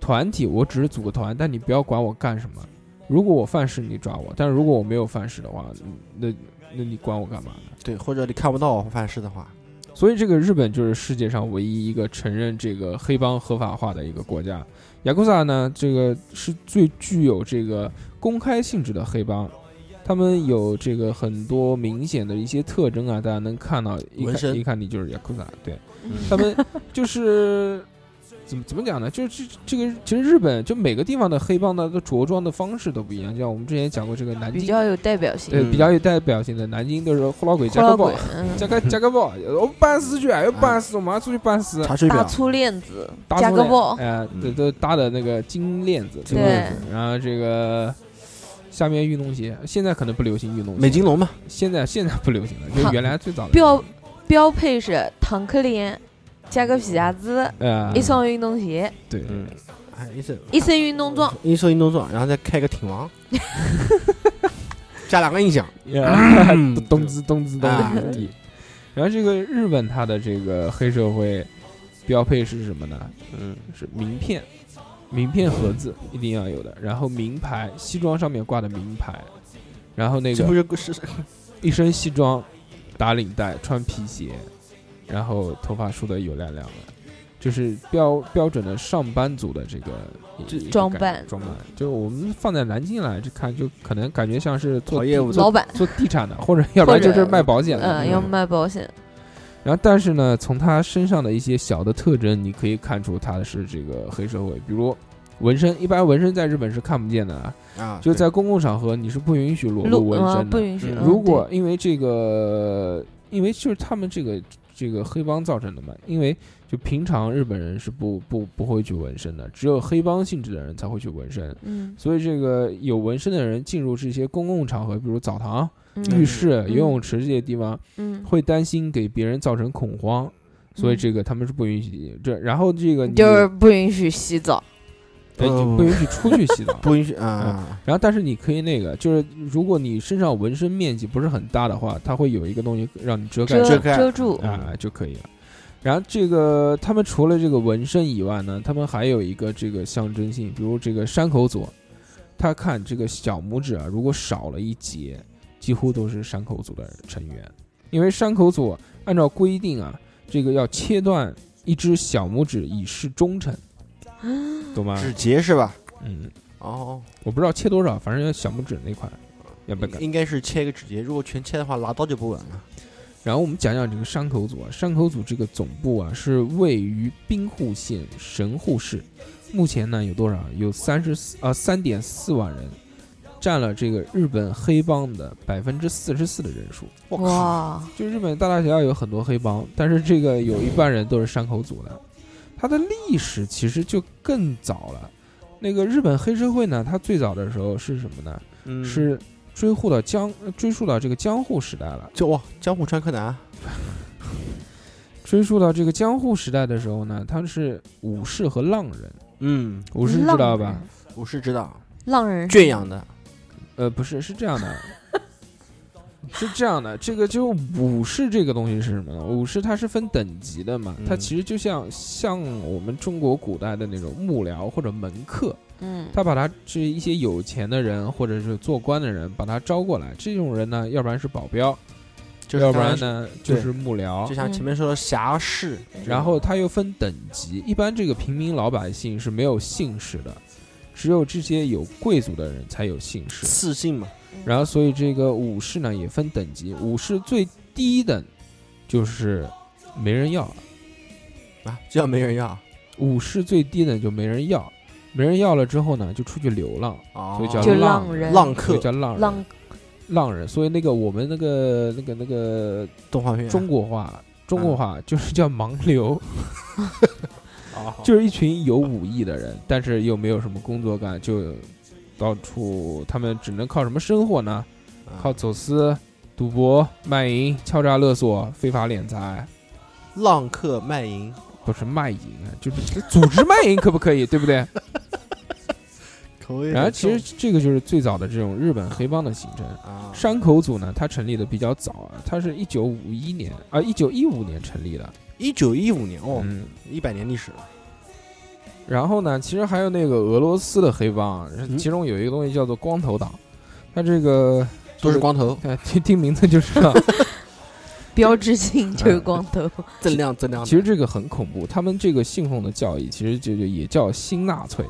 [SPEAKER 1] 团体我只是组个团，但你不要管我干什么。如果我犯事你抓我，但是如果我没有犯事的话，嗯那那你管我干嘛呢？
[SPEAKER 2] 对，或者你看不到我犯事的话，
[SPEAKER 1] 所以这个日本就是世界上唯一一个承认这个黑帮合法化的一个国家。雅库萨呢，这个是最具有这个公开性质的黑帮，他们有这个很多明显的一些特征啊，大家能看到，一
[SPEAKER 2] 纹
[SPEAKER 1] 看
[SPEAKER 2] 身
[SPEAKER 1] 一看你就是雅库萨，对
[SPEAKER 3] 嗯
[SPEAKER 1] 他们就是怎么怎么讲呢？就是这这个其实日本就每个地方的黑帮的都着装的方式都不一样，就像我们之前讲过这个南
[SPEAKER 3] 比
[SPEAKER 1] 京，
[SPEAKER 3] 较有代表性。
[SPEAKER 1] 对
[SPEAKER 2] 嗯
[SPEAKER 1] 比较有代表性的南京都是呼老鬼
[SPEAKER 3] 胡
[SPEAKER 1] 加
[SPEAKER 3] 老
[SPEAKER 1] 个宝
[SPEAKER 3] 鬼，，嗯，
[SPEAKER 1] 加个加个宝，我办事去，要办事，我们要出去办事，
[SPEAKER 2] 查水
[SPEAKER 3] 大
[SPEAKER 2] 表，
[SPEAKER 3] 粗链子，
[SPEAKER 1] 搭
[SPEAKER 3] 加
[SPEAKER 1] 出
[SPEAKER 3] 个
[SPEAKER 1] 来
[SPEAKER 3] 宝，
[SPEAKER 1] 哎，
[SPEAKER 5] 嗯
[SPEAKER 1] 都都搭的那个金链子，
[SPEAKER 3] 对
[SPEAKER 1] 吧然后这个下面运动鞋，现在可能不流行运动鞋，
[SPEAKER 2] 美金龙嘛，
[SPEAKER 1] 现在现在不流行了，就
[SPEAKER 3] 好
[SPEAKER 1] 原来最
[SPEAKER 2] 嗯
[SPEAKER 1] 早的
[SPEAKER 3] 标标配是坦克链，加个皮夹子，
[SPEAKER 1] 呃
[SPEAKER 3] 一双运动鞋，
[SPEAKER 1] 对，
[SPEAKER 5] 嗯，
[SPEAKER 2] 哎，一身
[SPEAKER 3] 一身运动装，
[SPEAKER 2] 一身运动装，然后再开个挺 王，加两个音响，
[SPEAKER 1] 咚 咚滋咚滋咚
[SPEAKER 2] 嗯啊
[SPEAKER 1] 滋地。然后这个日本它的这个黑社会标配是什么呢？
[SPEAKER 5] 嗯，
[SPEAKER 1] 是名片，名片盒子
[SPEAKER 2] 嗯
[SPEAKER 1] 一定要有的，然后名牌西装上面挂的名牌，然后那
[SPEAKER 2] 这不
[SPEAKER 1] 个
[SPEAKER 2] 是是是
[SPEAKER 1] 一身西装，打领带，穿皮鞋，然后头发梳的油亮亮的。就是标标准的上班族的这个
[SPEAKER 2] 这
[SPEAKER 1] 一个
[SPEAKER 3] 装
[SPEAKER 1] 感
[SPEAKER 3] 扮
[SPEAKER 1] 装扮，就我们放在南京来就看，就可能感觉像是做
[SPEAKER 2] 跑业务的
[SPEAKER 3] 老板，
[SPEAKER 1] 做地产的，或者要不然就是卖保险的。
[SPEAKER 3] 嗯，要卖保险，
[SPEAKER 1] 然后，但是呢，从他身上的一些小的特征，你可以看出他是这个黑社会，比如纹身。一般纹身在日本是看不见的啊，
[SPEAKER 2] 啊，
[SPEAKER 1] 就在公共场合你是不允许裸露
[SPEAKER 3] 路
[SPEAKER 1] 纹
[SPEAKER 3] 啊
[SPEAKER 1] 身
[SPEAKER 3] 不
[SPEAKER 1] 的。
[SPEAKER 3] 允许。
[SPEAKER 5] 嗯
[SPEAKER 3] 嗯
[SPEAKER 1] 如果因为这个，因为就是他们这个这个黑帮造成的嘛，因为就平常日本人是不不不会去纹身的，只有黑帮性质的人才会去纹身。
[SPEAKER 3] 对嗯
[SPEAKER 1] 所以，这个有纹身的人进入这些公共场合，比如澡堂、浴
[SPEAKER 3] 嗯
[SPEAKER 1] 室、
[SPEAKER 3] 嗯
[SPEAKER 1] 游泳池这些地方，
[SPEAKER 3] 嗯，
[SPEAKER 1] 会担心给别人造成恐慌，所以
[SPEAKER 3] 嗯
[SPEAKER 1] 这个他们是不允许这。然后这个你
[SPEAKER 3] 就是不允许洗澡，
[SPEAKER 2] 不
[SPEAKER 1] 哎就
[SPEAKER 2] 不
[SPEAKER 1] 不允许出去洗澡
[SPEAKER 2] 。不允许啊，
[SPEAKER 1] 然后，但是你可以那个，就是如果你身上纹身面积不是很大的话，它会有一个东西让你遮盖
[SPEAKER 3] 遮
[SPEAKER 2] 遮盖
[SPEAKER 3] 遮住。
[SPEAKER 1] 啊就可以了。然后这个他们除了这个纹身以外呢，他们还有一个这个象征性，比如这个山口组，他看这个小拇指啊，如果少了一节，几乎都是山口组的成员，因为山口组按照规定啊，这个要切断一只小拇指以示忠诚，
[SPEAKER 3] 啊
[SPEAKER 1] 懂吗？
[SPEAKER 2] 指节是吧？
[SPEAKER 1] 嗯，
[SPEAKER 2] 哦，
[SPEAKER 1] 我不知道切多少，反正要小拇指那块要不要改。
[SPEAKER 2] 应该是切一个指节，如果全切的话，拿刀就不稳了。
[SPEAKER 1] 然后我们讲讲这个山口组啊，山口组这个总部啊是位于兵库县神户市，目前呢有多少？有三十四啊三点四万人，占了这个日本黑帮的百分之四十四的人数。
[SPEAKER 2] 我靠，
[SPEAKER 3] 哇，
[SPEAKER 1] 就日本大大小小有很多黑帮，但是这个有一半人都是山口组的，它的历史其实就更早了。那个日本黑社会呢，它最早的时候是什么呢？
[SPEAKER 2] 嗯
[SPEAKER 1] 是追溯到江追溯到这个江户时代了。
[SPEAKER 2] 就哇，江户川柯南
[SPEAKER 1] 追溯到这个江户时代的时候呢，他是武士和浪人，
[SPEAKER 2] 嗯，
[SPEAKER 1] 武士知道吧？
[SPEAKER 2] 我是知道，
[SPEAKER 3] 浪人？浪人是
[SPEAKER 2] 圈养的，
[SPEAKER 1] 呃，不是，是这样的，是这样的，这个就武士这个东西是什么呢？武士它是分等级的嘛，它
[SPEAKER 5] 嗯
[SPEAKER 1] 其实就像像我们中国古代的那种幕僚或者门客，
[SPEAKER 3] 嗯，
[SPEAKER 1] 他把他这一些有钱的人或者是做官的人把他招过来，这种人呢，要不然是保镖，
[SPEAKER 2] 就是
[SPEAKER 1] 要不
[SPEAKER 2] 刚
[SPEAKER 1] 然
[SPEAKER 2] 才
[SPEAKER 1] 呢就
[SPEAKER 2] 对
[SPEAKER 1] 是幕僚，
[SPEAKER 2] 就像前面说的侠士，
[SPEAKER 1] 然后它又分等级，一般这个平民老百姓是没有姓氏的，只有这些有贵族的人才有姓氏。
[SPEAKER 2] 刺性嘛，
[SPEAKER 1] 然后，所以这个武士呢也分等级，武士最低等就是没人要了，
[SPEAKER 2] 啊，这样没人要，
[SPEAKER 1] 武士最低等就没人要，没人要了之后呢就出去流浪，
[SPEAKER 2] 哦
[SPEAKER 1] 所以叫
[SPEAKER 3] 就
[SPEAKER 1] 浪
[SPEAKER 3] 浪
[SPEAKER 1] 人
[SPEAKER 3] 人
[SPEAKER 2] 浪
[SPEAKER 1] 所以
[SPEAKER 2] 客
[SPEAKER 1] 叫浪人
[SPEAKER 3] 浪
[SPEAKER 1] 浪人。所以那个我们那个那个那个
[SPEAKER 2] 动画片，
[SPEAKER 1] 中国话，中国话就是叫盲流。
[SPEAKER 2] 哦
[SPEAKER 1] 就是一群有武艺的人，但是又没有什么工作干，就到处他们只能靠什么生活呢？
[SPEAKER 2] 啊
[SPEAKER 1] 靠走私、赌博、卖淫、敲诈勒索、非法敛财，
[SPEAKER 2] 浪客卖淫，
[SPEAKER 1] 不是卖淫啊，就是组织卖淫，可不可以？对不对？
[SPEAKER 2] 口味
[SPEAKER 1] 然后其实这个就是最早的这种日本黑帮的形成。
[SPEAKER 2] 啊，
[SPEAKER 1] 山口组呢，它成立的比较早啊，它是一九五一年啊，一九一五年成立的。
[SPEAKER 2] 一九一五年哦，
[SPEAKER 1] 嗯，
[SPEAKER 2] 一百年历史了，
[SPEAKER 1] 然后呢，其实还有那个俄罗斯的黑帮，
[SPEAKER 2] 嗯
[SPEAKER 1] 其中有一个东西叫做光头党，它这个
[SPEAKER 2] 都是光头，
[SPEAKER 1] 哎，听听名字就知 道，
[SPEAKER 3] 标志性就是光头，
[SPEAKER 1] 嗯
[SPEAKER 2] 锃亮锃亮的
[SPEAKER 1] 其实这个很恐怖。他们这个信奉的教义，其实这个也叫新纳粹。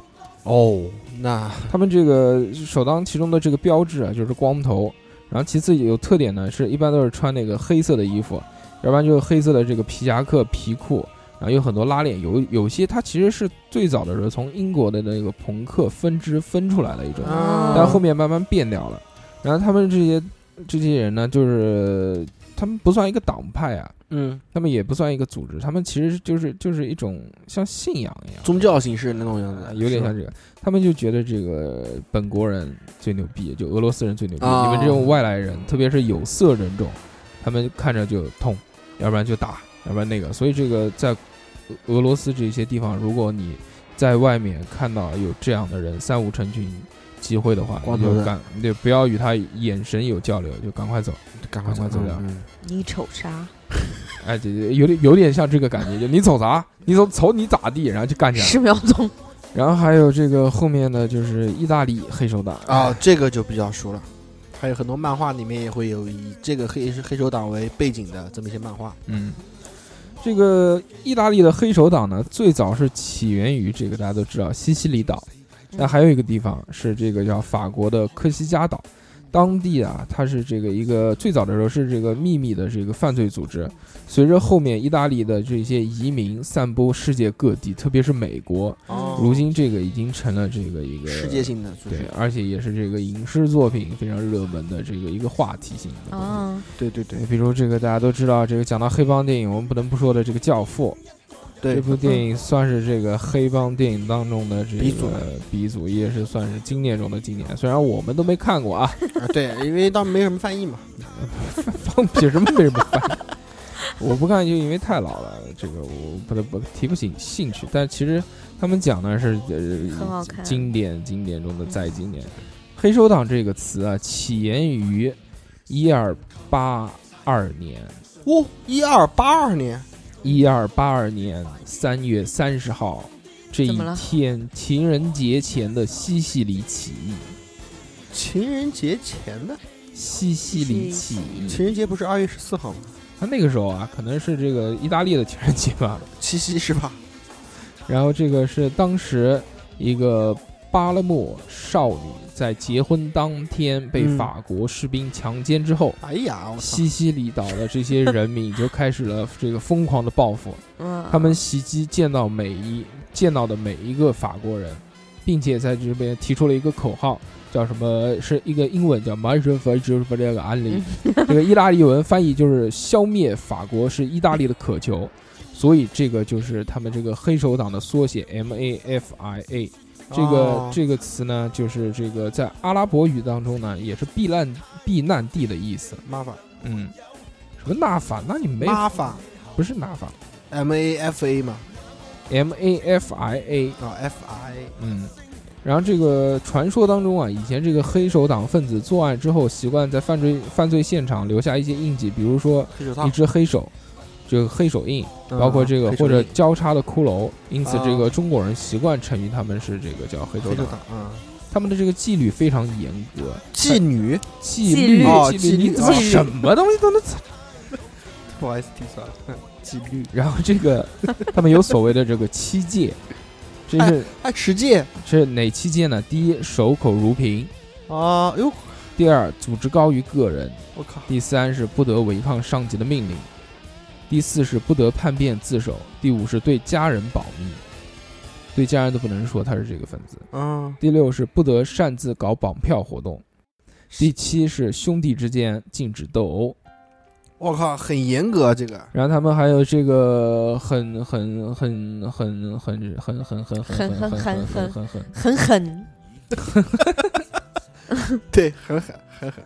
[SPEAKER 2] 哦，那
[SPEAKER 1] 他们这个首当其冲的这个标志啊，就是光头。然后其次有特点呢，是一般都是穿那个黑色的衣服，要不然就是黑色的这个皮夹克、皮裤，然后有很多拉链，有有些它其实是最早的时候从英国的那个朋克分支分出来的一种，
[SPEAKER 2] 啊
[SPEAKER 1] 但后面慢慢变掉了。然后他们这些这些人呢，就是他们不算一个党派啊，
[SPEAKER 2] 嗯，
[SPEAKER 1] 他们也不算一个组织，他们其实就是就是一种像信仰一样。
[SPEAKER 2] 宗教形式那种样
[SPEAKER 1] 啊
[SPEAKER 2] 子，
[SPEAKER 1] 有
[SPEAKER 2] 是
[SPEAKER 1] 点
[SPEAKER 2] 吧
[SPEAKER 1] 像这个，他们就觉得这个本国人最牛逼，就俄罗斯人最牛逼，
[SPEAKER 2] 啊
[SPEAKER 1] 你们这种外来人，特别是有色人种，他们看着就痛，要不然就打，要不然那个，所以这个在俄俄罗斯这些地方，如果你在外面看到有这样的人三五成群集会的话，
[SPEAKER 2] 光
[SPEAKER 1] 你
[SPEAKER 2] 头
[SPEAKER 1] 就
[SPEAKER 2] 的
[SPEAKER 1] 赶，你就不要与他眼神有交流，就赶快走。
[SPEAKER 2] 赶
[SPEAKER 1] 快走掉
[SPEAKER 2] 嗯
[SPEAKER 3] 你瞅啥？
[SPEAKER 1] 哎，这这有点有点像这个感觉，就你走啥，你走瞅你咋地，然后就干起来。
[SPEAKER 3] 十秒钟，
[SPEAKER 1] 然后还有这个后面的就是意大利黑手党
[SPEAKER 2] 啊，这个就比较熟了。还有很多漫画里面也会有以这个黑黑手党为背景的这么一些漫画。
[SPEAKER 1] 嗯，这个意大利的黑手党呢，最早是起源于这个大家都知道西西里岛，
[SPEAKER 2] 嗯
[SPEAKER 1] 那还有一个地方是这个叫法国的科西嘉岛，当地啊，它是这个一个最早的时候是这个秘密的这个犯罪组织，随着后面意大利的这些移民散播世界各地，特别是美国，
[SPEAKER 3] 哦
[SPEAKER 1] 如今这个已经成了这个一个
[SPEAKER 2] 世界。性的，就
[SPEAKER 1] 对
[SPEAKER 2] 是，
[SPEAKER 1] 而且也是这个影视作品非常热门的这个一个话题性的东西。
[SPEAKER 2] 哦
[SPEAKER 3] 啊，
[SPEAKER 2] 对对对
[SPEAKER 1] 对，比如这个大家都知道，这个讲到黑帮电影，我们不能不说的这个《教父》，这
[SPEAKER 2] 对，
[SPEAKER 1] 部电影算是这个黑帮电影当中的这个
[SPEAKER 2] 鼻祖
[SPEAKER 1] 鼻祖，也是算是经典中的经典。虽然我们都没看过啊，
[SPEAKER 2] 啊对，因为当时没什么翻译嘛。
[SPEAKER 1] 放屁什么没什么翻译， 我不看就因为太老了，这个我不得不提不起兴趣。但其实他们讲的是
[SPEAKER 3] 很
[SPEAKER 1] 呃
[SPEAKER 3] 好看。
[SPEAKER 1] 经典经典中的再经典。黑手党这个词啊，起源于一二八二年。
[SPEAKER 2] 哦，一二八二年，
[SPEAKER 1] 一二八二年三月三十号这
[SPEAKER 3] 怎
[SPEAKER 1] 一
[SPEAKER 3] 么了
[SPEAKER 1] 天，情人节前的西西里起义，
[SPEAKER 2] 情人节前的，
[SPEAKER 1] 西西里起
[SPEAKER 2] 情
[SPEAKER 1] 义。
[SPEAKER 2] 人节不是二月十四号吗？
[SPEAKER 1] 他那个时候啊，可能是这个意大利的情人节吧。
[SPEAKER 2] 七夕是吧？
[SPEAKER 1] 然后这个是当时一个巴勒莫少女在结婚当天被
[SPEAKER 2] 嗯
[SPEAKER 1] 法国士兵强奸之后，
[SPEAKER 2] 哎呀，我操！
[SPEAKER 1] 西西里岛的这些人民就开始了这个疯狂的报复。
[SPEAKER 3] 嗯，
[SPEAKER 1] 他们袭击见到每一见到的每一个法国人，并且在这边提出了一个口号，叫什么？是一个英文叫 m a r s h for j u for 这个安利， 这个意大利文翻译就是消灭法国是意大利的渴求，所以这个就是他们这个黑手党的缩写 M A F I A。这个、
[SPEAKER 2] 哦
[SPEAKER 1] 这个词呢，就是这个在阿拉伯语当中呢，也是避难避难地的意思。
[SPEAKER 2] 玛法，
[SPEAKER 1] 嗯，什么纳法？那你没
[SPEAKER 2] 玛法
[SPEAKER 1] 不是纳法
[SPEAKER 2] ，M A F A 嘛，
[SPEAKER 1] ，M A F I A。
[SPEAKER 2] 啊，F I，
[SPEAKER 1] 嗯，然后这个传说当中啊，以前这个黑手党分子作案之后，习惯在犯罪犯罪现场留下一些印记，比如说
[SPEAKER 2] 黑手
[SPEAKER 1] 一
[SPEAKER 2] 套，
[SPEAKER 1] 只黑手，这个黑手印，包括这个
[SPEAKER 2] 嗯
[SPEAKER 1] 或者
[SPEAKER 2] 啊黑手
[SPEAKER 1] 交叉的骷髅，因此这个
[SPEAKER 2] 啊
[SPEAKER 1] 中国人习惯称于他们是这个叫黑手
[SPEAKER 2] 黑手
[SPEAKER 1] 党。
[SPEAKER 2] 党，嗯，
[SPEAKER 1] 他们的这个纪律非常严格，
[SPEAKER 2] 妓女，
[SPEAKER 1] 纪
[SPEAKER 3] 纪
[SPEAKER 1] 律
[SPEAKER 3] 律
[SPEAKER 2] 哦
[SPEAKER 1] 纪律，
[SPEAKER 2] 纪
[SPEAKER 1] 你
[SPEAKER 2] 律
[SPEAKER 1] 怎么
[SPEAKER 2] 哦
[SPEAKER 1] 什么东西 都能
[SPEAKER 2] 不好意思，听错了， 妓女，
[SPEAKER 1] 然后这个他们有所谓的这个七戒，这是
[SPEAKER 2] 哎，持戒，
[SPEAKER 1] 这是哪七戒呢？第一，守口如瓶；
[SPEAKER 2] 啊，哟，
[SPEAKER 1] 第二，组织高于个人。
[SPEAKER 2] 我靠，
[SPEAKER 1] 第三是不得违抗上级的命令，第四是不得叛变自首，第五是对家人保密，对家人都不能说他是这个分子。
[SPEAKER 2] 嗯，
[SPEAKER 1] 第六是不得擅自搞绑票活动，第七是兄弟之间禁止斗殴。
[SPEAKER 2] 我靠，很严格啊这个，
[SPEAKER 1] 然后他们还有这个很很很很很很很很很很很很很很很
[SPEAKER 3] 很狠，
[SPEAKER 2] 对，很狠，很狠，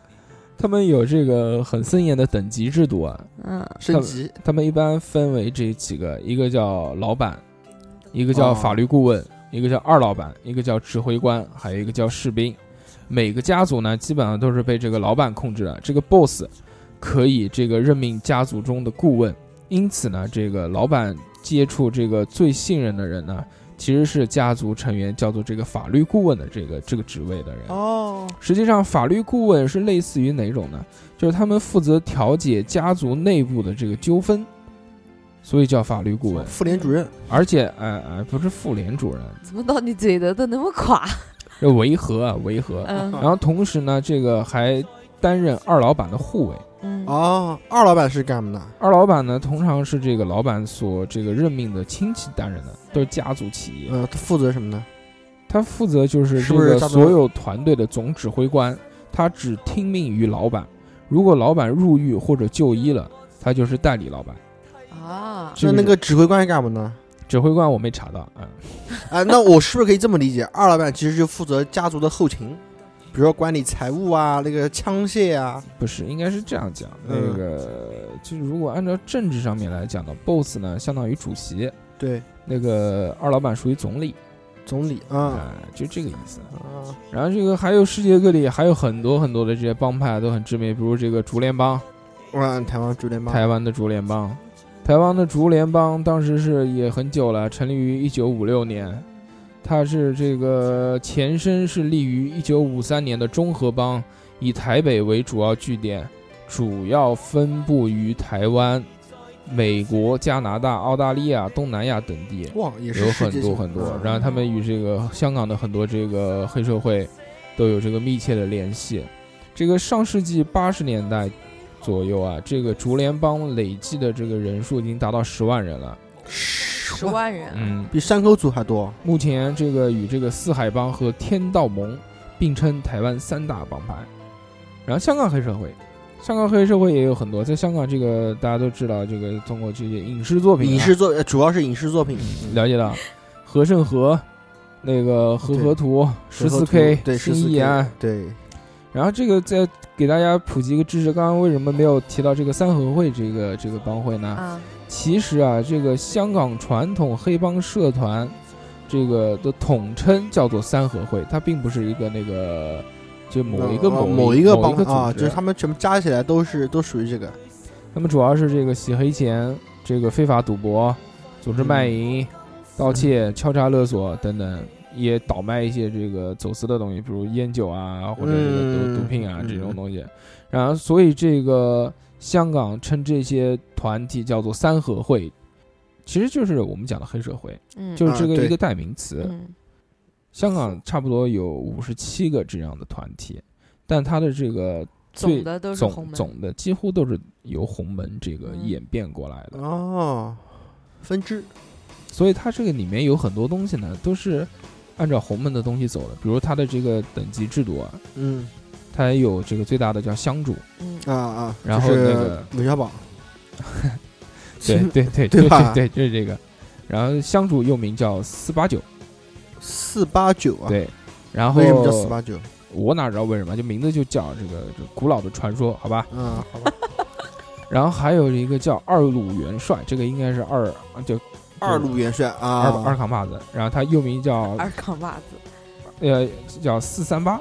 [SPEAKER 1] 他们有这个很森严的等级制度啊，
[SPEAKER 3] 嗯，
[SPEAKER 2] 升级，
[SPEAKER 1] 他们一般分为这几个，一个叫老板，一个叫法律顾问，一个叫二老板，一个叫指挥官，还有一个叫士兵。每个家族呢，基本上都是被这个老板控制的。这个 boss 可以这个任命家族中的顾问，因此呢，这个老板接触这个最信任的人呢，其实是家族成员叫做这个法律顾问的这个这个职位的人。
[SPEAKER 2] 哦，
[SPEAKER 1] 实际上，法律顾问是类似于哪种呢？就是他们负责调解家族内部的这个纠纷，所以叫法律顾问。
[SPEAKER 2] 妇联主任，
[SPEAKER 1] 而且，呃呃，不是妇联主任，
[SPEAKER 3] 怎么到你嘴的都那么垮？
[SPEAKER 1] 这维和啊，维和。
[SPEAKER 3] 嗯
[SPEAKER 1] 然后同时呢，这个还担任二老板的护卫。
[SPEAKER 3] 嗯，
[SPEAKER 2] 哦，二老板是干嘛的？
[SPEAKER 1] 二老板呢，通常是这个老板所这个任命的亲戚担任的，都是家族企业。
[SPEAKER 2] 呃，他负责什么呢？
[SPEAKER 1] 他负责就是
[SPEAKER 2] 是
[SPEAKER 1] 这
[SPEAKER 2] 不是
[SPEAKER 1] 个
[SPEAKER 2] 差不多
[SPEAKER 1] 所有团队的总指挥官，他只听命于老板。如果老板入狱或者就医了，他就是代理老板。
[SPEAKER 3] 啊，
[SPEAKER 1] 这
[SPEAKER 2] 那
[SPEAKER 1] 个
[SPEAKER 2] 那
[SPEAKER 1] 是
[SPEAKER 2] 个指挥官是干嘛呢？
[SPEAKER 1] 指挥官我没查到，嗯，
[SPEAKER 2] 啊，那我是不是可以这么理解？二老板其实就负责家族的后勤，比如说管理财务啊，那个枪械啊，
[SPEAKER 1] 不是，应该是这样讲。
[SPEAKER 2] 嗯
[SPEAKER 1] 那个就是如果按照政治上面来讲呢，boss 呢相当于主席，
[SPEAKER 2] 对，
[SPEAKER 1] 那个二老板属于总理，
[SPEAKER 2] 总理啊，
[SPEAKER 1] 啊、就这个意思。
[SPEAKER 2] 啊，
[SPEAKER 1] 然后这个还有世界各地还有很多很多的这些帮派都很知名，比如这个竹联帮，
[SPEAKER 2] 哇，台湾主联帮，
[SPEAKER 1] 台湾的竹联帮，台湾的竹联帮当时是也很久了，成立于一九五六年，它是这个前身是立于一九五三年的中和帮，以台北为主要据点，主要分布于台湾、美国、加拿大、澳大利亚、东南亚等地。
[SPEAKER 2] 哇，也是
[SPEAKER 1] 有
[SPEAKER 2] 世
[SPEAKER 1] 很
[SPEAKER 2] 界
[SPEAKER 1] 多
[SPEAKER 2] 性
[SPEAKER 1] 很多
[SPEAKER 2] 啊，
[SPEAKER 1] 然后他们与这个香港的很多这个黑社会都有这个密切的联系。这个上世纪八十年代左右啊，这个竹联帮累计的这个人数已经达到十万人了。
[SPEAKER 3] 十万人，
[SPEAKER 1] 嗯，
[SPEAKER 2] 比山口组还多，
[SPEAKER 1] 目前这个与这个四海帮和天道盟并称台湾三大帮派。然后香港黑社会，香港黑社会也有很多，在香港这个大家都知道，这个通过这些影视作品、啊、嗯
[SPEAKER 2] 影视作呃主要是影视作品，
[SPEAKER 1] 了解到，和盛和，那个和
[SPEAKER 2] 啊对
[SPEAKER 1] 合图十四
[SPEAKER 2] 合
[SPEAKER 1] K
[SPEAKER 2] 图对十
[SPEAKER 1] 新啊
[SPEAKER 2] 四
[SPEAKER 1] 义安
[SPEAKER 2] K，，对，
[SPEAKER 1] 然后这个再给大家普及一个知识，刚刚为什么没有提到这个三合会这个这个帮会呢？
[SPEAKER 3] 啊，
[SPEAKER 1] 其实啊，这个香港传统黑帮社团，这个的统称叫做三合会，它并不是一个那个就某一个
[SPEAKER 2] 某
[SPEAKER 1] 某
[SPEAKER 2] 啊呃某
[SPEAKER 1] 一
[SPEAKER 2] 个
[SPEAKER 1] 某
[SPEAKER 2] 帮
[SPEAKER 1] 一个组织，
[SPEAKER 2] 啊，就是他们全部加起来都是都属于这个，
[SPEAKER 1] 那么主要是这个洗黑钱、这个非法赌博、组织卖淫、盗窃、敲诈勒索等等，也倒卖一些这个走私的东西，比如烟酒啊，或者这个
[SPEAKER 2] 嗯
[SPEAKER 1] 毒毒品啊
[SPEAKER 2] 嗯
[SPEAKER 1] 这种东西。然后，所以这个香港称这些团体叫做三合会，其实就是我们讲的黑社会，
[SPEAKER 3] 嗯，
[SPEAKER 1] 就是这
[SPEAKER 2] 啊
[SPEAKER 1] 个
[SPEAKER 2] 对
[SPEAKER 1] 一个代名词。
[SPEAKER 3] 嗯
[SPEAKER 1] 香港差不多有五十七个这样的团体，但它的这个最
[SPEAKER 3] 总的都是
[SPEAKER 1] 总
[SPEAKER 3] 红门，嗯
[SPEAKER 1] 总的几乎都是由红门这个演变过来的，
[SPEAKER 2] 哦，分支，
[SPEAKER 1] 所以它这个里面有很多东西呢，都是按照红门的东西走的，比如它的这个等级制度啊，
[SPEAKER 2] 嗯
[SPEAKER 1] 它也有这个最大的叫香 主，
[SPEAKER 3] 嗯
[SPEAKER 2] 啊啊，
[SPEAKER 1] 然后
[SPEAKER 2] 就
[SPEAKER 1] 那
[SPEAKER 2] 是
[SPEAKER 1] 个
[SPEAKER 2] 韦小宝，
[SPEAKER 1] 对对对
[SPEAKER 2] 对吧
[SPEAKER 1] 对对就是这个，然后香主又名叫四八九，
[SPEAKER 2] 四八九啊，
[SPEAKER 1] 对，然后
[SPEAKER 2] 为什么叫四八九？
[SPEAKER 1] 我哪知道为什么，就名字就叫这个这古老的传说，好吧，
[SPEAKER 2] 嗯，好吧，
[SPEAKER 1] 然后还有一个叫二路元帅，这个应该是二啊就
[SPEAKER 2] 二路元帅啊，
[SPEAKER 1] 二二扛把子，然后他又名叫
[SPEAKER 3] 二杠袜子，
[SPEAKER 1] 呃叫四三八，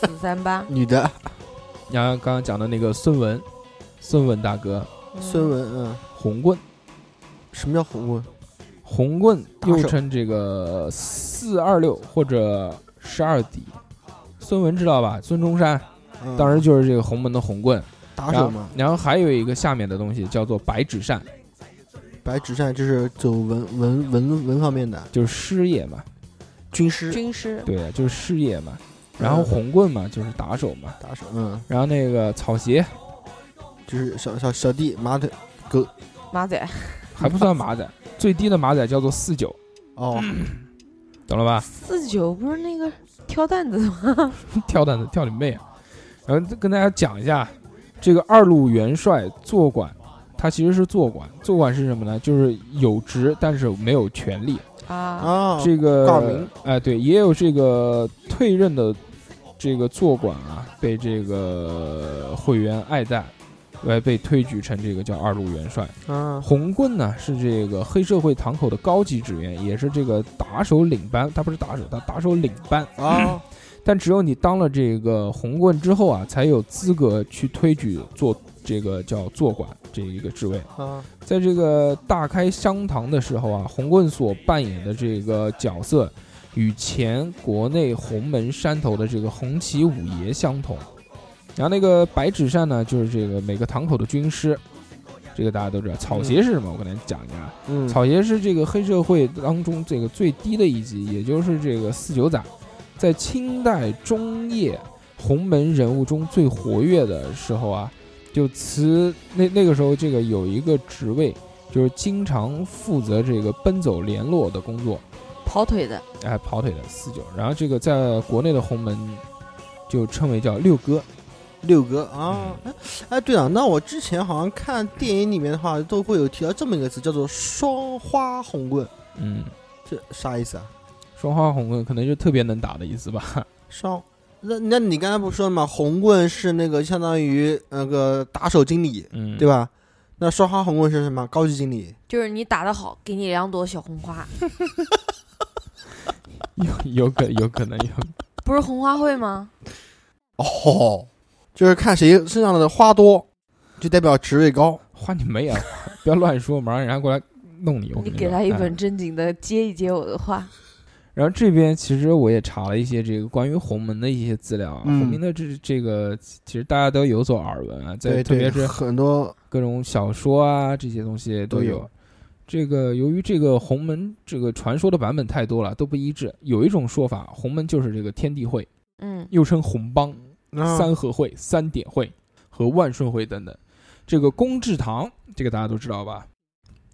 [SPEAKER 3] 四三八，
[SPEAKER 2] 女的
[SPEAKER 1] 然后刚刚讲的那个孙文，孙文大哥，
[SPEAKER 3] 嗯
[SPEAKER 2] 孙文，嗯，
[SPEAKER 1] 红棍，
[SPEAKER 2] 什么叫红棍？
[SPEAKER 1] 红棍
[SPEAKER 2] 打手
[SPEAKER 1] 又称这个四二六或者十二底，孙文知道吧？孙中山
[SPEAKER 2] 嗯
[SPEAKER 1] 当时就是这个红门的红棍，
[SPEAKER 2] 打
[SPEAKER 1] 然
[SPEAKER 2] 手
[SPEAKER 1] 后
[SPEAKER 2] 嘛，
[SPEAKER 1] 然后还有一个下面的东西叫做白纸扇，
[SPEAKER 2] 白纸扇就是走文文文文方面的
[SPEAKER 1] 就是师爷嘛，
[SPEAKER 2] 军师
[SPEAKER 3] 嗯军师，
[SPEAKER 1] 对，啊就是师爷嘛，然
[SPEAKER 2] 嗯
[SPEAKER 1] 后红棍嘛就是打手嘛，
[SPEAKER 2] 打手，嗯，
[SPEAKER 1] 然后那个草鞋
[SPEAKER 2] 就是小小小弟马腿
[SPEAKER 3] 马仔，
[SPEAKER 1] 还不 算马仔，最低的马仔叫做四九，
[SPEAKER 2] 哦，
[SPEAKER 1] 懂了吧？
[SPEAKER 3] 四九不是那个挑担子的吗？
[SPEAKER 1] 跳蛋子跳你妹啊！然后跟大家讲一下，这个二路元帅坐馆，他其实是坐馆。坐馆是什么呢？就是有职但是没有权利。
[SPEAKER 3] 啊，
[SPEAKER 2] 啊，
[SPEAKER 1] 这个
[SPEAKER 2] 挂名
[SPEAKER 1] 哎，对，也有这个退任的这个坐馆啊，被这个会员爱戴，来被推举成这个叫二路元帅。
[SPEAKER 2] 啊，
[SPEAKER 1] 红棍呢是这个黑社会堂口的高级职员，也是这个打手领班，他不是打手，他打手领班。
[SPEAKER 2] 啊，
[SPEAKER 1] 但只有你当了这个红棍之后啊，才有资格去推举做这个叫坐馆这一个职位。
[SPEAKER 2] 啊，
[SPEAKER 1] 在这个大开香堂的时候啊，红棍所扮演的这个角色，与前国内红门山头的这个红旗五爷相同。然后那个白纸扇呢，就是这个每个堂口的军师，这个大家都知道。草鞋是什么？我跟大家讲一下啊。
[SPEAKER 2] 嗯，
[SPEAKER 1] 草鞋是这个黑社会当中这个最低的一级，也就是这个四九仔，在清代中叶洪门人物中最活跃的时候啊，就辞那那个时候这个有一个职位，就是经常负责这个奔走联络的工作，
[SPEAKER 3] 跑腿的，
[SPEAKER 1] 哎，跑腿的四九。然后这个在国内的洪门就称为叫六哥，嗯
[SPEAKER 2] 六哥啊，哎哎，对了，那我之前好像看电影里面的话，都会有提到这么一个词，叫做“双花红棍
[SPEAKER 1] 嗯，”，
[SPEAKER 2] 这啥意思啊？
[SPEAKER 1] 双花红棍可能就特别能打的意思吧。
[SPEAKER 2] 双，那那你刚才不是说了吗？红棍是那个相当于那个打手经理，
[SPEAKER 1] 嗯，
[SPEAKER 2] 对吧？那双花红棍是什么？高级经理。
[SPEAKER 3] 就是你打得好，给你两朵小红花，
[SPEAKER 1] 有有可有可能有，
[SPEAKER 3] 不是红花会吗？
[SPEAKER 2] 哦，就是看谁身上的花多，就代表职位高。
[SPEAKER 1] 花你妹啊！ 不要乱说，马上人家过来弄你。我
[SPEAKER 3] 你
[SPEAKER 1] 跟
[SPEAKER 3] 给
[SPEAKER 1] 说
[SPEAKER 3] 他一
[SPEAKER 1] 哎
[SPEAKER 3] 本正经的接一接我的话，
[SPEAKER 1] 然后这边其实我也查了一些这个关于洪门的一些资料啊，
[SPEAKER 2] 嗯
[SPEAKER 1] 洪门的这这个其实大家都有所耳闻啊，在
[SPEAKER 2] 对，
[SPEAKER 1] 特别
[SPEAKER 2] 对
[SPEAKER 1] 是
[SPEAKER 2] 很多
[SPEAKER 1] 各种小说啊这些东西都
[SPEAKER 2] 都
[SPEAKER 1] 有
[SPEAKER 2] 有。
[SPEAKER 1] 这个由于这个洪门这个传说的版本太多了，都不一致。有一种说法，洪门就是这个天地会，
[SPEAKER 3] 嗯，
[SPEAKER 1] 又称洪帮、
[SPEAKER 2] 啊
[SPEAKER 1] 三合会、三点会和万顺会等等。这个公治堂，这个大家都知道吧？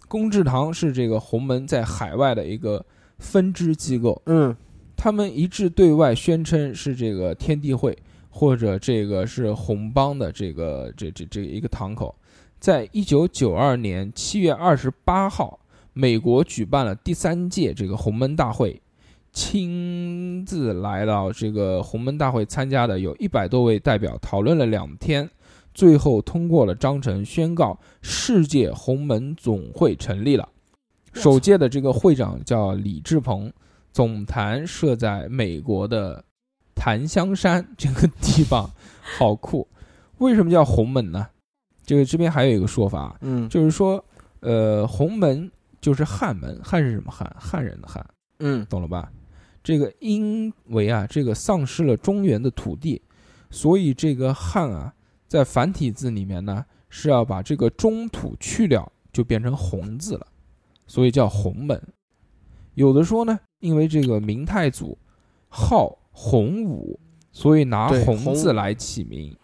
[SPEAKER 1] 公治堂是这个洪门在海外的一个分支机构，
[SPEAKER 2] 嗯
[SPEAKER 1] 他们一致对外宣称是这个天地会或者这个是红帮的这个这这这一个堂口，在一九九二年七月二十八号，美国举办了第三届这个红门大会，亲自来到这个红门大会参加的有一百多位代表，讨论了两天，最后通过了章程，宣告世界红门总会成立了。首届的这个会长叫李志鹏，总坛设在美国的檀香山这个地方，好酷。 为什么叫红门呢？这个这边还有一个说法，啊
[SPEAKER 2] 嗯
[SPEAKER 1] 就是说，呃，红门就是汉门，汉是什么汉？汉人的汉，
[SPEAKER 2] 嗯
[SPEAKER 1] 懂了吧？这个因为啊，这个丧失了中原的土地，所以这个汉啊，在繁体字里面呢是要把这个中土去掉，就变成红字了，所以叫红门。有的说呢，因为这个明太祖号洪武，所以拿
[SPEAKER 2] 对
[SPEAKER 1] 红字
[SPEAKER 2] 洪武
[SPEAKER 1] 来起名。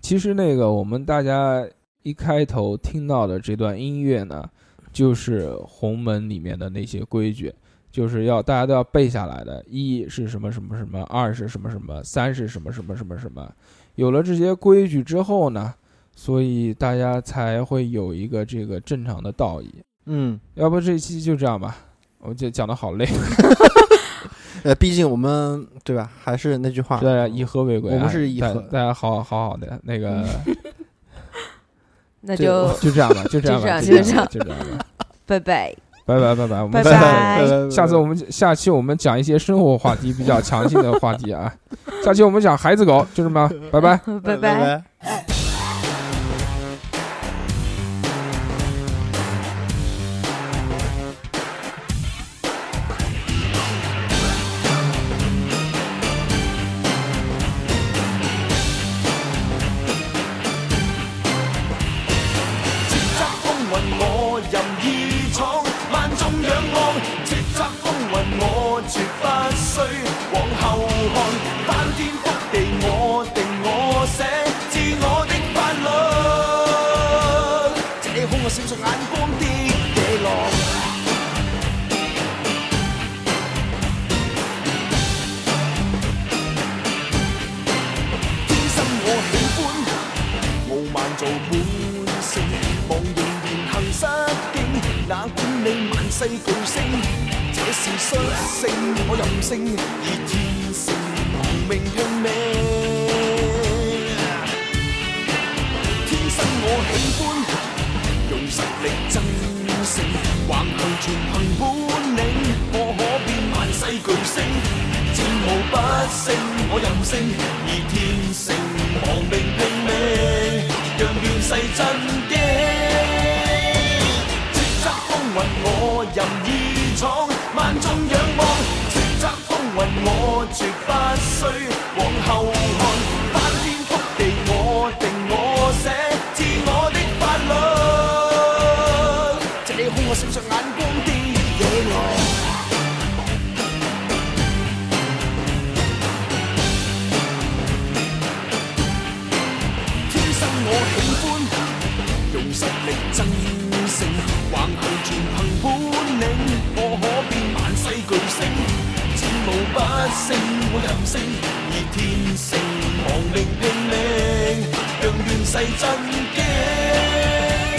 [SPEAKER 1] 其实那个我们大家一开头听到的这段音乐呢，就是洪门里面的那些规矩，就是要大家都要背下来的。一是什么什么什么，二是什么什么，三是什么什么什么什么。有了这些规矩之后呢，所以大家才会有一个这个正常的道义。
[SPEAKER 2] 嗯，
[SPEAKER 1] 要不这一期就这样吧，我就讲的好累，
[SPEAKER 2] 呃，毕竟我们对吧？还是那句话
[SPEAKER 1] 大，家以和为贵啊。
[SPEAKER 2] 我们是以和
[SPEAKER 1] 大大家好好好的那个，
[SPEAKER 3] 那
[SPEAKER 2] 对
[SPEAKER 3] 就
[SPEAKER 1] 就 这样吧，就这样吧，
[SPEAKER 3] 就这样
[SPEAKER 1] 吧就这样吧，
[SPEAKER 3] 拜拜。
[SPEAKER 1] 拜拜拜拜，我们
[SPEAKER 3] 拜
[SPEAKER 1] 下
[SPEAKER 3] 拜
[SPEAKER 1] 下次我们下期我们讲一些生活话题比较强劲的话题啊，下期我们讲孩子狗，就这么，拜拜。
[SPEAKER 2] 拜
[SPEAKER 3] 拜拜。
[SPEAKER 2] 拜。
[SPEAKER 6] 叱咤風雲我任意闖，萬眾仰望。叱咤風雲我絕不需往後看，翻天覆地我定我寫，自我的法律。這空我閃烁眼光的野狼。天生我喜歡。傲慢做本性，望仍然行失敬，哪管你萬世巨星，這是率性，我任性，以天性無名拼命。天生我喜歡用實力爭勝，橫行全憑本領，我可變萬世巨星，戰無不勝，我任性，以天性亡命拼命，讓亂世震驚。叱咤風雲我任意闖，萬眾仰望。叱咤風雲我絕不需往後看，翻天覆地我定我寫，自我的法律。這空我閃烁眼光的野狼。天生我喜歡
[SPEAKER 7] 星會揚升，而天性亡命拼命，讓亂世震驚。Yeah！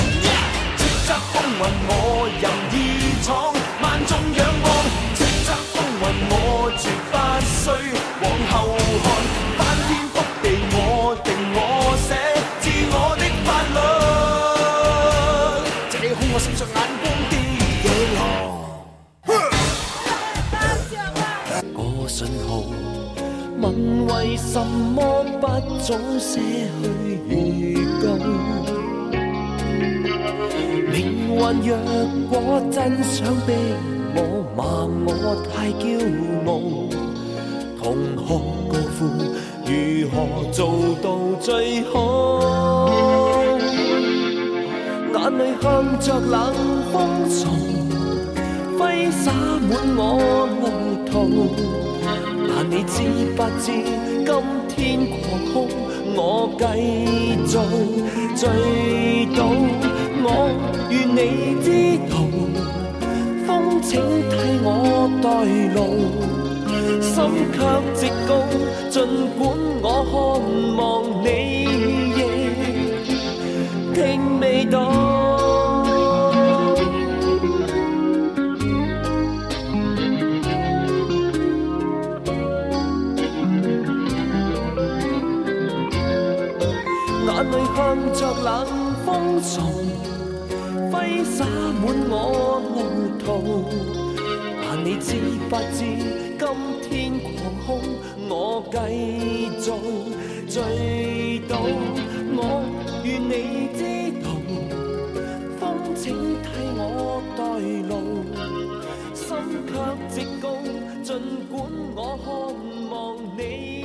[SPEAKER 7] 叱咤風雲我任意闖，萬眾仰望。叱咤風雲我絕不需往後看，翻天覆地我定我寫，自我的法律。這空我閃着眼光的野狼。
[SPEAKER 6] 我信號，問為什麼不早些去預告？命運若果真想逼我，罵我太驕傲，同學高呼如何做到最好？眼淚向着冷風送。揮灑滿我路途。但你知不知，今天狂哭，我繼續醉倒。我願你知道，風請替我代勞，心卻直高。儘管我渴望你亦聽未到。眼淚向着冷風送，揮灑滿我路途。但你知不知，今天狂空，我繼續醉倒。我願你知道，風請替我代勞，心卻直高，儘管我渴望你。